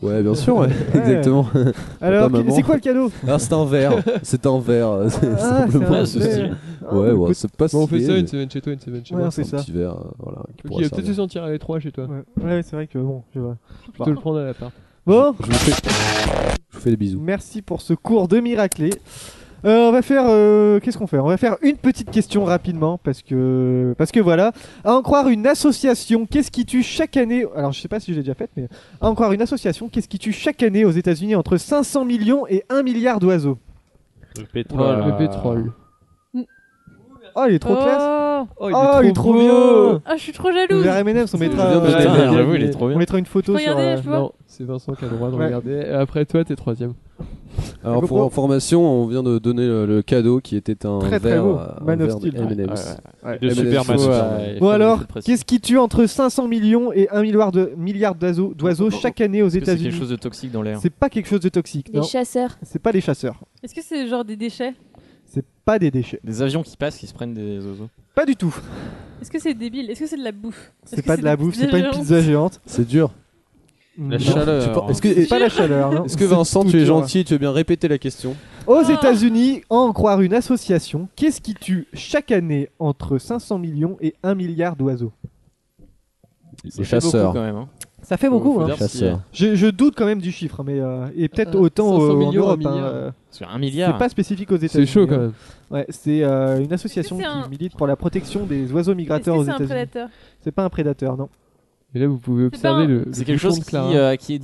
I: Ouais, bien sûr, ouais.
E: Ouais.
I: exactement.
E: Alors,
I: Pas maman.
E: c'est quoi le cadeau
I: Ah, c'est un verre. C'est un verre. euh, c'est
E: Ah, c'est
I: simplement-
E: un C'est verre. stylé. Ah,
I: Ouais,
E: bah,
I: ouais,
E: écoute.
I: c'est pas
G: Bon, on fait
I: stylé,
G: ça une
I: mais
G: semaine chez toi, une semaine chez
E: Ouais,
G: moi.
E: c'est
I: un
E: ça.
I: petit verre, euh, voilà, qui
G: Ok,
I: pourra
G: il va
I: servir.
G: peut-être se sentir à les trois chez toi.
E: Ouais, c'est vrai que bon, je vois. Bah.
G: Je te le prendre à la part.
E: Bon,
I: Je vous fais, je vous fais des bisous.
E: merci pour ce cours de Miraclé. Euh, on va faire. euh, Qu'est-ce qu'on fait On va faire une petite question rapidement parce que parce que voilà. À en croire une association, qu'est-ce qui tue chaque année Alors je sais pas si je l'ai déjà faite, mais à en croire une association, qu'est-ce qui tue chaque année aux États-Unis entre 500 millions et 1 milliard d'oiseaux
C: Le pétrole.
E: Ah.
G: Le pétrole.
E: Oh, il est trop
H: oh.
E: classe
H: Oh,
E: il est Oh, il est trop trop beau. vieux.
H: Ah, je suis trop jalouse
E: Vers M&M's, on mettra. euh,
G: Je viens de le dire,
E: on
G: j'avoue, il est trop bien.
E: On mettra une photo sur.
H: Regardez,
E: euh,
H: je vois.
G: Non, c'est Vincent qui a le droit de
E: Ouais.
G: regarder. Et après toi, t'es troisième.
I: Alors pour information, on vient de donner le, le cadeau qui était un
E: Très, très
I: verre,
E: beau.
I: euh, un
E: Man of
I: verre de
E: Steel.
I: M&M's.
E: Ouais, ouais.
I: M&M's,
E: De Superman.
I: faut, euh,
E: Bon alors, qu'est-ce qui tue entre 500 millions et 1 milliard de milliard d'oiseaux d'oiseaux
F: Oh, oh,
E: chaque année aux
F: est-ce que c'est
E: États-Unis
F: quelque chose de toxique dans l'air
E: C'est pas quelque chose de toxique.
L: Des
E: non.
L: chasseurs.
E: C'est pas les chasseurs.
H: Est-ce que c'est genre des déchets
E: C'est pas des déchets.
F: Des avions qui passent qui se prennent des oiseaux.
E: Pas du tout.
H: Est-ce que c'est débile Est-ce que c'est de la bouffe Est-ce
E: C'est
H: que
E: pas de la
H: des
E: bouffe. C'est
H: pizzas
E: pas une
H: géantes
E: pizza géante.
I: C'est dur.
E: La chaleur.
I: tu penses- Est-ce
E: C'est
I: que,
E: pas la chaleur, non.
I: Est-ce que
E: C'est
I: Vincent,
E: tout
I: tu es
E: dur.
I: gentil, tu veux bien répéter la question
E: Aux États-Unis, à en croire une association, qu'est-ce qui tue chaque année entre 500 millions et 1 milliard d'oiseaux
I: Les chasseurs.
E: Ça fait
I: Faut-
E: beaucoup.
I: faut
E: hein.
I: dire Chasseurs.
E: Je, je doute quand même du chiffre, mais euh, et peut-être
F: Euh,
E: autant
F: 500
E: euh, en
F: millions, un
E: Europe.
F: milliard.
E: euh,
F: Sur un milliard.
E: C'est pas spécifique aux
F: C'est
E: États-Unis.
F: chaud, quand
E: hein.
F: même.
E: Ouais, c'est euh, une association
H: Est-ce
E: qui
H: que c'est un-
E: milite pour la protection des oiseaux migrateurs
H: Est-ce
E: aux
H: que c'est un
E: États-Unis.
H: prédateur
E: C'est pas un prédateur, non.
G: Et là, vous pouvez observer le. le bouchon de Clara.
E: Eh ben,
F: euh,
E: Si.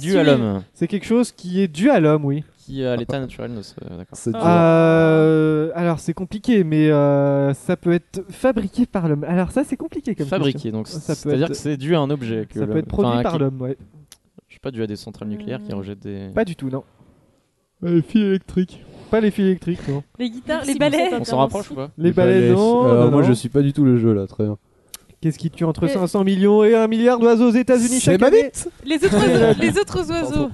E: C'est quelque chose qui est dû à l'homme, oui.
F: Qui
I: Ah,
F: euh, à l'état naturel ne se. D'accord.
E: Ah, Euh, alors c'est compliqué, mais euh, ça peut être fabriqué par l'homme. Alors ça c'est compliqué comme
F: Fabriqué,
E: question.
F: donc
E: Ça peut
F: c'est-à-dire
E: être-
F: que c'est dû à un objet. Que
E: ça peut
F: l'homme-
E: être produit
F: enfin,
E: par
F: qui-
E: l'homme, ouais.
F: Je sais pas, dû à des centrales nucléaires
E: Hmm.
F: qui rejettent des.
E: Pas du tout, non. Les fils électriques. Pas les fils électriques, non.
H: Les guitares, les
F: Merci pour
H: balais
F: cette On s'en rapproche ou pas
E: Les balais, non.
I: Alors,
E: non,
I: euh, moi,
E: non.
I: je suis pas du tout le jeu là, très bien.
E: Qu'est-ce qui tue entre
H: Mais-
E: 500 millions et 1 milliard d'oiseaux aux États-Unis
I: C'est
E: chaque
I: ma
E: année
I: bite
H: Les autres, oiseaux- les autres oiseaux.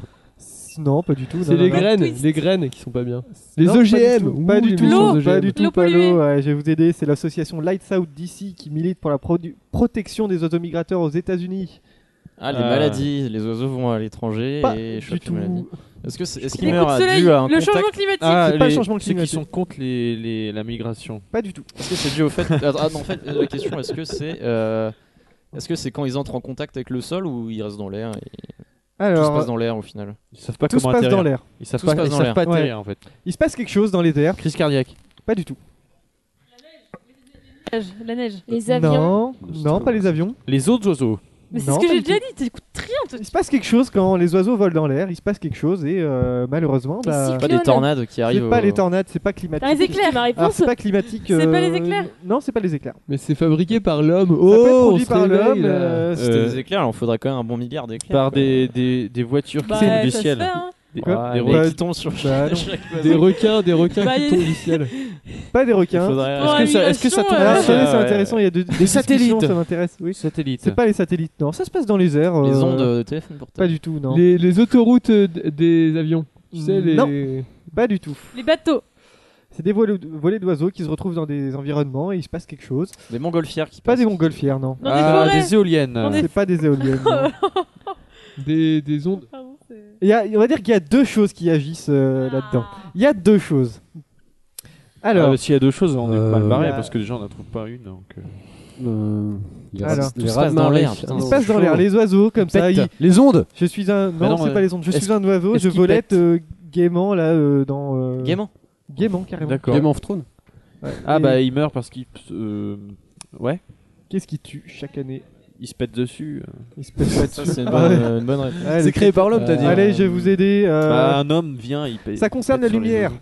E: Non, pas du tout.
G: C'est
E: non,
G: les
E: non, non.
G: graines, les graines qui sont pas bien. Les
F: E
E: Non, pas du
G: OGM,
E: tout, Pas du tout, E
G: L'eau,
E: pas du tout,
G: l'eau
E: pas
G: polluée.
E: l'eau. Ouais, je vais vous aider. C'est l'association Lights Out DC qui milite pour la produ- protection des oiseaux migrateurs aux États-Unis.
F: Ah, les
E: Euh,
F: maladies, les oiseaux vont à l'étranger
E: Pas
F: et
E: du
F: chopent
E: tout.
F: une maladie. Est-ce que c'est, est-ce
E: Les
F: qu'ils
E: coups de
F: meurent
E: soleil,
F: dû à un
E: le
F: contact
E: changement climatique.
C: Ah,
E: C'est pas le
C: les-
E: changement climatique.
C: Ceux qui sont contre les, les- la migration.
E: Pas du tout.
F: Est-ce que c'est dû au fait Attends, ah, non, en fait, la question est-ce que c'est euh, est-ce que c'est quand ils entrent en contact avec le sol ou ils restent dans l'air et tout se
E: Alors,
F: passe dans l'air au final
C: Ils savent pas
E: Tout se
C: comment
E: passe
C: atterrir.
E: dans l'air.
C: Ils savent
F: Tout
C: pas,
F: se passe
C: ils
F: dans
C: savent
F: l'air.
C: pas atterrir
E: Ouais.
C: en fait.
E: Il se passe quelque chose dans les airs.
C: Crise cardiaque.
E: Pas du tout.
H: La neige, La neige.
L: Les avions.
E: Non, non, pas les avions.
C: Les autres oiseaux.
H: Mais c'est
E: Non,
H: ce que
E: pas
H: j'ai
E: du
H: déjà dit, t'écoutes rien. toi.
E: Il se passe quelque chose quand les oiseaux volent dans l'air. Il se passe quelque chose et euh, malheureusement,
F: Les
E: bah,
F: cyclones. Pas des tornades qui arrivent euh,
E: C'est pas
F: au-
E: les tornades, c'est pas climatique.
H: T'as les éclairs, ma
E: Alors,
H: réponse.
E: c'est pas climatique.
H: C'est pas les
E: euh,
H: éclairs
E: Non, c'est pas les éclairs.
G: Mais c'est fabriqué par l'homme.
E: Ça peut être
G: Oh, on
E: produit
G: se
E: par
G: réveille,
E: l'homme.
G: là.
E: euh,
F: C'était
C: Euh,
F: des éclairs, alors faudrait quand même un bon milliard d'éclairs.
C: Par
F: quoi.
C: des, des, des voitcours qui
H: Bah,
C: tombent du
H: ça se
C: ciel.
H: fait, hein.
C: Des,
E: Quoi
C: des
E: Bah,
C: roquettes
E: bah,
C: qui tombent sur
E: bah, non.
C: chaque
G: Des
C: oiseau.
G: requins, des requins
H: Bah,
G: qui
H: il-
G: tombent du ciel.
E: Pas des requins.
C: Faudrait-
H: Pour euh,
C: Est-ce que ça- est-ce que ça
H: la
C: tombe
E: Alors,
C: sur-
E: attendez, c'est
C: ouais.
E: intéressant, il y a deux- des
C: Des
E: discussions,
C: satellites.
E: Ça m'intéresse, oui.
C: Satellites.
E: C'est pas les satellites, non. Ça se passe dans les airs.
F: Les
E: euh,
F: ondes de téléphone portable.
E: Pas du tout, non. Hmm,
G: Les, les autoroutes euh, d- des avions. Tu sais, les.
E: Non. Pas du tout.
H: Les bateaux.
E: C'est des volets volets d'oiseaux qui se retrouvent dans des environnements et il se passe quelque chose.
F: Des montgolfières qui
E: Pas des montgolfières, non.
H: Dans des
C: Ah,
H: forêts.
C: des éoliennes.
H: Dans des-
E: C'est pas des éoliennes. non.
G: Des, des ondes.
H: Pardon, c'est- Ah.
E: Il y a- on va dire qu'il y a deux choses qui agissent euh, là-dedans. Il y a deux choses.
C: Alors,
E: Alors,
C: Ah, bah, s'il y a deux choses, on est
I: Euh,
C: mal barré
E: bah-
C: parce que déjà on n'en trouve pas une. Donc... euh.
I: Euh, les
E: Alors,
I: rats-
E: tout
I: les
F: se
I: rats
F: passe
I: de
F: dans
I: marée.
F: l'air, putain.
E: il se
F: c'est
E: passe dans
F: chaud.
E: l'air. Les oiseaux, comme ça,
I: Pète.
E: ils-
I: Les ondes
E: Je suis un.
C: Bah
E: Non,
C: non,
E: c'est
C: euh,
E: pas les ondes. Je
C: est-ce
E: suis un oiseau.
C: est-ce
E: Je
C: qu'il
E: volais
C: pète
E: euh, gaiement là euh, dans. euh,
F: Gaiement.
E: Gaiement carrément.
C: D'accord.
I: Game of Thrones
E: Ouais.
C: Ah
E: Et
C: bah il meurt parce qu'il... euh, Ouais,
E: Qu'est-ce qui tue chaque année
C: il se pète dessus. euh.
E: Il se passe pas
F: Ça,
E: dessus.
F: c'est une
E: Ah
F: bonne,
E: ouais.
F: une bonne réponse.
E: Allez,
I: C'est créé par l'homme, t'as dit.
E: Allez, je vais vous aider. euh,
C: Bah, un homme vient, il pète.
E: ça concerne la
C: sur les
E: lumière.
C: oiseaux.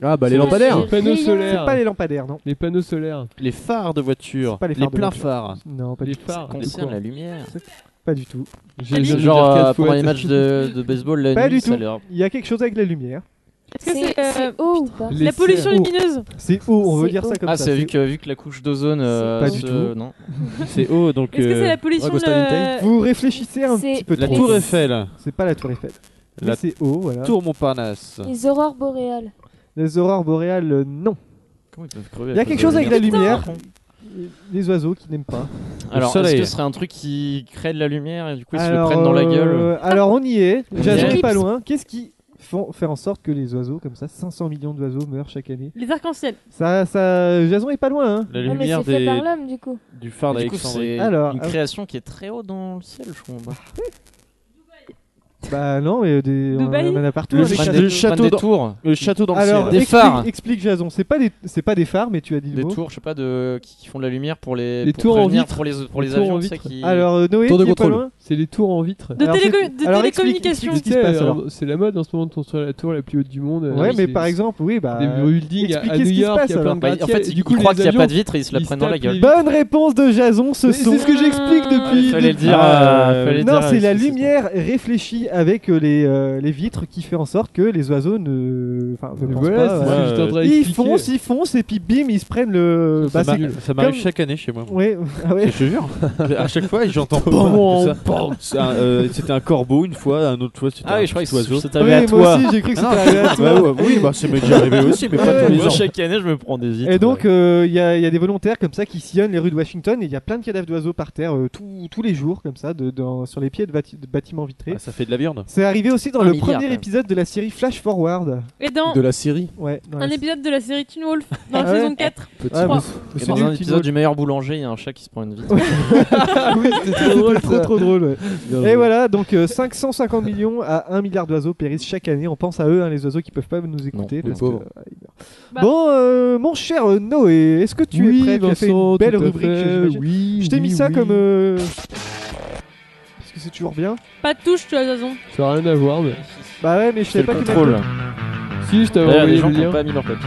I: Ah bah les
G: C'est-
I: lampadaires
G: Les panneaux
E: C'est
G: solaires.
E: pas les lampadaires, non.
G: Les panneaux solaires.
C: Les phares de voiture.
E: C'est pas les phares de
C: pleins
E: voiture.
C: phares.
E: Non, pas
G: Les
E: du tout.
G: phares.
F: Concerne la lumière.
E: Pas du tout.
G: J'ai- j'ai-
F: Genre
G: j'ai
F: euh,
G: quatre
F: pendant les
G: fouettes.
F: matchs de, de baseball, la
E: Pas
F: nuit,
E: du
F: ça
E: tout.
F: leur-
E: Il y a quelque chose avec la lumière.
H: Est-ce que c'est
L: c'est
H: euh,
L: c'est haut ou pas
G: Les
H: la pollution
G: cerfs.
H: lumineuse
E: C'est haut, on veut
L: C'est
E: dire ça
L: haut.
E: comme
F: Ah,
E: ça.
F: c'est vu que, vu que la couche d'ozone. euh,
E: Pas du
F: se-
E: tout.
F: Non.
C: C'est haut, donc...
H: Est-ce que c'est
C: euh,
H: la pollution
C: Augusta Vintage.
H: de...
E: Vous réfléchissez un
L: C'est
E: petit peu
C: La
E: trop.
C: tour Eiffel.
E: C'est pas la tour Eiffel.
C: La
E: Mais c'est haut, voilà.
C: Tour Montparnasse.
L: Les aurores boréales.
E: Les aurores boréales, euh, non.
F: Comment ils peuvent crever à
E: Il y a
F: cause
E: quelque
F: de
E: chose avec la lumière.
F: Putain.
E: Les oiseaux qui n'aiment pas.
F: Alors, est-ce
C: soleil.
F: que ce serait un truc qui crée de la lumière et du coup ils
E: Alors,
F: se le prennent dans la gueule
E: euh, alors on y est.
C: Ah,
F: On y
E: Jason
F: est.
E: est pas loin. Qu'est-ce qui font faire en sorte que les oiseaux comme ça, 500 millions d'oiseaux meurent chaque année
H: Les arcs-en-ciel.
E: Ça, ça, Jason est pas loin. hein.
C: La
L: Ah, mais
C: lumière
L: c'est fait par
C: des...
L: l'homme du coup.
C: du phare
F: Mais Du coup, c'est
C: d'Alexandrie.
E: Alors,
F: une
E: euh,
F: création qui est très haut dans le ciel, je comprends pas.
E: Bah non, mais des, on,
H: Dubaï
E: en a partout.
C: Le
E: hein, des
C: ch-
F: Prennent
E: châteaux.
F: des-
C: le château
F: prennent des
C: dans-
F: tours,
C: Le château dans le
E: Alors,
C: ciel.
F: Des
E: explique-
F: phares.
E: Explique Jason. C'est pas des, c'est pas des phares, mais tu as dit le
F: des
E: mot.
F: tours, je sais pas, de qui qui font de la lumière pour les,
G: Des
F: pour
G: tours en
F: prévenir
G: vitre.
F: pour les pour
G: Des
F: les
G: tours en
F: avions, tu sais,
G: vitre.
F: qui.
E: Alors euh, Noé,
G: Tour de
E: qui est pas
G: contrôle.
E: loin.
G: C'est les tours en vitre.
H: De,
E: Alors, c'est-
H: téléco- de
E: alors, explique-
H: télécommunications.
E: explique ce qui se
G: Tu sais,
E: passe,
G: euh,
E: alors.
G: C'est la mode en ce moment de construire la tour la plus haute du monde. euh,
E: Ouais,
G: c'est-
E: mais par exemple, oui, bah.
G: Des buildings à- à
E: expliquez
G: New
E: ce qui se
G: York,
E: passe,
G: il y a
E: alors.
G: plein de
F: Bah, en fait,
G: gratte-ciel,
F: ils
G: et du coup,
F: croient
G: les
F: qu'il n'y a
G: avions,
F: pas de vitre et ils se la
G: ils
F: prennent
G: se
F: dans la
G: tapent
F: gueule.
G: les-
E: Bonne réponse de Jason. Ce
G: Mais C'est
E: sont.
G: ce que j'explique depuis.
F: Fallait le dire.
C: Ah,
F: euh, fallait le
E: Non,
F: dire,
E: c'est la
F: bon.
E: lumière réfléchie aussi avec euh, les, euh, les vitres qui fait en sorte que les oiseaux ne. Enfin, ne pensent
C: voilà,
E: pas,
C: c'est
E: euh,
C: ce que j'étais en train
E: Ils
C: d'expliquer.
E: foncent, ils foncent, et puis bim, ils se prennent le.
C: Ça
E: bah, c'est
C: m'arrive ça m'arrive
E: comme-
C: chaque année chez moi.
E: Ouais, ah ouais.
C: Je te jure. à chaque fois, j'entends
E: Pam,
C: pam,
E: pam,
C: tout ça. C'est un, euh, C'était un corbeau une fois, un autre fois c'était
F: Ah oui,
C: un
F: je croyais
C: petit
F: que
C: oiseau.
F: c'était arrivé Oui, à moi toi. aussi, j'ai cru que
C: Ah non,
E: c'était arrivé à
C: bah
E: toi.
C: ouais, oui, bah c'est m'est déjà arrivé aussi, mais
E: Ah
C: pas
E: ouais.
C: tous les
E: Moi,
C: ans.
E: chaque
F: année, je me prends des
E: Et donc, euh, il y, a- il y a des volontaires comme ça qui sillonnent les rues de Washington et il y a plein de cadavres d'oiseaux par terre euh, tous- tous les jours, comme ça, de- dans- sur les pieds de, bati- de bâtiments vitrés.
C: Ah, ça fait de la viande.
E: C'est arrivé aussi dans
C: Un
E: le
C: milliard, quand
E: premier
C: même.
E: épisode de la série Flash Forward.
H: Et dans-
I: De la série
E: Ouais. dans la
H: Un épisode de la série Teen Wolf dans la
E: Ah ouais.
H: saison 4.
E: Petit
H: je crois.
E: bouffe.
F: Et
E: C'est
F: dans
E: nul,
F: un
E: Teen
F: épisode
E: Wolf.
F: du meilleur boulanger, il y a un chat qui se prend une vitre.
E: oui, c'était
I: Ah,
E: trop drôle, trop, trop drôle. ouais.
F: Bien
E: Et
F: joué.
E: voilà, donc euh, 550 millions à 1 milliard d'oiseaux périssent chaque année. On pense à eux, hein, les oiseaux qui peuvent pas nous écouter.
I: les
E: parce
I: pauvres.
E: que, euh, ils meurent. Bon, euh, mon cher euh, Noé, est-ce que tu
I: Oui,
E: es prêt Tu as fait
I: Vincent,
E: une belle
I: tout à
E: rubrique.
I: fait,
E: j'imagine.
I: oui,
E: je t'ai mis
I: oui,
E: ça
I: oui.
E: comme. euh, Parce que c'est toujours bien.
H: Pas de touche, tu as raison.
I: Ça n'a rien à voir, mais.
E: Bah ouais, mais je
I: C'est
E: savais
I: le
E: pas que
I: contrôle.
G: Si, je t'avais
F: D'ailleurs,
G: envoyé
F: les gens
G: le
F: qui
G: lien.
F: ont pas mis leur papier.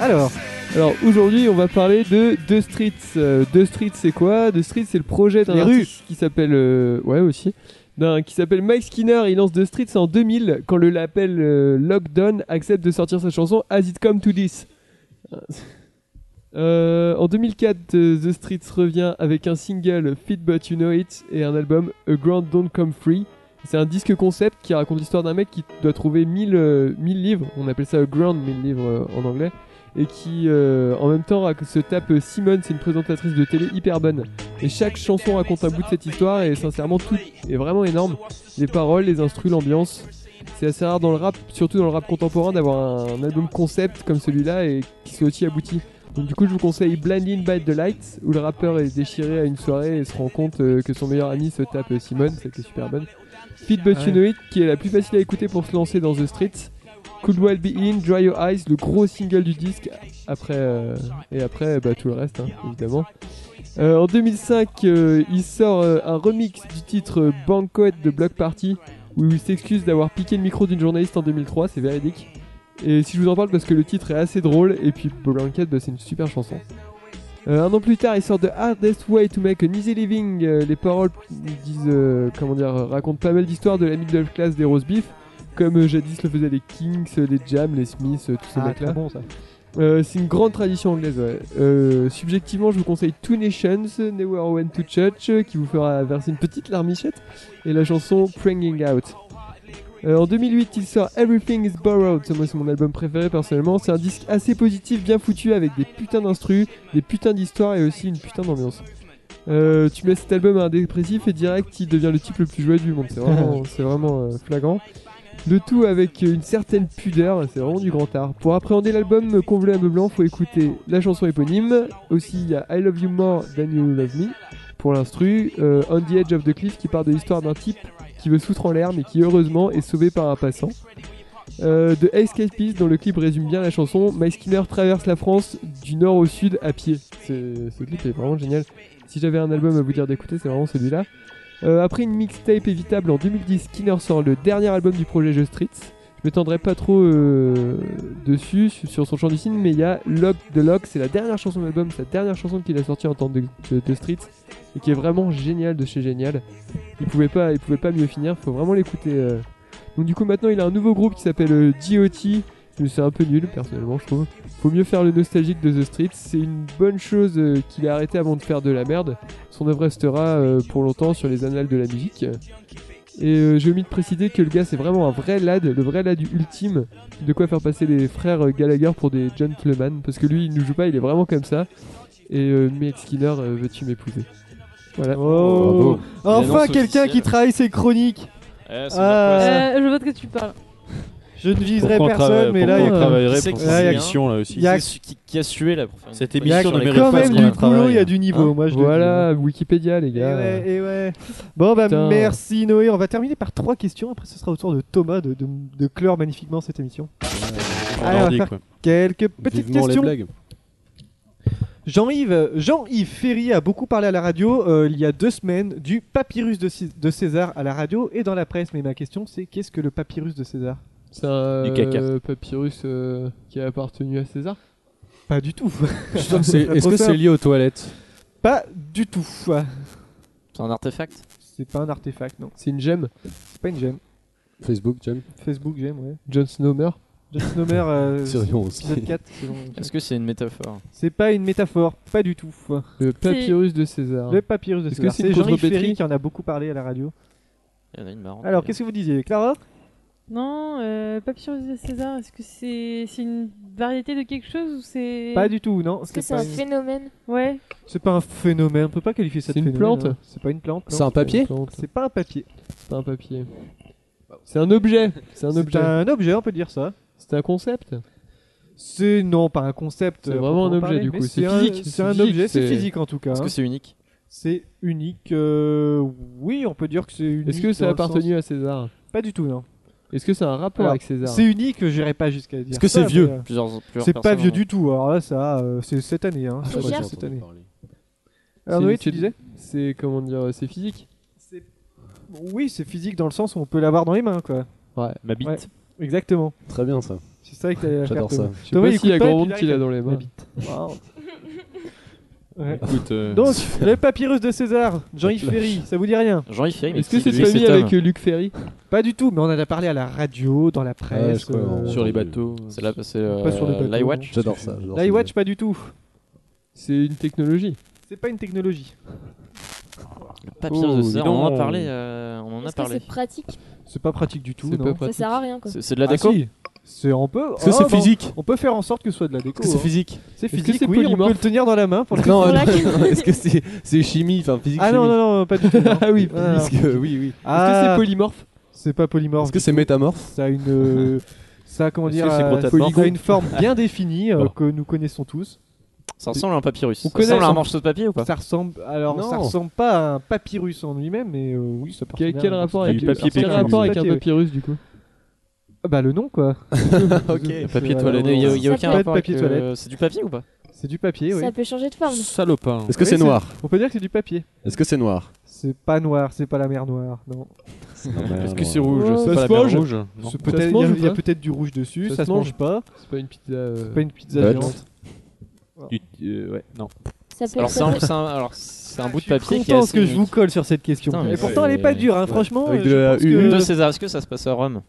E: Alors
G: Alors aujourd'hui, on va parler de The Streets. Euh, The Streets, c'est quoi The Streets, c'est le projet d'un
E: Les rues.
G: artiste qui s'appelle. euh, ouais, aussi. d'un- qui s'appelle Mike Skinner. Il lance The Streets en 2000 quand le label euh, Lockdown accepte de sortir sa chanson As It Come to This. Euh, en 2004, euh, The Streets revient avec un single Fit But You Know It et un album A Grand Don't Come Free. C'est un disque concept qui raconte l'histoire d'un mec qui doit trouver 1000, euh, 1000 livres, on appelle ça A Grand 1000 livres euh, en anglais, et qui euh, en même temps rac- se tape euh, Simone, c'est une présentatrice de télé hyper bonne. Et chaque chanson raconte un bout de cette histoire et sincèrement tout est vraiment énorme. Les paroles, les instrus, l'ambiance. C'est assez rare dans le rap, surtout dans le rap contemporain, d'avoir un album concept comme celui-là et qui soit aussi abouti. Donc du coup, je vous conseille Blinding by the Lights, où le rappeur est déchiré à une soirée et se rend compte euh, que son meilleur ami se tape euh, Simone, celle qui est super bonne. Fit But
E: Ouais.
G: You Know It, qui est la plus facile à écouter pour se lancer dans The Streets. Could Well Be In, Dry Your Eyes, le gros single du disque, après, euh, et après bah, tout le reste, hein, évidemment. Euh, en 2005, euh, il sort euh, un remix du titre euh, Banquet de Block Party, où il s'excuse d'avoir piqué le micro d'une journaliste en 2003, c'est véridique. Et si je vous en parle parce que le titre est assez drôle, et puis Blanket, bah, c'est une super chanson. Euh, un an plus tard, il sort The Hardest Way to Make an Easy Living. Euh, les paroles disent, euh, comment dire, euh, racontent pas mal d'histoires de la middle class des rose beef, comme euh, jadis le faisaient les Kings, euh, les Jam, les Smiths, euh, tous ces
E: Ah,
G: mecs-là.
E: très bon, ça.
G: Euh, c'est une grande tradition anglaise. ouais. Euh, subjectivement, je vous conseille Two Nations, Never Went to Church, euh, qui vous fera verser une petite larmichette, et la chanson Praying Out. Euh, en 2008, il sort Everything is Borrowed. Ça, Moi, c'est mon album préféré personnellement. C'est un disque assez positif, bien foutu, avec des putains d'instrus, des putains d'histoires et aussi une putain d'ambiance. Euh, tu mets cet album à un dépressif et direct, il devient le type le plus joué du monde. C'est vraiment, c'est vraiment, euh, flagrant. Le tout avec une certaine pudeur, c'est vraiment du grand art. Pour appréhender l'album Convolé à me blanc, faut écouter la chanson éponyme. Aussi, il y a I Love You More Than You Love Me pour l'instru. euh, On the Edge of the Cliff qui part de l'histoire d'un type qui veut se foutre en l'air mais qui heureusement est sauvé par un passant. Euh, de Escapist, dont le clip résume bien la chanson, Mike Skinner traverse la France du nord au sud à pied. Ce ce clip est vraiment génial. Si j'avais un album à vous dire d'écouter, c'est vraiment celui-là. Euh, après une mixtape évitable en 2010, Skinner sort le dernier album du projet The Streets. Je m'étendrai pas trop euh, dessus su- sur son chant du signe, mais il y a Lock de Lock, c'est la dernière chanson de l'album, c'est la dernière chanson qu'il a sortie en tant que de, de- de Streets et qui est vraiment géniale de chez génial. Il pouvait pas, il pouvait pas mieux finir, faut vraiment l'écouter. euh. Donc du coup maintenant il a un nouveau groupe qui s'appelle euh, DOT. mais C'est un peu nul personnellement je trouve. Faut mieux faire le nostalgique de The Streets. C'est une bonne chose euh, qu'il a arrêté avant de faire de la merde. Son œuvre restera euh, pour longtemps sur les annales de la musique. Et euh, j'ai omis de préciser que le gars c'est vraiment un vrai lad, le vrai lad ultime, de quoi faire passer les frères euh, Gallagher pour des gentlemen, parce que lui il ne joue pas, il est vraiment comme ça. Et euh, Mick Skinner, euh, veux-tu m'épouser Voilà.
E: Oh. Enfin quelqu'un qui travaille ses chroniques.
F: Eh, c'est
E: Ah.
H: Euh, je vote que tu parles.
E: Je ne viserai
C: Pourquoi on
E: personne,
C: travaille-
E: mais là, il y
C: pourquoi
E: a
C: on
E: quand même-
C: travaillerait
E: C'est
C: pour
E: que c'est
C: cette
E: bien.
C: émission, là, aussi
E: Il y a-
F: C'est qui, qui a sué là pour faire une
C: Cette
F: chronique
C: émission
F: sur
C: ne
F: les
C: mérite
F: coffres.
E: quand même du boulot, il y a du niveau,
F: Hein
E: moi je le
G: Voilà, Wikipédia les
E: dis. Et
G: gars.
E: eh ouais, et ouais. Bon bah
G: Putain.
E: merci Noé, on va terminer par trois questions, après ce sera au tour de Thomas de, de- de clore magnifiquement cette émission. Allez, on va
I: Nordique,
E: faire
I: quoi.
E: quelques petites
I: Vivement les
E: questions.
I: blagues.
E: Jean-Yves Jean-Yves Ferry a beaucoup parlé à la radio euh, il y a deux semaines du papyrus de, Cé- de César à la radio et dans la presse, mais ma question c'est qu'est-ce que le papyrus de César
G: C'est un
M: Du caca.
G: euh, papyrus euh, qui a appartenu à César
E: Pas du tout.
I: Je trouve que c'est- est-ce que c'est lié aux toilettes
E: Pas du tout.
F: C'est un artefact
E: C'est pas un artefact, non.
G: C'est une gemme
E: C'est pas une gemme.
I: Facebook, j'aime.
E: Facebook, j'aime, ouais.
G: John Snow meurt
E: John Snomer, euh,
I: Tyrion aussi.
E: épisode 4, saison-
F: Est-ce que c'est une métaphore
E: C'est pas une métaphore, pas du tout.
G: Le papyrus de César.
E: Le papyrus de
G: Est-ce que
E: César.
G: c'est une
E: C'est Jean-Yves
G: contrepétrie
E: Ferry qui en a beaucoup parlé à la radio.
F: Il y en a une marrante.
E: Alors, qu'est-ce que vous disiez, Clara
H: Non, euh, Papyrus de César, est-ce que c'est c'est une variété de quelque chose ou c'est.
E: Pas du tout, non.
L: Est-ce que c'est un phénomène
H: Ouais.
E: C'est pas un phénomène, on peut pas qualifier ça de
G: C'est une
E: phénomène,
G: plante
E: hein. C'est pas une plante.
I: C'est
E: non.
I: un papier
E: C'est pas un papier.
G: C'est un papier. C'est un objet. C'est un
E: C'est
G: objet.
E: un objet, on peut dire ça.
G: C'est un concept.
E: C'est non, pas un concept.
G: C'est
E: euh,
G: vraiment un
E: proprement
G: objet
E: parlé,
G: du
E: mais
G: coup. C'est
E: C'est un-
G: physique.
E: C'est un objet, c'est
G: c'est-
E: physique en tout cas.
F: Est-ce
E: hein.
F: que c'est unique
E: C'est unique. euh, Oui, on peut dire que c'est unique.
G: Est-ce que ça a
E: dans le sens-
G: appartenu à César
E: Pas du tout, non.
G: Est-ce que ça a un rapport
E: Alors,
G: avec César
E: C'est unique, j'irai pas jusqu'à dire.
G: Est-ce que
E: ça,
G: c'est vieux
E: mais, euh,
F: Plusieurs- plusieurs
E: C'est pas
F: personnes
E: vieux
L: hein.
F: en ont.
E: du tout. Alors là, ça, euh, c'est cette année.
L: Ah,
E: Hein.
G: C'est
E: Ouais,
G: cher.
E: cette année.
G: C'est
E: Alors, Noé,
G: une-
E: tu disais
G: C'est comment dire C'est physique.
E: Oui, c'est physique dans le sens où on peut l'avoir dans les mains, quoi.
G: Ouais.
C: Ma bite.
E: Ouais, exactement.
I: Très bien ça.
E: C'est ça que t'allais la
I: J'adore
E: faire,
I: ça.
E: Thomas.
G: Je sais
E: Thomas,
G: pas
E: il
G: s'il y a
E: écoute pas,
G: grand
E: et
G: monde
E: puis
G: qui
E: il
G: l'a
E: arrive
G: dans les
E: avec
G: mains.
E: la bite. Wow. Ouais.
C: Écoute, euh,
E: Donc, le papyrus de César, Jean-Yves
C: Hop là.
E: Ferry, ça vous dit rien
F: Jean-Yves Ferry, mais
G: Est-ce que
F: qui
G: c'est
F: est lui,
G: familier
F: cet
G: avec
F: homme
G: euh, Luc Ferry
E: Pas du tout, mais on en a parlé à la radio, dans la
I: Ouais,
E: presse.
I: je crois,
E: euh,
I: on-
C: Sur les bateaux.
F: C'est la- c'est,
E: Pas sur les
F: euh,
E: bateaux,
F: l'iWatch
I: J'adore ça. j'adore ça.
E: L'iWatch, pas du tout.
G: C'est une technologie.
E: C'est pas une technologie.
F: Le papyrus de
I: Oh,
F: César, on en
I: non.
F: a parlé. euh, on en a
L: Est-ce que
F: parlé.
L: c'est pratique
E: C'est pas pratique du tout.
G: C'est
E: non.
G: pas
L: Ça
G: pratique.
L: sert à rien quoi.
F: C'est c'est de la
E: Ah,
F: déco
E: si. C'est on peut.
I: Est-ce que
E: Ah,
I: c'est
E: bah, on-
I: physique
E: On peut faire en sorte que ce soit de la déco.
I: Est-ce que c'est
E: hein.
I: physique
E: C'est
G: Est-ce que
E: physique,
G: c'est
E: oui, on peut le
G: polymorphe
E: tenir dans la main pour le
I: Non,
L: sur la
I: non, non, est-ce que c'est c'est chimie, enfin physique
E: Ah non, non, non, pas du tout. non.
G: Ah oui.
E: Ah, non.
I: Parce que, oui, oui.
G: Est-ce que
E: Ah,
G: c'est polymorphe
E: c'est pas polymorphe.
I: Est-ce que c'est métamorphe
E: Ça a une. euh, ça, comment
C: Est-ce
E: dire.
C: que c'est
E: euh,
C: protamorphe
E: ça a une forme bien définie euh,
C: Bon.
E: que nous connaissons tous.
F: Ça ressemble à un papyrus.
E: On
F: ça ressemble
E: connaît-
F: à un morceau de papier ou pas
E: Ça ressemble. Alors, ça
I: Non.
E: ressemble pas à un papyrus en lui-même, mais euh, oui, ça
G: Quel,
E: appartient
G: quel
E: à un
G: rapport
C: du
G: avec
C: papier
G: quel
C: pécule.
G: rapport avec un
E: Papier, oui.
G: papyrus du coup
E: Ah Bah, le nom, quoi.
I: Ok.
E: C'est-
C: papier
F: Il
E: euh,
C: toilette.
F: n'y a, y a
L: Ça
F: aucun
L: peut être
F: rapport avec,
E: papier
F: euh,
E: toilette.
F: C'est du papier ou pas
E: C'est du papier, oui.
L: Ça peut changer de forme.
C: Salopin.
I: Est-ce que
E: Oui,
I: c'est noir
E: On peut dire que c'est du papier.
I: Est-ce que c'est noir
E: C'est pas noir, c'est pas la mer noire, non.
C: Est-ce que c'est rouge
G: Oh,
C: C'est
G: ça
C: pas la
G: se
C: mer
G: mange.
C: rouge Non.
E: C'est
G: Ça
E: peut-être-
G: se
E: Il y a-
G: mange ou
E: il y a,
G: pas
E: peut-être du rouge dessus,
G: Ça
E: ça,
G: se
E: se mange pas.
G: C'est pas une pizza. euh,
E: C'est pas une pizza
I: Butch.
E: géante.
C: Du- euh, ouais, non.
L: Ça peut
F: Alors c'est
L: ça
F: un,
L: peut-
F: c'est un- alors, c'est un bout de
E: Ah, Je suis
F: papier qui est
E: content
F: assez
E: que je vous
F: unique.
E: colle sur cette question.
F: Putain, Ah, mais
E: Et pourtant,
F: c'est-
E: elle est pas dure, hein, franchement.
I: Avec
E: euh,
I: de
E: je
I: la
E: pense
I: U.
E: que-
F: De César, est-ce que ça se passe à Rome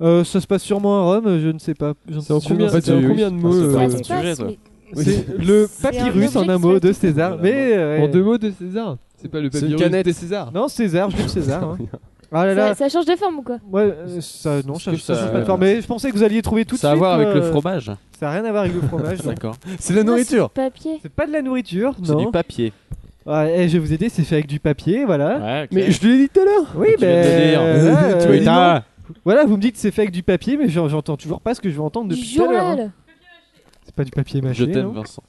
E: Euh, ça se passe sûrement à Rome, je ne sais pas. Je ne-
G: C'est en
E: je
G: combien,
E: n'en sais
G: c'est en
I: oui,
G: combien de mots
F: c'est
G: euh,
F: pas
L: Ça
F: ton
L: se
F: sujet,
L: passe,
F: toi.
L: mais-
E: C'est le
L: C'est un
E: papyrus
L: objet
E: en un
L: qui
E: mot
L: se
E: de
L: fait-
E: César.
I: Voilà.
E: Mais euh,
G: En deux mots de César C'est pas le
I: C'est une
G: papyrus
I: canette.
G: de César
E: non, César, je dis César. hein. Ah là là,
L: Ça, ça change de forme ou quoi
E: ouais, euh, ça, non,
C: Est-ce
E: ça,
C: que
E: ça
C: ça-
E: change pas de forme. Mais je pensais que vous alliez trouver tout de
C: Ça a à
E: suite,
C: voir avec le
E: euh,
C: fromage.
E: Ça a rien à voir avec le fromage. non.
C: D'accord.
I: C'est de la
L: Non,
I: nourriture
L: c'est Papier.
E: C'est pas de la nourriture,
C: C'est
E: non.
C: du papier.
E: Ouais, eh, je vais vous aider, c'est fait avec du papier, voilà.
F: Ouais, ok.
I: Mais je te l'ai dit tout à l'heure
E: Oui,
C: viens de le dire.
E: ben.
I: Tu m'as dit
E: voilà, euh, Voilà, vous me dites c'est fait avec du papier, mais j'en- j'entends toujours pas ce que je vais entendre
L: Du
E: depuis tout à l'heure. hein.
L: journal.
E: C'est pas du papier
C: Je
E: mâché. hein.
C: t'aime,
E: non
C: Vincent.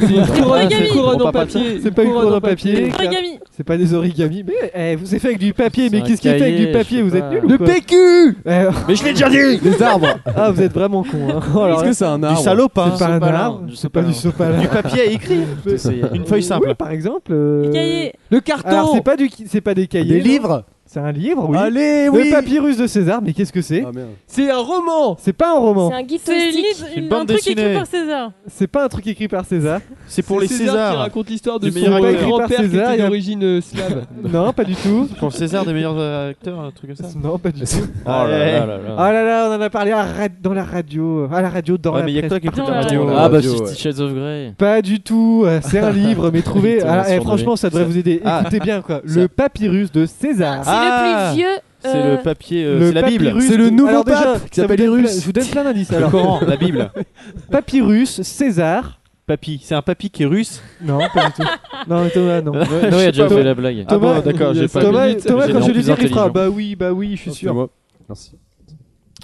G: Couronne
H: Origami.
G: couronne
F: On
G: en
F: parle pas de
G: papier
E: C'est pas une couronne en papier.
H: Origami
E: C'est pas des origamis, mais eh, vous êtes fait avec du papier,
F: C'est
E: mais
F: un
E: qu'est-ce qui est fait avec
F: cahier,
E: du papier
F: je sais
E: Vous êtes
F: pas.
E: nul
F: Le
E: PQ
I: Mais je l'ai déjà dit Les arbres
E: oh. Ah, vous êtes vraiment con. Hein. Oh, alors
I: Est-ce
E: là,
I: que c'est un arbre
E: salopin C'est pas un
F: sopalin,
E: arbre,
F: du
E: c'est pas du sopalin.
R: Du papier à écrire.
F: T'essayais.
R: Une feuille simple.
E: Oui, par exemple. euh,
H: Le cahier
G: Le carton
E: Alors, c'est pas, du... qui- c'est pas des
I: Des
E: cahiers. non.
I: livres
E: C'est un livre, oui.
I: Allez,
E: Le
I: oui
E: papyrus de César, mais qu'est-ce que c'est
I: Ah merde.
G: C'est un roman
E: C'est pas un roman.
L: C'est un guide
H: C'est une,
L: touristique.
H: livre-
R: une
H: une- un
R: bande
H: truc écrit
R: dessinée.
H: par César.
E: C'est pas un truc écrit par César.
R: C'est pour les
G: C'est César qui
R: Césars.
G: raconte l'histoire de
R: Du
G: son
R: meilleur acteur.
G: grand-père qui
E: César,
G: était
E: il y a-
G: d'origine euh, slave.
E: non, pas du tout.
R: Pour le César des meilleurs euh, acteurs, un truc comme ça.
E: Non, pas du tout.
C: Oh là là là là.
E: Ah là là, on en a parlé à ra- dans la radio, à la radio, dans
C: Ouais,
E: la
C: mais il y a que
E: presse.
C: toi qui écoutes
H: Dans
C: la
H: la
C: radio.
E: euh,
F: Ah bah
I: radio,
F: c'est
I: ouais.
F: Shades of Grey.
E: Pas du tout, euh, c'est un livre, mais trouvez.
F: Thomas
E: Ah, eh,
F: Sandré.
E: franchement, ça devrait vous aider.
C: Ah.
E: Écoutez bien quoi.
C: Ça-
E: Le papyrus de César.
L: C'est
C: Ah.
L: le plus vieux.
C: C'est
L: euh,
C: le papier, euh, c'est la Bible.
E: papyrus
I: C'est le
E: de-
I: nouveau
E: Alors déjà,
I: pape qui
E: ça vous
I: s'appelle
E: donne
I: les
E: plein-
I: Russes.
E: Je vous donne plein d'indices.
C: Le
E: Alors,
C: Coran, la Bible.
E: papyrus, César.
C: Papy, c'est un papy qui est russe.
E: Non, pas du tout. Non, Thomas, non.
F: Noé a déjà
E: pas.
F: fait la blague.
E: Thomas,
C: Ah bon, d'accord, j'ai pas
E: Thomas,
C: vu.
E: Thomas,
C: J'ai
E: quand
C: l'air
E: je lui
C: plus
E: dirai, il Ah, fera
C: intelligent.
E: bah oui, bah oui, je suis
I: Oh, c'est
E: sûr.
I: moi. Merci.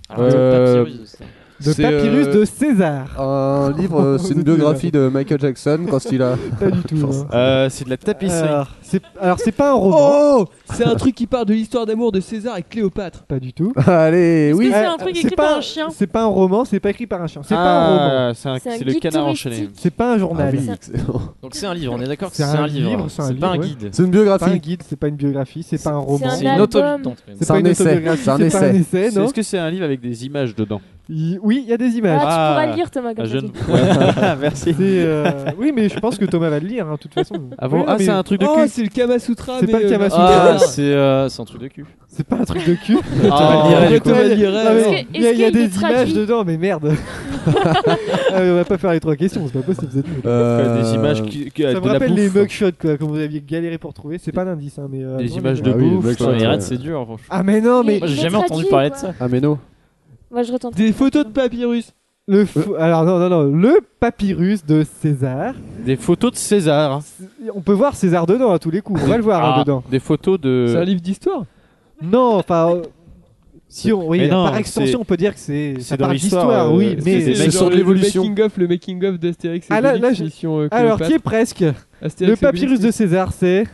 F: Alors, c'est le
I: Euh,
F: papyrus de César.
E: Le
I: C'est,
E: papyrus
I: euh,
E: de César.
I: Un livre, euh, c'est une biographie de Michael Jackson quand il a.
E: Pas du tout.
I: c'est de la
E: Alors, c'est- alors, c'est pas un roman.
G: hein. Oh C'est un truc qui parle de l'histoire d'amour de César et Cléopâtre.
E: Pas du tout.
I: Allez,
G: oui.
E: Euh,
G: c'est un truc écrit
E: pas
G: par un chien
E: C'est pas un roman, c'est pas écrit par un chien. C'est pas
C: Ah,
E: un roman.
C: c'est un- C'est un c'est le guide canard touristique. enchaîné.
E: C'est pas un journal.
C: Ah oui,
F: Donc c'est un livre, on est d'accord que c'est un livre.
E: un
F: C'est pas un
E: livre, ouais.
F: guide.
I: C'est une biographie.
E: C'est pas un guide, c'est pas une biographie, c'est pas un roman.
F: C'est un une autobiographie. album.
E: C'est pas une autobiographie, c'est pas un essai,
C: C'est-
E: non
C: Est-ce que c'est un livre avec des images dedans
E: Il- Oui, il y a des images.
C: Ah, tu pourras le lire, Thomas, comme ah, ça, je tu ne- dis. Ouais. Merci.
E: C'est, euh, Oui, mais je pense que Thomas va le lire, hein, de toute façon.
C: Ah bon Ah, c'est un truc de
G: Oh,
C: cul.
G: c'est le Kama Sutra.
E: C'est
G: mais,
E: pas le
G: euh,
E: Kama
F: Ah,
E: Sutra.
F: c'est euh, c'est un truc de cul.
E: C'est pas un truc de cul. Oh.
F: Thomas lirait, du coup.
E: Thomas lirait. Ah, mais
F: Est-ce
E: non,
F: que-
E: Il y a,
F: est-ce
E: il y a
F: qu'il
E: des
F: est
E: images
F: traduit
E: dedans, mais merde. Ah, mais on va pas faire les trois questions, c'est pas possible. vous êtes nuls.
C: Euh, Des images qui- qui-
E: Ça
C: de
E: me
C: la
E: rappelle les
C: bouffe.
E: mugshots, quoi, que vous aviez galéré pour trouver. C'est pas un indice, hein, mais. euh,
C: Des
E: vraiment,
C: images
E: les-
C: de
E: Ah oui, les
C: bouffe.
E: mugshots,
F: les
E: ouais.
F: raids, c'est dur, franchement.
E: Ah, mais non, mais.
F: Moi, j'ai jamais entendu parler de ça.
I: Ah, mais non.
L: Moi, je retente.
G: Des photos de papyrus. Euh.
E: Le fo- Alors non non non le papyrus de César.
C: Des photos de César.
E: On peut voir César dedans à tous les coups. On va le voir hein,
C: Ah,
E: dedans.
C: Des photos de.
G: C'est un livre d'histoire.
E: Non enfin euh, si on oui
C: Mais non,
E: par extension
C: c'est-
E: on peut dire que c'est
C: c'est
E: ça
C: dans
E: parle
C: l'histoire,
E: d'histoire
C: euh,
E: oui
C: c'est-
E: mais
C: c'est- c'est
G: genre
C: sur
G: le-
C: l'évolution.
G: Le making of, le making of d'Astérix et
E: Ah, là-
G: Obélix,
E: là, j'ai-
G: mission, euh,
E: alors qui est
G: Cléopâtre.
E: presque le
G: Astérix et
E: papyrus de César c'est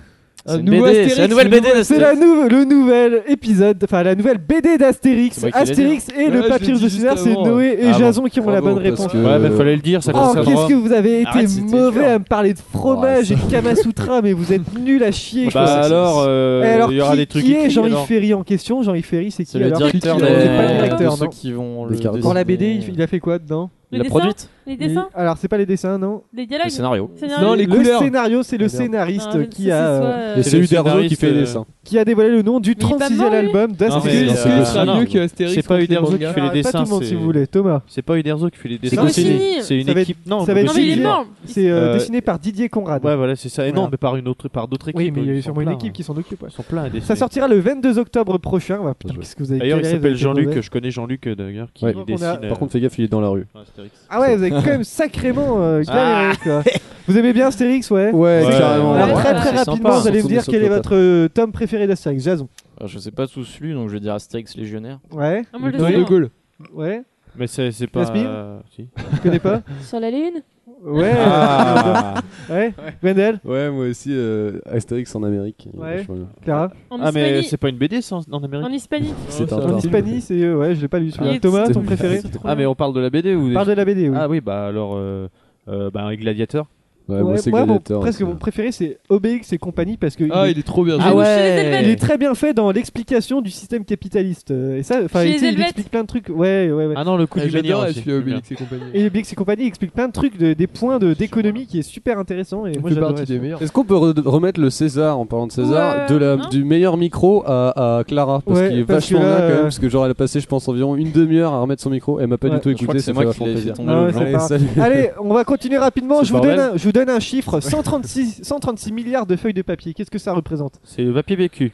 G: Un C'est une nouveau BD, Astérix, c'est la nouvelle
F: BD
E: C'est
F: d'Astérix.
E: la nou- le nouvel épisode, enfin la nouvelle BD d'Astérix.
C: C'est moi qui l'ai dit,
E: Astérix
C: hein.
E: et
C: Ouais,
E: le
C: je l'ai
E: papyrus
C: dit
E: de
C: juste
E: César, c'est
C: avant.
E: Noé et
C: Ah bon.
E: Jason qui ont la
C: Bravo,
E: bonne réponse.
C: parce que- Ouais, mais fallait le dire, ça
E: Oh,
C: concerne
E: qu'est-ce
C: Rome.
E: que vous avez été
C: Arrête, c'était
E: mauvais
C: dur.
E: à me parler de fromage et de Kama Sutra, mais vous êtes nul à chier.
C: Bah
E: quoi.
C: alors, euh,
E: Et alors,
C: il y aura
E: qui-
C: des trucs
E: Qui est
C: écrits,
E: Jean-Yves
C: alors.
E: Ferry en question Jean-Yves Ferry, c'est qui
F: C'est le
E: alors
F: directeur
E: C'est
F: des-
E: pas le directeur,
F: de ceux
E: non.
F: qui vont
E: Des
F: le
E: cartons. Dans la
F: dessiner.
E: BD, il il a fait quoi dedans
F: Les La dessins produite
H: Les dessins
E: Il- Alors, c'est pas les dessins, non
H: Les dialogues
F: Le scénario.
H: Scénario.
G: Non, les
E: le
G: couleurs.
E: scénario, c'est le
G: Couleurs.
E: scénariste
H: Ah, je-
E: qui
H: ça,
E: a.
H: c'est soit,
E: euh,
I: Et
C: C'est
I: c'est
C: le
I: lui Derzo qui
C: scénariste,
I: fait les
C: euh,
I: dessins.
E: qui a dévoilé le nom du
H: Mais il est pas
E: 36e
H: mort, lui.
E: album
C: Non, mais
G: Est-ce que-
E: d'Astérix.
G: est-ce que
C: euh,
G: ce sera
C: non,
G: mieux
C: non.
G: que Astérix
C: C'est pas
G: contre les
C: Uderzo qui
G: mangas
C: fait les
E: Ah, Pas
C: dessins.
E: tout le monde,
C: c'est-
E: si vous voulez, Thomas.
C: C'est pas Uderzo qui fait les dessins.
H: Goscinny.
C: C'est une
E: Ça va être-
C: équipe. Non,
E: ça va être
H: Non, mais il est
E: Goscinny.
H: mort
E: C'est euh,
C: Euh,
E: dessiné par Didier Conrad.
C: Ouais, voilà, c'est ça. Et non,
E: Voilà.
C: mais par une autre, par d'autres équipes. hein,
E: Oui, mais il y a
C: ils
E: eu
C: sont
E: sûrement une
C: pleins,
E: équipe qui s'en occupe. ouais.
C: Ils sont pleins à dessiner.
E: Ça sortira le 22 octobre prochain. Ouais, putain, qu'est-ce que vous avez
C: D'ailleurs, il
E: galéré, vous
C: s'appelle
E: avez été mauvais.
C: Jean-Luc. Je connais Jean-Luc euh, d'ailleurs qui
I: Ouais.
E: Donc, on a-
C: dessine. euh,
I: Par contre, fais gaffe, il est dans la rue.
C: Astérix.
E: Ah ouais, vous avez quand même sacrément euh, galéré.
C: Ah.
E: quoi. Vous aimez bien Astérix, ouais
I: Ouais,
C: Ouais.
I: carrément.
E: Alors,
C: Ouais.
E: Très
C: Ouais,
E: très
C: c'est
E: rapidement,
C: sympa.
E: vous allez me
I: Surtout
E: dire
I: les
E: quel est
I: saupotes.
E: votre euh, tome préféré d'Astérix. Jason.
F: Alors, Euh, je sais pas tous lu, donc je vais dire Astérix Légionnaire.
E: Ouais.
H: Ah, moi, je le
G: Dans
H: sais.
G: De Gaulle.
E: Ouais.
C: Mais c'est c'est pas.
E: Yasmine
C: euh, si.
E: Tu connais pas
L: Sur la lune
E: Ouais.
C: Ah.
E: Ouais. Wendell
I: Ouais, moi aussi, euh, Astérix en Amérique.
E: Ouais.
I: Vachement bien.
E: Clara
H: En
C: Ah, mais
H: hispanique.
C: c'est pas une BD ça, en- en
H: En
C: Amérique Oh,
H: hispanique.
I: C'est un
E: En
I: film.
E: Hispanie, c'est. euh, Ouais, je l'ai pas lu celui-là.
H: Ah,
E: Thomas,
I: c'est-
E: ton préféré
C: Ah, mais on parle de la BD ou des-
E: Parle de la BD, oui.
C: Ah, oui, bah alors. euh, euh, Bah, Gladiateur.
I: Ouais, moi, c'est
E: moi, mon-
I: Gladiator.
E: presque
I: ça.
E: mon préféré, c'est Obélix et compagnie parce que
G: Ah,
E: il est-
G: il est trop bien.
E: Ah
G: joué.
E: ouais. Il
H: Chez
E: est très bien fait dans l'explication du système capitaliste. euh, Et ça, enfin,
H: Chez
E: tu
H: les
E: sais, il
H: Helvètes.
E: explique plein de trucs. Ouais, ouais, ouais.
C: Ah non, le coup
G: Ah,
C: du
G: J'adore
C: menhir
G: la
C: aussi.
G: suite Obélix et compagnie.
E: Et Obélix et compagnie explique plein de trucs, de- des points de- d'économie qui est super intéressant. Et moi,
G: fait
E: j'adorais
G: partie
E: ça.
G: des meilleurs.
I: Est-ce qu'on peut re- remettre le César en parlant de César
H: Ouais,
I: de la,
H: hein
I: du meilleur micro à, à Clara parce
E: Ouais,
I: qu'il est
E: parce que
I: vachement
E: là,
I: bien quand
E: euh,
I: même parce que genre elle a passé je pense environ une demi-heure à remettre son micro elle m'a pas
E: Ouais.
I: du tout
F: Je crois
I: écouté
F: que
I: ça
F: c'est
I: fait
F: moi qui
I: vachement
F: l'ai
I: plaisir.
F: fait tomber.
E: Ah
F: aux
E: ouais,
F: gens.
E: c'est
I: Allez,
E: pas grave.
I: salut.
E: Allez, on va continuer rapidement.
C: C'est
E: Je vous,
C: bordel.
E: donne un, je vous donne un chiffre 136, 136 milliards de feuilles de papier. Qu'est-ce que ça représente
C: C'est le papier vécu.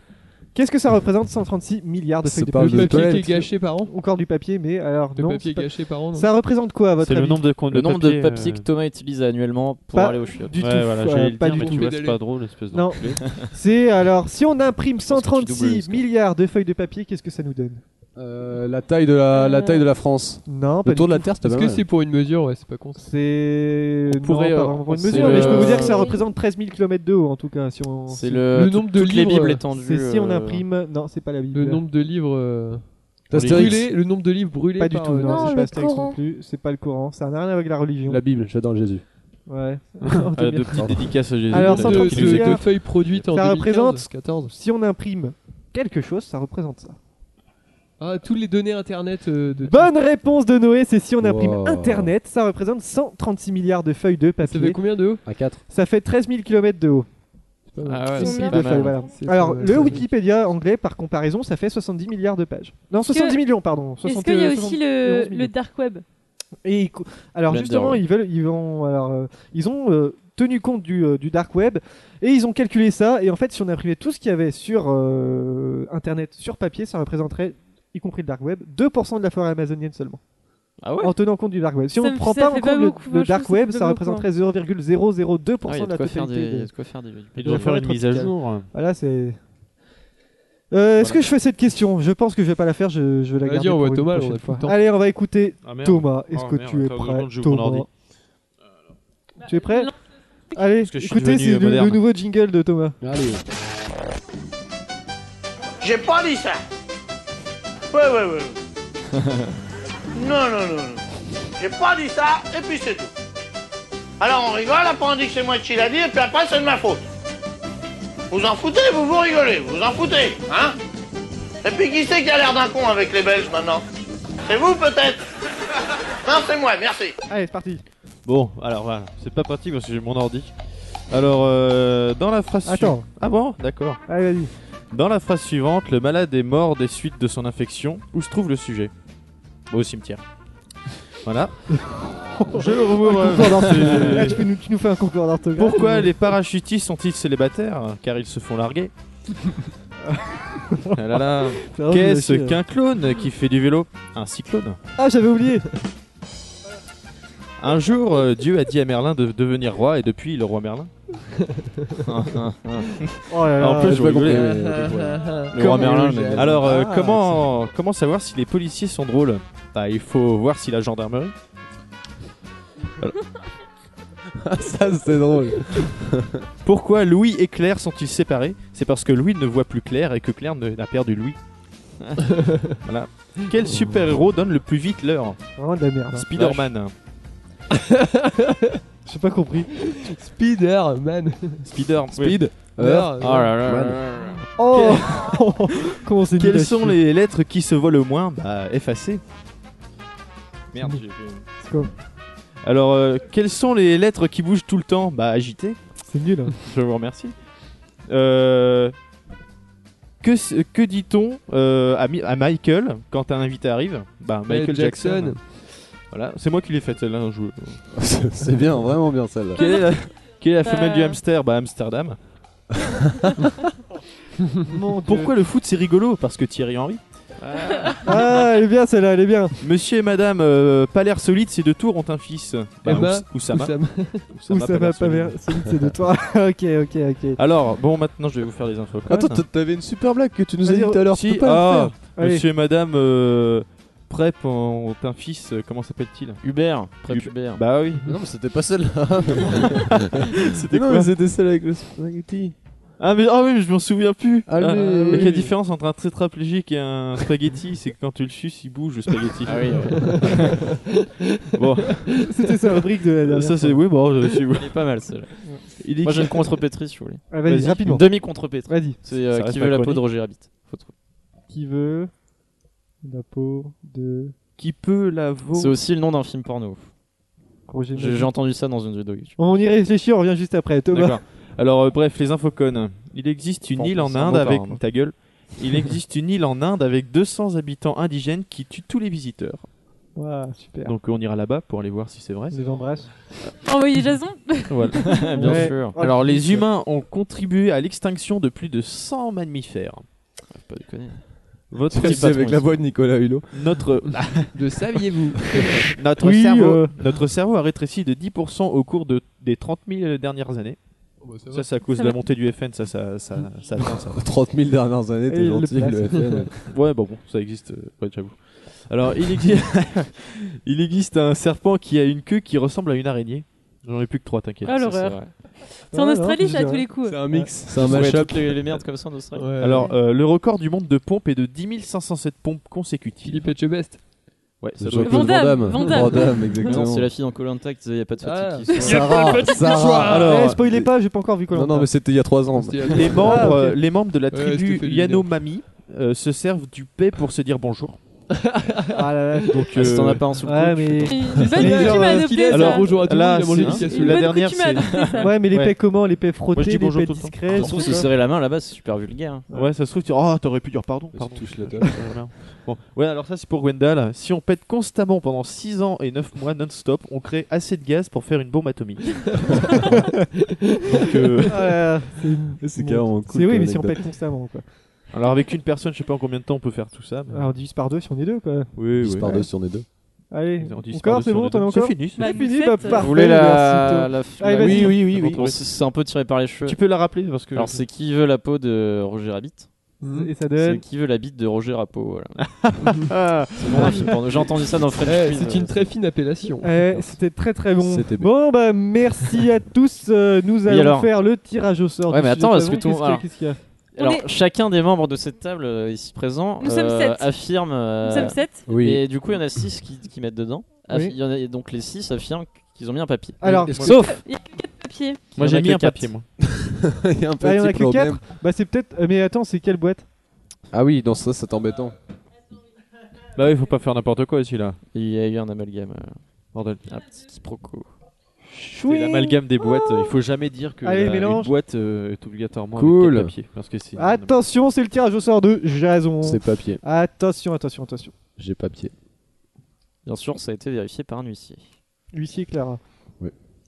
E: Qu'est-ce que ça représente 136 milliards de
I: C'est
E: feuilles de
I: pas
E: papier
I: de
G: Le papier qui
I: toilette.
G: est gâché par an.
E: Encore du papier, mais alors
G: Le
E: non.
G: papier
E: c'est pas-
G: gâché par an. non.
E: Ça représente quoi à votre
C: C'est
E: avis
C: le nombre de con-
F: Le nombre de
C: euh,
F: papiers que Thomas utilise annuellement pour
E: Pas
F: aller au chiottes.
E: Du
C: ouais,
E: tout.
C: voilà,
E: euh,
C: j'allais le
E: pas
C: dire,
E: du
C: mais tu
E: tout.
C: vois, c'est pas drôle, espèce
E: Non.
C: d'enculé.
E: C'est alors si on imprime
F: Parce que tu doubles le
E: 136
F: score.
E: milliards de feuilles de papier, qu'est-ce que ça nous donne
I: Euh, la taille de la, la taille de la France
E: Non, pas
I: le
E: du
I: tour de la
E: tout.
I: terre c'était
G: Est-ce
I: pas
G: que
I: mal
G: c'est pour une mesure Ouais, c'est pas con. ça.
E: C'est
F: On pourrait,
E: non, pas
F: euh,
E: vraiment pour une
F: c'est
E: mesure, mais je peux vous
F: le-
E: dire que ça représente 13 000 km de haut en tout cas. Si on...
F: C'est
E: si-
F: le,
G: Le
F: tout-
G: nombre de
F: toutes les
G: livres,
F: bibles
G: euh,
F: étendues.
E: C'est si on
F: euh,
E: imprime. Non, c'est pas la Bible.
G: Le nombre de livres. euh,
I: Astérix.
G: Brûlés, le nombre de livres brûlés.
E: Pas du
G: par,
E: tout,
G: euh,
E: non,
L: Non,
E: c'est
L: le
E: pas Astérix non
L: Coran.
E: plus, c'est pas le Coran, ça n'a rien à voir avec la religion.
I: la Bible j'adore Jésus
E: Ouais.
C: Ah, deux petites dédicaces à Jésus.
E: Alors,
G: de-
E: sans
G: de-
E: trente
G: de-
E: milliards,
G: de feuilles produites en
E: ça
G: 2015,
E: représente-
G: 14.
E: si on imprime quelque chose, ça représente ça.
G: Ah, toutes les données internet euh, de.
E: Bonne réponse de Noé, c'est si on imprime
I: Wow.
E: Internet, ça représente 136 milliards de feuilles de
G: ça fait
E: papier.
G: combien de haut
I: à 4
E: Ça fait 13 000 km de haut.
F: Ah ouais,
L: C'est
F: c'est
L: bien.
F: pas
E: de feuilles,
F: mal.
E: voilà.
G: C'est
E: Alors,
G: pas-
E: le Wikipédia anglais, par comparaison, ça fait 70 milliards de pages. Non,
H: Est-ce que-
E: 70 millions, pardon.
H: Est-ce
E: 60,
H: qu'il y a
E: euh,
H: aussi
E: 70
H: le,
E: 11
H: le
E: millions.
H: dark web
E: Et ils co- alors
F: Blender,
E: justement,
F: oui.
E: ils veulent, ils vont, alors, euh, ils ont euh, tenu compte du, euh, du dark web et ils ont calculé ça. Et en fait, si on imprimait tout ce qu'il y avait sur euh, Internet, sur papier, ça représenterait, y compris le dark web, 2% de la forêt amazonienne seulement.
F: Ah ouais
E: En tenant compte du dark web. Si
H: Ça
E: on
H: me-
E: ne prend
H: ça
E: pas en
H: fait
E: compte
H: pas
E: le-
H: beaucoup,
E: le,
H: moi, je trouve
E: dark
H: que ça
E: web,
H: fait
E: ça
H: pas hein.
E: représenterait 0,002%
F: Ah, Il y a
E: de
F: de
E: la
F: quoi faire
E: totalité.
F: des- il y a
E: de-
F: de quoi faire des.
C: Il doit faire une mise à jour.
E: Voilà, c'est. Euh, Est-ce que je fais cette question Je pense que je vais pas la faire, je, je vais la
G: Vas-y,
E: garder
G: on
E: pour
G: voit
E: une
G: Thomas,
E: prochaine
G: on a plus
E: fois.
G: le temps.
E: Allez, on va écouter
G: Ah, merde.
E: Thomas. Est-ce
G: Oh,
E: que
G: merde,
E: tu es
G: attends deux
E: prêt
G: secondes, j'ouvre mon
E: Thomas
G: ordi.
E: Tu es prêt Allez,
G: que je suis
E: écoutez,
G: devenu,
E: c'est
G: euh,
E: le, le
G: moderne.
E: nouveau jingle de Thomas.
X: J'ai pas dit ça. Ouais, ouais, ouais. Non, non, non, non. J'ai pas dit ça, et puis c'est tout. Alors on rigole, après on dit que c'est moi qui l'a dit, et puis après c'est de ma faute. Vous en foutez, vous vous rigolez, vous en foutez, hein Et puis qui c'est qui a l'air d'un con avec les Belges maintenant C'est vous peut-être Non, c'est moi, merci.
E: Allez, c'est parti.
C: Bon, alors voilà, c'est pas pratique parce que j'ai mon ordi. Alors, euh, dans la phrase
E: Attends.
C: suivante. Ah bon D'accord.
E: Allez, vas-y.
C: Dans la phrase suivante, le malade est mort des suites de son infection. Où se trouve le sujet Au cimetière. Voilà. Je le
E: Un
C: rouvre. euh,
E: concours d'orthographe.
C: c'est-
E: Là, tu, peux nous, tu nous fais un concours d'orthographe.
C: Pourquoi les parachutistes sont-ils célibataires Car ils se font larguer. Ah là là.
E: T'as envie
C: Qu'est-ce
E: de lâcher,
C: qu'un clone qui fait du vélo Un cyclone.
E: Ah, j'avais oublié.
C: Un jour, euh, Dieu a dit à Merlin de devenir roi et depuis, le roi Merlin.
E: Oh là là,
C: en plus,
E: j'ai
C: je
E: pas
C: vois
E: compris,
C: rigoler.
E: mais-
C: Ah, Comment-
E: Le roi Merlin, mais-
C: Alors, euh,
E: Ah,
C: comment, comment savoir si les policiers sont drôles Bah, Il faut voir si la gendarmerie. Voilà.
I: Ça, c'est drôle.
C: Pourquoi Louis et Claire sont-ils séparés C'est parce que Louis ne voit plus Claire et que Claire ne- n'a perdu Louis. voilà. Quel super-héros donne le plus vite l'heure
E: Vraiment de la merde. hein.
C: Spider-Man.
E: J'ai pas compris.
G: Spider-Man.
C: Spider.
G: Speed. Heure.
C: Oh là là là
G: Man.
C: là là.
E: Oh Comment c'est nul à
C: Quelles sont
E: chier.
C: les lettres qui se volent le moins Bah, effacées. Merde, j'ai
E: C'est quoi
C: Alors, euh, quelles sont les lettres qui bougent tout le temps Bah, agitées.
E: C'est nul. hein.
C: Je vous remercie. Euh, que s- que dit-on euh, à, Mi- à Michael quand un invité arrive Bah, Michael
G: Michael
C: Jackson.
G: Jackson.
C: Voilà, c'est moi qui l'ai faite celle-là. hein, Je...
I: c'est bien, vraiment bien celle-là.
C: Quelle est la, quelle est la
G: Bah.
C: femelle du hamster Bah, Amsterdam.
E: Mon Dieu.
C: Pourquoi le foot c'est rigolo Parce que Thierry Henry.
E: Ah, elle est bien celle-là, elle est bien.
C: Monsieur et Madame euh, pas l'air solide, ces deux tours ont un fils. Bah,
E: Emma,
C: Ous- Oussama.
E: Eh ben, Oussama.
C: Oussama
E: Oussama
C: l'air
E: pas l'air solide, c'est de toi. ok, ok, ok.
C: Alors, bon, maintenant je vais vous faire les infos. quand
I: Attends,
C: même.
I: t- t'avais une
C: Ah,
I: super blague que tu nous as dit
E: Vas-y,
I: tout à l'heure. tu
C: Si,
I: peux pas
C: ah,
I: le faire.
E: Allez.
C: monsieur et madame euh, Prep ont un fils, euh, comment s'appelle-t-il
F: Hubert, Prep
C: Hub-
F: Hubert.
C: Bah oui.
I: Non, mais c'était pas celle-là.
C: C'était
I: non,
C: quoi
I: mais c'était celle avec le spaghetti.
C: Ah, mais, ah oui, mais je m'en souviens plus.
I: Ah,
C: Ah,
I: oui,
C: avec
I: oui.
C: la différence entre un tétraplégique et un spaghetti, c'est que quand tu le suces, il bouge le spaghetti.
F: Ah oui, ouais.
C: bon.
E: C'était sa rubrique de la dernière
C: Ça, c'est.
E: fois.
C: Oui, bon, je suis.
F: Il est pas mal celle-là.
C: Il est
F: Moi j'ai
C: qui-
F: une contre-pétrie si vous voulez.
E: Ah, vas-y, rapidement.
F: Une demi-contre-pétrie.
E: Vas-y.
F: C'est euh,
C: Ça reste
F: qui
C: ma
F: veut la peau
C: chronique.
F: de Roger Rabbit. Faut trouver.
E: Qui veut la peau de
C: Qui peut la vaut
F: C'est aussi le nom d'un film porno.
E: Roger
F: J'ai
E: Nagel
F: j'ai entendu ça dans une vidéo YouTube.
E: On y réfléchit, on revient juste après. Thomas.
C: D'accord. Alors euh, bref, les infocones. Il existe une
F: Bon,
C: île en
F: c'est un
C: Inde
F: mot
C: avec
F: par an.
C: ta gueule. Il existe une île en Inde avec 200 habitants indigènes qui tuent tous les visiteurs.
E: Voilà, super.
C: Donc on ira là-bas pour aller voir si c'est vrai.
E: Je vous embrasse.
H: Envoyez Jason
C: Voilà.
F: Bien
E: Ouais.
F: sûr.
E: Oh,
C: Alors
E: putain.
C: les humains ont contribué à l'extinction de plus de 100 mammifères.
F: Ah, Pas déconner.
C: Votre
I: C'est avec la voix de Nicolas Hulot.
C: notre
G: Le saviez-vous
C: notre
E: Oui,
C: cerveau
E: euh.
C: notre cerveau a rétréci de 10% au cours de des 30 000 dernières années. Ça c'est à cause
H: Ça
C: de la
H: va.
C: montée du FN, ça ça ça ça, atteint ça.
I: 30 000 dernières années,
E: Et
I: t'es
E: le
I: gentil,
E: place.
I: le FN.
C: Ouais, bon, bon, ça existe, euh, ouais, j'avoue. Alors, il existe... il existe un serpent qui a une queue qui ressemble à une araignée. J'en ai plus que trois, t'inquiète.
H: Ah,
F: Ça,
H: l'horreur.
F: vrai.
H: C'est en
E: Ouais,
H: Australie,
E: non,
H: ça, à
E: je
H: tous les coups.
I: C'est un mix, c'est
F: On
I: un
F: voit
I: mashup.
F: toutes les, les merdes comme ça en Australie.
G: Ouais.
C: Alors, euh, le record du monde de pompes est de 10 507 pompes consécutives.
G: Philippe Etchebest.
C: Ouais, ça
I: C'est
C: doit
I: Jean-Claude
H: Van
I: Van
H: Damme,
I: Damme.
H: Van Damme.
I: Van Damme,
F: Non, c'est
I: exactement.
F: la fille dans Colanta qui disait y a pas de
G: Ah.
F: fatigue. qui se-
I: Sarah, Sarah.
C: Alors,
E: Eh, spoilez pas, j'ai pas encore vu
I: Non,
E: Colin.
I: non, mais c'était il y a 3 ans.
G: C'était-
C: les membres,
E: Ah, ok.
C: euh, les membres de la
G: Ouais,
C: tribu
G: Stéphanie
C: Yanomami euh, se servent du paix pour se dire bonjour.
E: Ah là là.
C: Donc,
F: Ah, si t'en
C: euh,
F: as pas un sous le
E: Ouais,
F: coude, tu
E: mais.
F: peux-
H: Une bonne
E: Mais genre,
H: coutume à
E: euh,
H: adopter, ça.
C: alors,
G: bonjour à tout le
C: là,
G: monde, il a mangé
C: c'est-
G: des casseroles.
H: Une
C: la
H: bonne
C: dernière,
H: coutume à
C: c'est.
H: adopter, ça.
E: Ouais, mais les
C: Ouais.
E: paix comment Les paix frottées, les
C: bonjour
E: paix
C: tout le temps.
F: Je
E: discrètes.
F: trouve
E: tout
F: se
E: ça.
F: serrer la main là-bas, c'est super vulgaire. hein.
C: Ouais, ça se trouve, tu oh, t'aurais pu dire pardon. pardon.
I: touche la table.
C: Ah, merde. Bon, ouais, alors ça c'est pour Gwendal. Si on pète constamment pendant 6 ans et 9 mois non-stop, on crée assez de gaz pour faire une bombe atomique. Donc, euh,
E: Ah là là.
I: C'est
E: Bon.
I: carrément cool.
E: C'est
I: comme
E: oui, mais si on
I: anecdote.
E: pète constamment, quoi.
C: alors avec une personne, je sais pas en combien de temps on peut faire tout ça. mais-
E: Alors, on divise par deux si on est deux, quoi.
C: Oui,
I: Ils se
C: oui.
I: partent deux sur les deux.
E: Allez,
C: On dit par
E: encore,
C: deux
E: c'est
C: sur
E: bon,
C: les
E: t'en as
C: deux.
E: encore
C: C'est fini. ça.
H: Bah,
E: C'est fini,
H: vous
E: bah
H: faites, euh,
F: Vous
E: parfait.
F: voulez la,
E: merci,
F: la...
E: Allez,
F: la-
E: vas-y.
F: oui, oui, oui. Bon, c'est c'est un peu tiré par les cheveux.
C: Tu peux la rappeler parce que.
F: Alors c'est qui veut la peau de Roger Rabbit
E: Et ça donne.
F: C'est qui veut la bite de Roger Rapo. Voilà. c'est bon, un film porno. J'ai entendu ça dans French
G: Eh,
F: Quiz,
G: C'est
F: euh,
G: une très fine appellation.
E: Eh, C'était très très bon.
G: C'était bien.
E: Bon bah merci à tous. euh, nous
F: Oui,
E: allons
F: alors.
E: faire le tirage au sort.
F: Ouais,
E: du
F: mais
E: sujet
F: attends, parce
E: de
F: que
E: Pavon.
F: tout.
E: Qu'est-ce
F: Alors,
E: qu'il y a- qu'est-ce
F: alors,
E: On est-
F: chacun des membres de cette table euh, ici présent
E: Nous sommes sept.
F: affirme. euh,
E: Nous sommes sept.
I: Oui.
F: Et du coup, il y en a 6 qui, qui mettent dedans. Aff-
E: Oui.
F: il y en a- et donc, les 6 affirment qu'ils ont mis un papier.
E: Alors,
F: Est-ce que-
E: sauf.
H: Il y a quatre papiers.
F: Moi,
C: Moi,
F: Il y en a
C: j'ai
F: que
C: mis un
F: quatre.
C: papier, moi.
I: Il y a un
E: Ah, il y en a
I: petit
E: que
I: problème.
E: 4 Bah c'est peut-être. euh, Mais attends, c'est quelle boîte
I: Ah oui, dans ça, c'est embêtant.
C: Bah oui, faut pas faire n'importe quoi ici, là.
F: Il y a eu un amalgame. euh,
C: Bordel.
F: Un petit quiproquo.
C: C'est l'amalgame des boîtes. euh, Il faut jamais dire que
E: Allez,
C: la- une
E: mélange. Ah.
C: boîte euh, est obligatoirement
I: Cool.
C: avec quatre papiers. Parce que c'est.
E: Attention, c'est le tirage au sort de Jason.
I: C'est papier.
E: Attention, attention, attention.
I: J'ai papier.
F: Bien sûr, ça a été vérifié par un huissier.
E: Huissier Clara.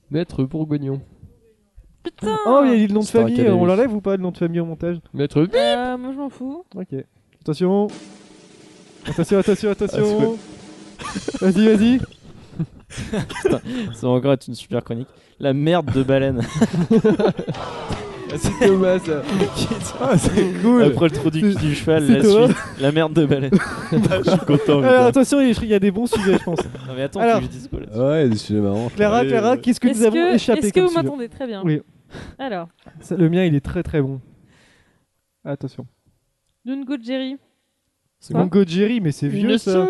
G: Maître Bourgognon.
E: Oh, il y a le nom de
G: Star
E: famille.
G: Academy.
E: On l'enlève ou pas le nom de famille au montage
G: Maître Bip.
H: Euh, moi, je m'en fous.
E: Ok. Attention. Attention, attention, attention.
F: Vas-y, vas-y. ça va encore être une super chronique. La merde de baleine.
G: C'est Thomas, ça.
E: Ah, c'est cool.
F: Après le trou du, du cheval,
E: C'est
F: la
E: Thomas.
F: suite. La merde de baleine. je suis content.
E: Alors
F: putain.
E: Euh, attention, il y a des bons sujets, je pense.
F: Non, mais attends,
E: Alors,
F: que je dise pas là.
I: Ouais, il y a des sujets marrants.
E: Clara,
F: Allez,
E: Clara,
F: euh,
E: qu'est-ce que nous
H: Est-ce
E: avons
H: que-
E: échappé
H: Est-ce que
E: comme
H: vous
E: sujet
H: m'entendez Très bien.
E: Oui.
H: Alors,
E: Ça, le mien, il est très très bon. Attention.
H: Dungo Jerry.
E: C'est Mongo Jerry, mais c'est vieux ça.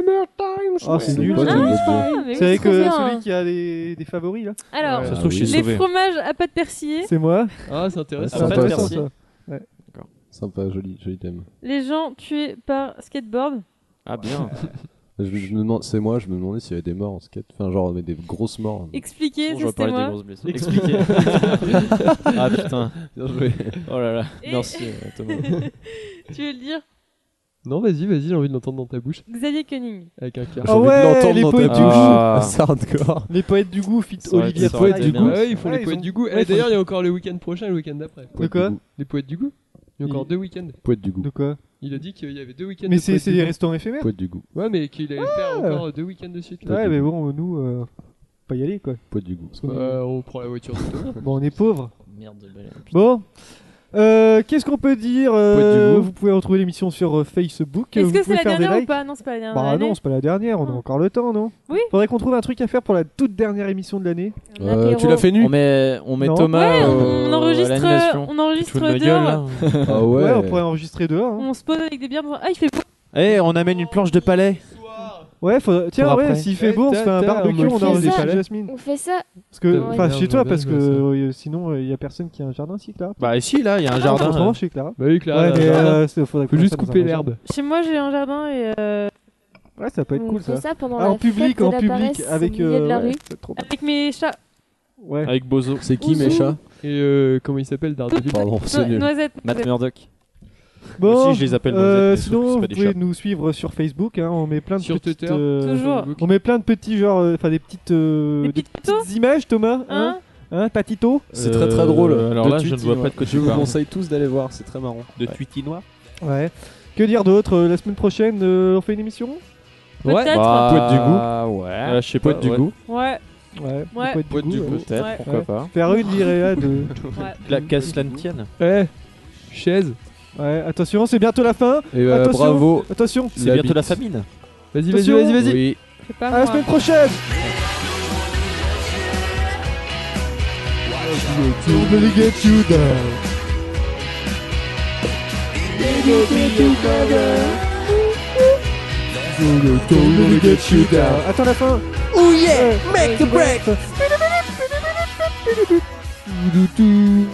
E: Ah, c'est
I: C'est
E: nul.
I: quoi,
E: ça.
I: ton Mongo
H: Ah, mais oui,
E: C'est avec
H: trop
E: euh,
H: bien.
E: celui qui a les- des favoris là.
H: Alors,
I: Ça se trouve, je suis
H: les
I: sauvé.
H: fromages à pâte persillée,
E: C'est moi.
G: Ah, c'est intéressant.
I: Ah,
E: C'est
I: pas
E: intéressant
I: de
E: ça.
I: merci.
E: Ouais.
I: Sympa, joli, joli thème.
H: les gens tués par skateboard.
F: Ah, bien.
I: Je, je me demande, c'est moi, je me demandais s'il y avait des morts en skate. Enfin, genre, mais des grosses morts.
H: Expliquez,
F: Bon,
H: ça,
F: j'aurais
H: c'était
F: parlé des
H: moi.
F: grosses blessures. Expliquez. ah putain.
I: Bien joué.
F: Oh là là.
H: Et-
F: Merci euh, Thomas.
H: tu veux le dire
G: Non, vas-y, vas-y, j'ai envie de l'entendre dans ta bouche.
H: Xavier Koenig.
G: Avec un cœur.
E: Ah ouais, les poètes du
I: Ah.
E: goût.
I: C'est hardcore.
E: Les poètes du goût, fit
F: Ça aurait été-
E: Olivier.
F: ça aurait
E: Frey.
F: été bien.
G: Ouais, ils font
E: Ouais,
G: les
E: ils
G: poètes
E: ont-
G: du goût. Eh,
E: ouais, ils
G: D'ailleurs,
E: font-
G: il y a encore le week-end prochain et le week-end d'après.
E: De quoi
G: Les poètes du goût Il y a encore
E: Il-
G: deux week-ends.
I: Poète du goût.
E: De quoi
G: Il a dit qu'il y avait deux week-ends.
E: Mais
G: de
E: c'est
G: poètes
E: c'est
G: du
E: des
G: goût.
E: restaurants éphémères.
I: Poète du goût.
G: Ouais, mais qu'il allait faire encore deux week-ends de suite. là.
E: Ouais,
I: du
E: mais
I: goût.
E: bon, nous, euh, pas y aller quoi.
I: Poète du goût.
E: Parce qu'on est-
G: Euh, on prend la voiture de Thomas.
E: Bon, on est pauvres.
F: Merde de baleine.
E: Bon. Euh, Qu'est-ce qu'on peut dire euh,
I: Poète du goût.
E: Vous pouvez retrouver l'émission sur euh, Facebook.
H: Est-ce
E: vous
H: que c'est
E: pouvez
H: la
E: faire des
H: dernière ou
E: likes.
H: pas Non, c'est pas la dernière.
E: Bah
H: année. Ah.
E: non, c'est pas la dernière, on a encore le temps, non
H: Oui.
E: Faudrait qu'on trouve un truc à faire pour la toute dernière émission de l'année.
H: Un apéro.
I: Euh, tu l'as fait nu
F: On met, on met
E: Non.
F: Thomas
H: Ouais,
F: au-
H: on
F: à
H: enregistre,
F: l'animation.
H: on enregistre
C: Fous de ma
H: dehors.
C: gueule, là.
I: Ah
E: Ouais,
I: ouais.
E: on pourrait enregistrer dehors. hein.
H: On se pose avec des bières. Ah, il fait beau.
C: Eh, on amène une planche de palais.
E: Ouais, faut- tiens,
C: Pour
E: ouais,
C: après.
E: s'il fait
G: Eh,
E: beau, on se
G: t'as-
E: fait un
G: t'as-
E: barbecue,
G: on
E: on
G: fait
E: enregistre
L: ça.
E: chez Jasmine.
L: On fait ça
E: Parce que,
G: Ouais,
E: enfin,
G: non,
E: chez toi,
G: j'aimerais
E: parce que
G: bien jouer
E: euh, sinon, il y a personne qui a un jardin, si, Clara
C: Bah, ici, là, il y a un
E: En ce moment,
C: jardin. euh.
E: chez Clara.
G: Bah oui, Clara.
E: ouais, mais
G: euh,
E: euh, c'est- faudrait
G: Faut
E: qu'on
G: juste
E: fasse dans un
G: couper
E: jardin.
G: l'herbe.
H: Chez moi, j'ai un jardin et euh,
E: Ouais, ça peut être
L: on
E: cool
L: fait
E: ça.
L: ça, pendant
E: Ah,
L: la
E: en public,
L: fête
E: en
L: de la
E: public,
L: paresse, au
E: avec.
L: milieu de la
E: euh, ouais,
L: rue.
E: c'est trop bien.
H: avec mes chats.
E: Ouais.
C: Avec Bozo.
I: C'est qui mes
L: Ouzou.
I: chats
G: Et euh, comment il s'appelle Daredevil
I: Pardon,
H: No-
I: c'est nul.
H: noisettes.
F: Matt
H: noisettes.
F: Murdock.
E: Bon,
C: aussi, je les appelle noisettes,
E: euh,
C: mais sauf que
E: sinon,
C: c'est
E: vous
C: pas des
E: pouvez
C: chats.
E: nous suivre sur Facebook. hein, on met plein de
G: Sur
E: petites.
G: Twitter.
E: euh,
H: Toujours.
E: On met plein de petits, genre, euh, enfin des petites. euh,
H: Des
E: des
H: petites photos
E: petites images, Thomas.
H: Hein
E: Hein, Tatito.
I: C'est très très drôle.
C: Euh, alors
I: De
C: là, je
I: Tweety
C: ne vois
I: Noir.
C: pas de quoi tu
I: Je vous
C: parles.
I: conseille tous d'aller voir, c'est très marrant.
C: De Tweety noir.
E: Ouais. Que dire d'autre Euh, La semaine prochaine, euh, on fait une émission
H: Peut-être.
C: Poète du goût.
E: Bah,
F: Ah ouais.
C: Euh, je sais pas,
F: Poète
C: du goût.
H: Ouais.
E: Ouais.
H: Ouais.
E: Poète du, goût, ouais.
F: Peut-être,
H: Ouais.
F: pourquoi
E: Ouais.
F: pas.
E: Faire une virée là de.
H: ouais.
C: La casse la ne tienne.
G: Eh, chaise.
E: Ouais, attention, c'est bientôt la fin.
I: Et bah,
E: attention,
I: bravo.
E: Attention.
C: C'est bientôt
I: bite.
C: la famine.
G: Vas-y, vas-y,
E: Attention.
G: vas-y, vas-y.
I: Oui.
H: Je sais pas.
E: À la
H: moi.
E: semaine prochaine. Euh, Attends la fin.
J: Oh yeah, make the break.
G: Doudou.